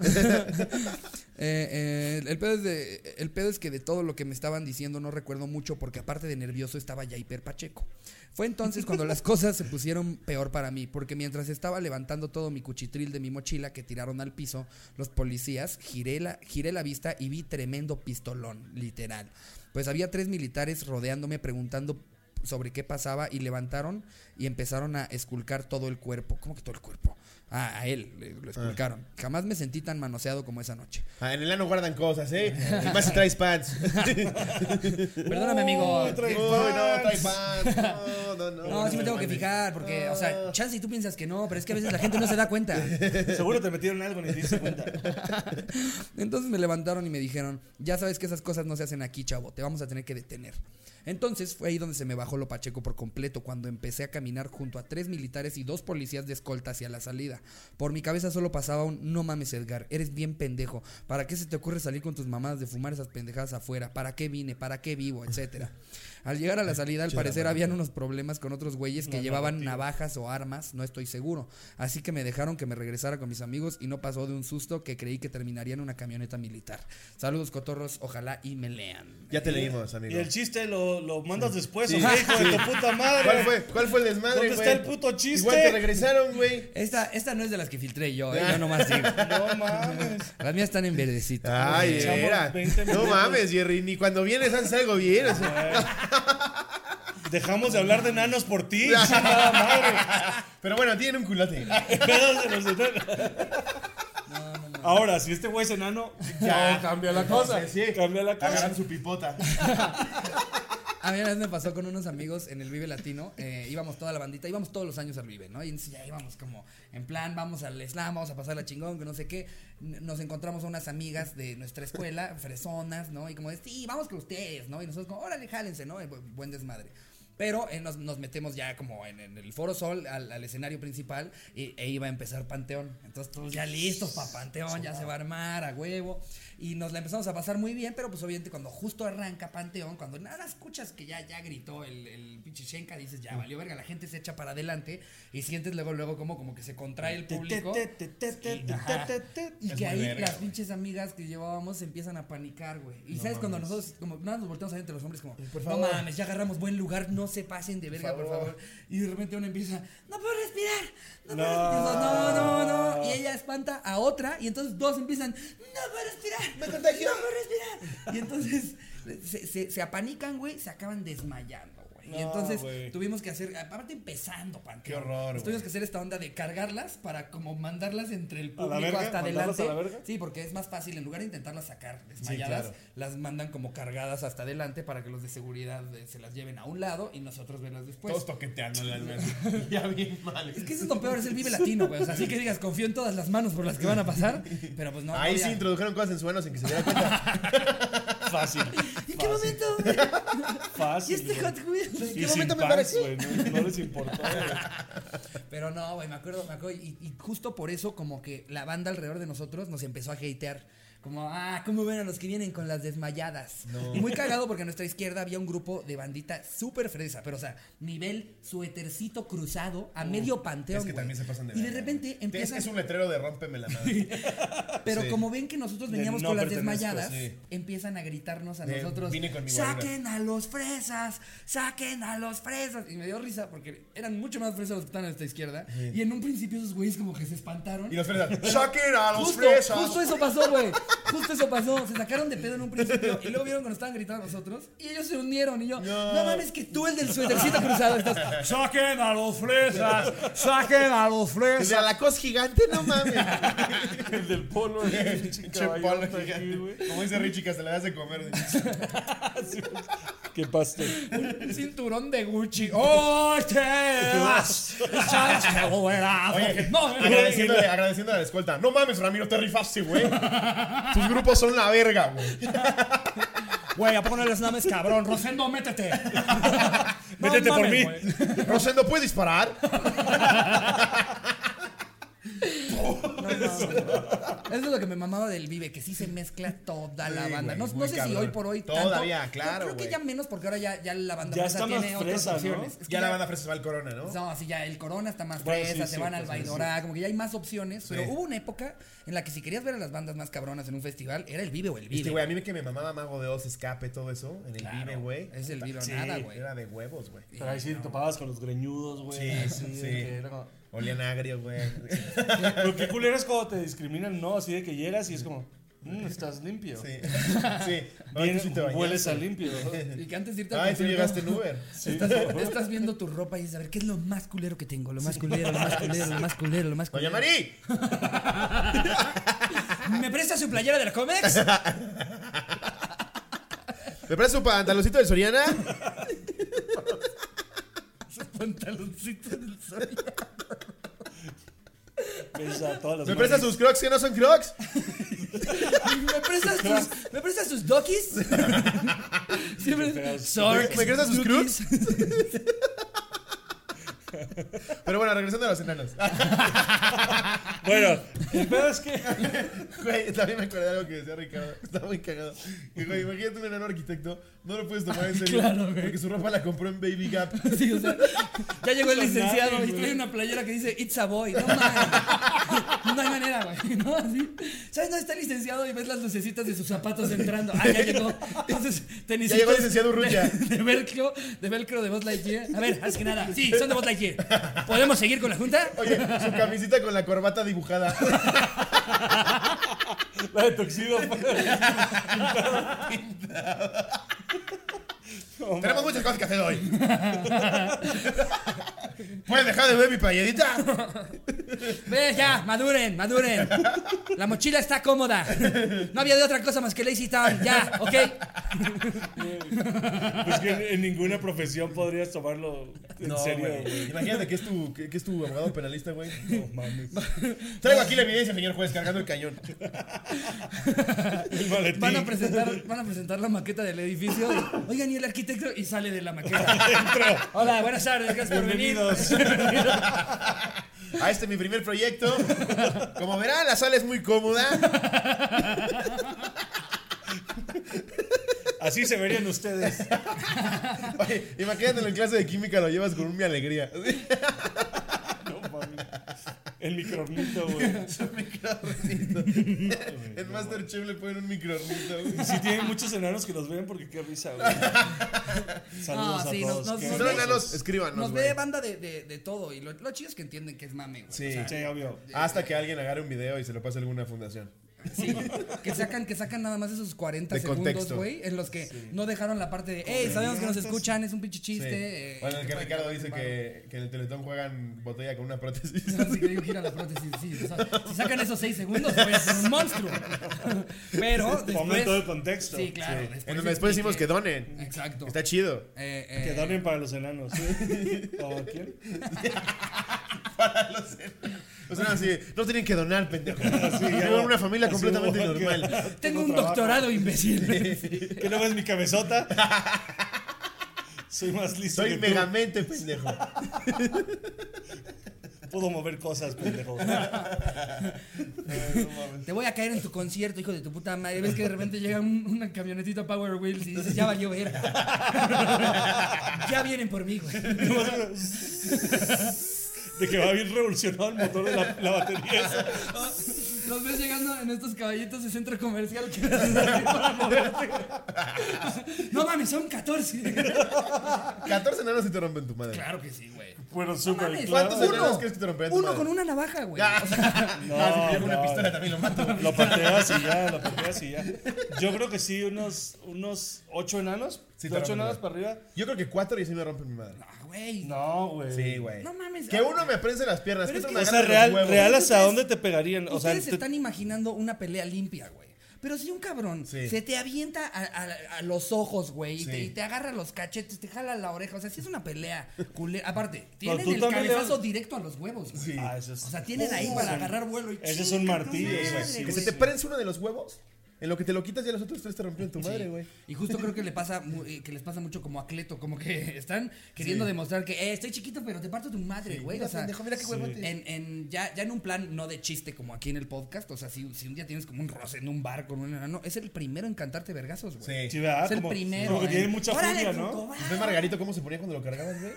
S1: Eh, eh, el, pedo es de- el pedo es que de todo lo que me estaban diciendo no recuerdo mucho porque aparte de nervioso estaba ya hiper pacheco. Fue entonces cuando las cosas se pusieron peor para mí porque mientras estaba levantando todo mi cuchitril de mi mochila que tiraron al piso los policías, giré la, giré la vista y vi tremendo pistolón, literal. Pues había tres militares rodeándome preguntando sobre qué pasaba y levantaron y empezaron a esculcar todo el cuerpo. ¿Cómo que todo el cuerpo? Ah, a él le- lo esculcaron. Jamás me sentí tan manoseado como esa noche.
S2: Ah, en el ano guardan cosas, ¿eh? Y más si traes pants.
S1: Perdóname, amigo.
S3: Uy, trae-
S2: Uy, no, traes pants. No, no, no.
S1: No, sí me tengo que fijar, porque, o
S2: Ah.
S1: sea, chance y tú piensas que no, pero es que a veces la gente no se da cuenta.
S3: Seguro te metieron algo ni te diste cuenta.
S1: Entonces me levantaron y me dijeron, ya sabes que esas cosas no se hacen aquí, chavo, te vamos a tener que detener. Entonces fue ahí donde se me bajó lo pacheco por completo, cuando empecé a caminar junto a tres militares y dos policías de escolta hacia la salida. Por mi cabeza solo pasaba un, no mames Edgar, eres bien pendejo, ¿para qué se te ocurre salir con tus mamadas de fumar esas pendejadas afuera? ¿Para qué vine? ¿Para qué vivo? Etcétera. Al llegar a la salida, al parecer habían unos problemas con otros güeyes que llevaban navajas o armas, no estoy seguro. Así que me dejaron que me regresara con mis amigos y no pasó de un susto que creí que terminaría en una camioneta militar. Saludos, cotorros, ojalá y me lean.
S2: Ya te leímos, amigo.
S3: Y el chiste lo, lo mandas después,
S2: Sí.
S3: ok, hijo de tu puta madre.
S2: ¿Cuál fue, ¿Cuál fue el desmadre,
S3: ¿Dónde
S2: güey?
S3: está el puto chiste?
S2: Igual te regresaron, güey.
S1: Esta, esta no es de las que filtré yo, ¿eh? yo nomás digo.
S3: No mames.
S1: Las mías están en verdecito.
S2: Ay,
S3: Echamos
S2: era.
S3: 20
S2: No
S3: minutos.
S2: mames, Jerry. Ni cuando vienes haces algo bien. o sea.
S3: Dejamos de hablar de nanos por ti. chingada madre.
S2: Pero bueno, tiene un culote.
S3: Pedos de los enanos. Ahora, si este güey es enano,
S2: Ya.
S3: no, cambia la cosa.
S2: Sí, sí.
S3: Cambia la cosa.
S2: Agarran su pipota.
S1: A mí una vez me pasó con unos amigos en el Vive Latino, eh, íbamos toda la bandita, íbamos todos los años al Vive, ¿no? Y entonces ya íbamos como, en plan, vamos al slam, vamos a pasar la chingón, que no sé qué. N- Nos encontramos a unas amigas de nuestra escuela, fresonas, ¿no? Y como de, sí, vamos con ustedes, ¿no? Y nosotros como, órale, jálense, ¿no? Y bu- Buen desmadre. Pero eh, nos, nos metemos ya como en, en el Foro Sol, al, al escenario principal, y- e iba a empezar Panteón. Entonces todos ya listos para Panteón, ya se va a armar a huevo. Y nos la empezamos a pasar muy bien, pero pues obviamente cuando justo arranca Panteón, cuando nada escuchas que ya, ya gritó el, el pinche Shenka, dices, ya valió verga, la gente se echa para adelante y sientes luego, luego como, como que se contrae el público.
S3: Te, te, te, te, te,
S1: Ajá.
S3: te, te, te.
S1: Y
S2: Es
S1: que
S2: muy
S1: ahí
S2: verga,
S1: las
S2: güey.
S1: pinches amigas que llevábamos se empiezan a panicar, güey. Y sabes cuando nosotros, como nada, nos volteamos a ver entre los hombres, como, no
S2: favor.
S1: mames, ya agarramos buen lugar, no se pasen de verga, por
S2: favor.
S1: favor. Y de repente uno empieza, no puedo respirar, no, puedo
S3: No.
S1: respirar, no, no, no. Y ella espanta a otra, y entonces dos empiezan, no puedo respirar,
S2: Me contagió.
S1: no puedo respirar. Y entonces se, se- se apanican, güey, se acaban desmayando, güey. y
S3: No,
S1: entonces
S3: güey.
S1: tuvimos que hacer, aparte empezando, pan.
S2: Qué
S1: Nos
S2: horror, güey.
S1: Tuvimos que hacer esta onda de cargarlas para como mandarlas entre el
S3: ¿A la
S1: público
S3: verga?
S1: hasta
S3: ¿Mandarlas
S1: adelante.
S3: a la verga?
S1: Sí, porque es más fácil, en lugar de intentarlas sacar desmayadas,
S2: claro.
S1: las mandan como cargadas hasta adelante para que los de seguridad eh, se las lleven a un lado y nosotros verlas después.
S2: Todos toqueteando las manos. Ya bien mal.
S1: es que eso es lo peor, es el vive latino, güey. O sea, así que digas, confío en todas las manos por las que van a pasar, pero pues no.
S2: Ahí
S1: no,
S2: sí
S1: ya.
S2: introdujeron cosas en su mano sin que se diera cuenta.
S3: Fácil.
S1: ¿En qué momento? ¿Y
S3: Fácil.
S1: este
S3: güey.
S1: Hot Wheels?
S3: Y
S2: ¿En qué
S3: sin
S2: momento me
S3: pants,
S2: parecí?
S3: güey, No, no les importó. güey.
S1: Pero no, güey, me acuerdo, me acuerdo. Y, y justo por eso, como que la banda alrededor de nosotros nos empezó a hatear. Como, ah, ¿cómo ven a los que vienen con las desmayadas? Y muy cagado porque a nuestra izquierda había un grupo de bandita súper fresa, pero o sea, nivel suétercito cruzado a medio panteón.
S2: Es que
S1: güey.
S2: también se pasan de
S1: Y de
S2: verga.
S1: repente
S2: Es-
S1: empiezan.
S2: Es un letrero de rómpeme la madre.
S1: Pero
S2: Sí.
S1: como ven que nosotros
S3: De
S1: veníamos
S3: no
S1: con las
S3: pertenezco,
S1: desmayadas,
S2: sí.
S1: empiezan a gritarnos a
S2: De,
S1: nosotros,
S2: "Vine con mi
S1: saquen a los fresas, saquen a los fresas. Y me dio risa porque eran mucho más fresas los que estaban a esta izquierda. Y en un principio esos güeyes como que se espantaron.
S2: Y los fresas. ¡Shakira, los
S1: justo,
S2: fresas!
S1: justo eso pasó, güey. Justo eso pasó. Se sacaron de pedo en un principio y luego vieron que nos estaban gritando a nosotros y ellos se unieron. Y yo, no, mames, que tú el del suétercito cruzado estás. ¡Saquen a los fresas! ¡Saquen a los
S2: Desde
S1: fresas!
S2: la cos gigante, no mames.
S3: El del polo, el pinche
S2: Polo
S3: caballote aquí,
S2: gigante.
S3: güey.
S2: Como dice Richie, que se le das de comer. güey.
S3: Así, güey. Qué pastel.
S1: Un cinturón de Gucci. ¡Oh, te
S2: Ah,
S1: vas! ¡Sánchez,
S2: Oye,
S1: No,
S2: agradeciéndole, agradeciéndole a la escolta. No mames, Ramiro, te rifaste, güey. Tus grupos son la verga, güey.
S1: Güey, ¿a poco no eres nada más cabrón? Rosendo, métete. No
S3: Métete por
S1: mames,
S3: mí.
S1: güey.
S2: Rosendo, ¿puede disparar?
S1: No, no, no. Eso es lo que me mamaba del Vive, que sí se mezcla toda la
S2: Sí,
S1: banda.
S2: güey,
S1: no no
S2: muy
S1: sé si
S2: cabrón.
S1: hoy por hoy.
S2: Todavía,
S1: tanto-
S2: claro,
S1: Creo
S2: güey.
S1: que ya menos porque ahora ya, ya la banda
S3: Ya
S1: fresa
S3: está más
S1: tiene otras
S3: fresa, ¿no?
S1: opciones. Es que
S2: ya la banda fresa se va al corona, ¿no?
S1: No, así ya el corona está más
S3: Bueno,
S1: fresa,
S3: sí,
S1: se
S3: cierto,
S1: van al
S3: sí,
S1: Baidora, como que ya hay más opciones.
S2: Sí.
S1: Pero hubo una época en la que si querías ver a las bandas más cabronas en un festival, era el Vive o el Vive.
S2: Este, güey, a mí me- que me mamaba Mago de Oz, Escape, todo eso, en el
S1: Claro,
S2: Vive, güey.
S1: Es el Vive o
S3: Sí,
S1: nada, güey.
S2: Era de huevos, güey.
S3: Pero ahí sí te topabas con los greñudos, güey.
S2: Sí,
S3: así,
S2: sí.
S3: de que era como-
S2: Olían agrio, güey.
S3: Lo que culero es cuando te discriminan, ¿no? Así de que llegas y es como, "Mm, estás limpio.
S2: Sí. Sí. Ay, tú
S3: Vienes-
S2: sí te bañaste.
S3: hueles a limpio.
S1: Y que antes de irte al
S2: Ay, tú
S1: concierto,
S2: llegaste en Uber.
S1: Estás, estás viendo tu ropa y dices, a ver, ¿qué es lo más culero que tengo? Lo más culero, lo más culero, lo más culero, lo más
S2: Doña
S1: culero.
S2: Mari,
S1: ¿Me presta su playera de la Comex?
S2: ¿me prestas un pantaloncito del Soriana?
S1: Esos pantaloncitos del sol.
S3: Ves a todas las
S2: ¿Me
S3: mamis.
S2: prestas sus crocs que no son crocs?
S1: ¿Me prestas tus, ¿me prestas tus dokis? Siempre.
S3: feos.
S1: Sorry.
S2: ¿Me prestas sus crux? Pero bueno, regresando a los enanos.
S3: Bueno, el pedo es que...
S2: Güey, también me acordé de algo que decía Ricardo. Está muy cagado. Que, güey, imagínate un enano arquitecto. No lo puedes tomar en serio.
S1: Claro, güey.
S2: Porque su ropa la compró en Baby Gap.
S1: Sí, o sea, ya llegó el
S3: Son
S1: licenciado
S3: nadie,
S1: y trae
S3: güey.
S1: una playera que dice It's a boy. No mames. No hay manera, güey. ¿No? Así. ¿Sabes dónde está el licenciado? Y ves las lucecitas de sus zapatos entrando. Ah, ya llegó. Entonces, tenisitos.
S2: Ya llegó el licenciado Urrutia.
S1: De, de velcro, de velcro de Buzz Lightyear. A ver, haz que nada. Sí, son de Buzz Lightyear. ¿Podemos seguir con la junta?
S2: Oye, su camisita con la corbata dibujada.
S3: La de Tuxedo. No,
S2: Tenemos muchas cosas que hacer hoy. ¿Pueden dejar de ver mi playerita?
S1: Ve, ya, maduren, maduren. La mochila está cómoda. No había de otra cosa más que Lazy Town. Ya, ok.
S3: Es pues que en, en ninguna profesión podrías tomarlo en serio, güey.
S2: Imagínate que es tu, que, que es tu abogado penalista, güey.
S3: No mames.
S2: Traigo aquí la evidencia, señor juez, cargando el cañón.
S3: El maletín.
S1: Van a presentar, van a presentar la maqueta del edificio. Oigan, y el arquitecto y sale de la maqueta. Hola, buenas tardes, gracias por venir.
S3: Bienvenidos.
S2: A este mi primer proyecto. Como verán, la sala es muy cómoda.
S3: Así se verían ustedes.
S2: Oye, imagínate en clase de química lo llevas con un mi alegría.
S3: No mames. El microornito, güey.
S2: Un microornito. En Masterchef le ponen un microornito, güey.
S3: Sí tienen muchos enanos que los ven porque qué risa, güey. Saludos
S1: No, sí,
S3: a
S1: nos-
S3: todos.
S1: nos-
S3: qué
S1: nos
S2: Si son
S3: hermosos.
S1: ven.
S2: enanos, escríbanos,
S1: Nos ve
S2: güey.
S1: banda de, de- de todo. Y lo, lo chido es que entienden que es mame, güey.
S2: Sí.
S3: Sí, obvio.
S2: Hasta que alguien agarre un video y se lo pase a alguna fundación.
S1: Sí, que sacan, que sacan nada más esos 40
S2: De
S1: segundos,
S2: contexto.
S1: güey, en los que no dejaron la parte de, hey, sabemos que nos escuchan, es un pinche
S2: Sí.
S1: chiste. eh,
S2: Bueno, el que
S1: puede
S2: Ricardo
S1: acabar
S2: dice
S1: en paro".
S2: que, que en el Teletón juegan botella con una prótesis.
S1: Así que gira la prótesis, sí, o sea, si sacan esos 6 segundos, pues es un monstruo. Pero después...
S3: Pongan todo el contexto.
S1: Sí, claro.
S2: En donde después
S1: explique-
S2: decimos que donen.
S1: Exacto.
S2: Está chido.
S1: Eh, eh,
S3: Que donen para los enanos. ¿O quién?
S2: Para los enanos. Los enanos sí, no tienen que donar, pendejo.
S3: Sí,
S2: Vivo
S3: ya
S2: en
S3: no.
S2: una familia
S3: Así
S2: completamente
S3: hubo-
S2: normal.
S1: Tengo un
S3: trabajo.
S1: doctorado, imbécil.
S3: ¿Que no ves mi cabezota? Soy más listo
S2: Soy
S3: que
S2: megamente pendejo.
S3: tú. Puedo mover cosas, pendejo.
S1: Te voy a caer en tu concierto, hijo de tu puta madre. Ves que de repente llega un- una camionetita Power Wheels y dices, ya valió ver. ya vienen por mí, güey.
S3: De que va bien revolucionado el motor de la, la batería. esa.
S1: Los ves llegando en estos caballitos de centro comercial que para moverte, güey. No mames, son 14.
S2: 14 enanos y te rompen tu madre.
S1: Claro que sí, güey.
S3: Bueno, súper
S1: mames.
S3: claro.
S2: ¿Cuántos
S1: Uno.
S2: años crees que te
S3: Pues,
S2: rompieron tu
S1: Uno
S2: madre?
S1: con una navaja, güey.
S2: Ah,
S1: O sea,
S3: No,
S2: ah, si me llevo una
S3: no.
S2: pistola también lo mato.
S3: Lo pateas y ya, lo pateas y ya. Yo creo que sí, unos, unos ocho enanos.
S2: Sí,
S3: Sí,
S2: te
S3: ocho
S2: rompen,
S3: enanos
S2: güey.
S3: para arriba.
S2: Yo creo que cuatro y así me rompen mi madre.
S1: ah, güey.
S3: No, güey.
S2: Sí, güey.
S1: No mames.
S2: Que
S1: Ah,
S2: uno me aprense las piernas.
S1: Pero
S2: que
S1: es
S2: otro
S1: que-
S2: me
S3: O sea,
S2: agarre los
S3: real,
S2: huevos.
S3: real hasta
S1: Ustedes-
S3: dónde te pegarían. O sea,
S1: Ustedes
S3: te-
S1: están imaginando una pelea limpia, güey. Pero si un cabrón
S2: Sí.
S1: se te avienta a, a- a los ojos, güey, y,
S2: Sí.
S1: te, y te agarra los cachetes, te jala la oreja. O sea, si es una pelea culera. Aparte, tienen
S3: tú
S1: el
S3: también le
S1: cabezazo
S3: vas-
S1: directo a los huevos, güey.
S2: Sí.
S3: Ah, eso es-
S1: O sea, tienen ahí para agarrar vuelo y
S3: Ese es un
S1: chinga, no
S3: martillo,
S1: mames,
S3: o sea,
S2: Que
S3: sí,
S2: se te prense uno de los huevos. En lo que te lo quitas ya los otros tres te rompieron tu madre,
S1: Sí.
S2: güey.
S1: Y justo creo que le pasa mu- eh, que les pasa mucho como a Cleto, como que están queriendo demostrar que eh, estoy chiquito, pero te parto tu madre, güey.
S2: Mira,
S1: o sea,
S2: pendejo, mira qué huevote.
S1: en, en- ya, ya en un plan no de chiste como aquí en el podcast, o sea, si, si un día tienes como un roce en un bar con un enano, es el primero en cantarte vergazos, güey.
S2: Sí.
S3: Sí, ¿verdad?
S1: Es el
S3: como,
S1: primero.
S3: Como que
S1: ¿eh?
S3: tiene mucha
S1: Órale,
S3: furia,
S1: Cuco,
S3: ¿no?
S1: va.
S2: ¿Ves Margarito cómo se ponía cuando lo cargabas, güey?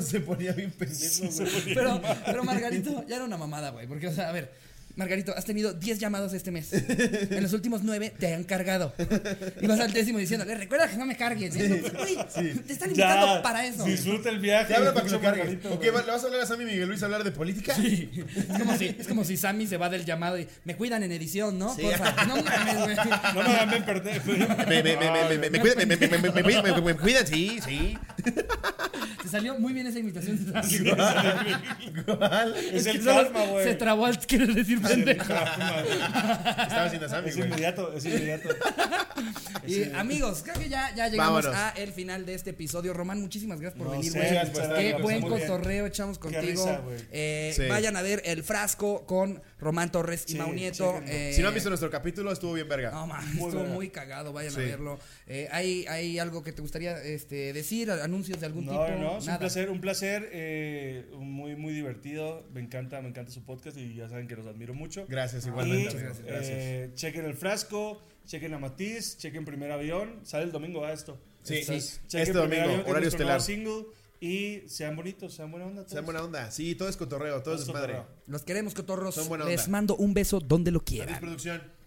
S2: se ponía bien pendejo, güey.
S1: Pero, pero Margarito, ya era una mamada, güey. Porque, o sea, a ver, Margarito, has tenido 10 llamados este mes. En los últimos 9 te han cargado. Y vas al décimo diciéndole, recuerda que no me cargues. ¿eh? No, pues, güey, Te están invitando
S3: Ya,
S1: para eso.
S3: Disfruta el viaje.
S2: Te habla para que lo
S3: escucha
S2: cargues.
S3: Margarito,
S2: Ok,
S3: güey.
S2: va- ¿le vas a hablar a Sammy Miguel Luis a hablar de política?
S1: Sí. Es como, si, es como si Sammy se va del llamado y me cuidan en edición, ¿no? Porfa". No mames, güey.
S3: No me hagan perder.
S2: Me, me, me, me, me, me, me cuidan, me, me, me, me, me cuidan, me- me- me cuidan, sí, sí.
S1: Te salió muy bien esa imitación. de Sammy.
S2: ¿Cuál?
S3: Es
S1: que
S3: el
S1: solo
S3: karma, güey.
S1: Se trabó al querer decir
S3: Es el
S1: pendejo.
S3: karma.
S2: Estaba haciendo a Sammy,
S3: Es
S2: güey.
S3: inmediato, es inmediato.
S1: Y amigos, creo que ya, ya llegamos
S2: Vámonos.
S1: a el final de este episodio. Román, muchísimas gracias por
S3: No
S1: venir,
S3: sé,
S1: güey.
S3: gracias por estar
S1: Qué
S3: aquí,
S1: buen
S3: muy bien.
S1: cotorreo echamos contigo.
S3: risa, güey.
S1: Eh,
S2: Sí.
S1: Vayan a ver el frasco con Román Torres y
S3: Sí,
S1: Mau Nieto.
S3: chéquenlo.
S1: Eh,
S2: Si no han visto nuestro capítulo, estuvo bien verga.
S1: no, man,
S3: Muy
S1: estuvo
S3: verga.
S1: muy cagado, vayan a
S2: Sí.
S1: verlo. Eh, ¿hay, ¿Hay algo que te gustaría este, decir? ¿Anuncios de algún
S3: No,
S1: tipo?
S3: no, no, es un
S1: Nada.
S3: placer, un placer, eh, muy, muy divertido, me encanta, me encanta su podcast y ya saben que los admiro mucho.
S2: Gracias,
S3: Y,
S2: igualmente. amigo. Gracias.
S3: eh, chequen el frasco, chequen a Matiz, chequen Primer Avión, sale el domingo a esto.
S2: Sí, sí.
S3: chequen
S2: Este
S3: Primer
S2: domingo,
S3: que es
S2: horario
S3: nuestro nuevo
S2: estelar.
S3: single y sean bonitos, sean buena onda. todos.
S2: Sean buena onda. Sí, todo es cotorreo, todo es
S3: pues. Todo es
S2: desmadre.
S3: cotorreo.
S1: Los queremos, cotorros.
S2: Son buena
S1: Les
S2: onda.
S1: mando un beso donde lo
S2: Adiós,
S1: quieran.
S2: producción.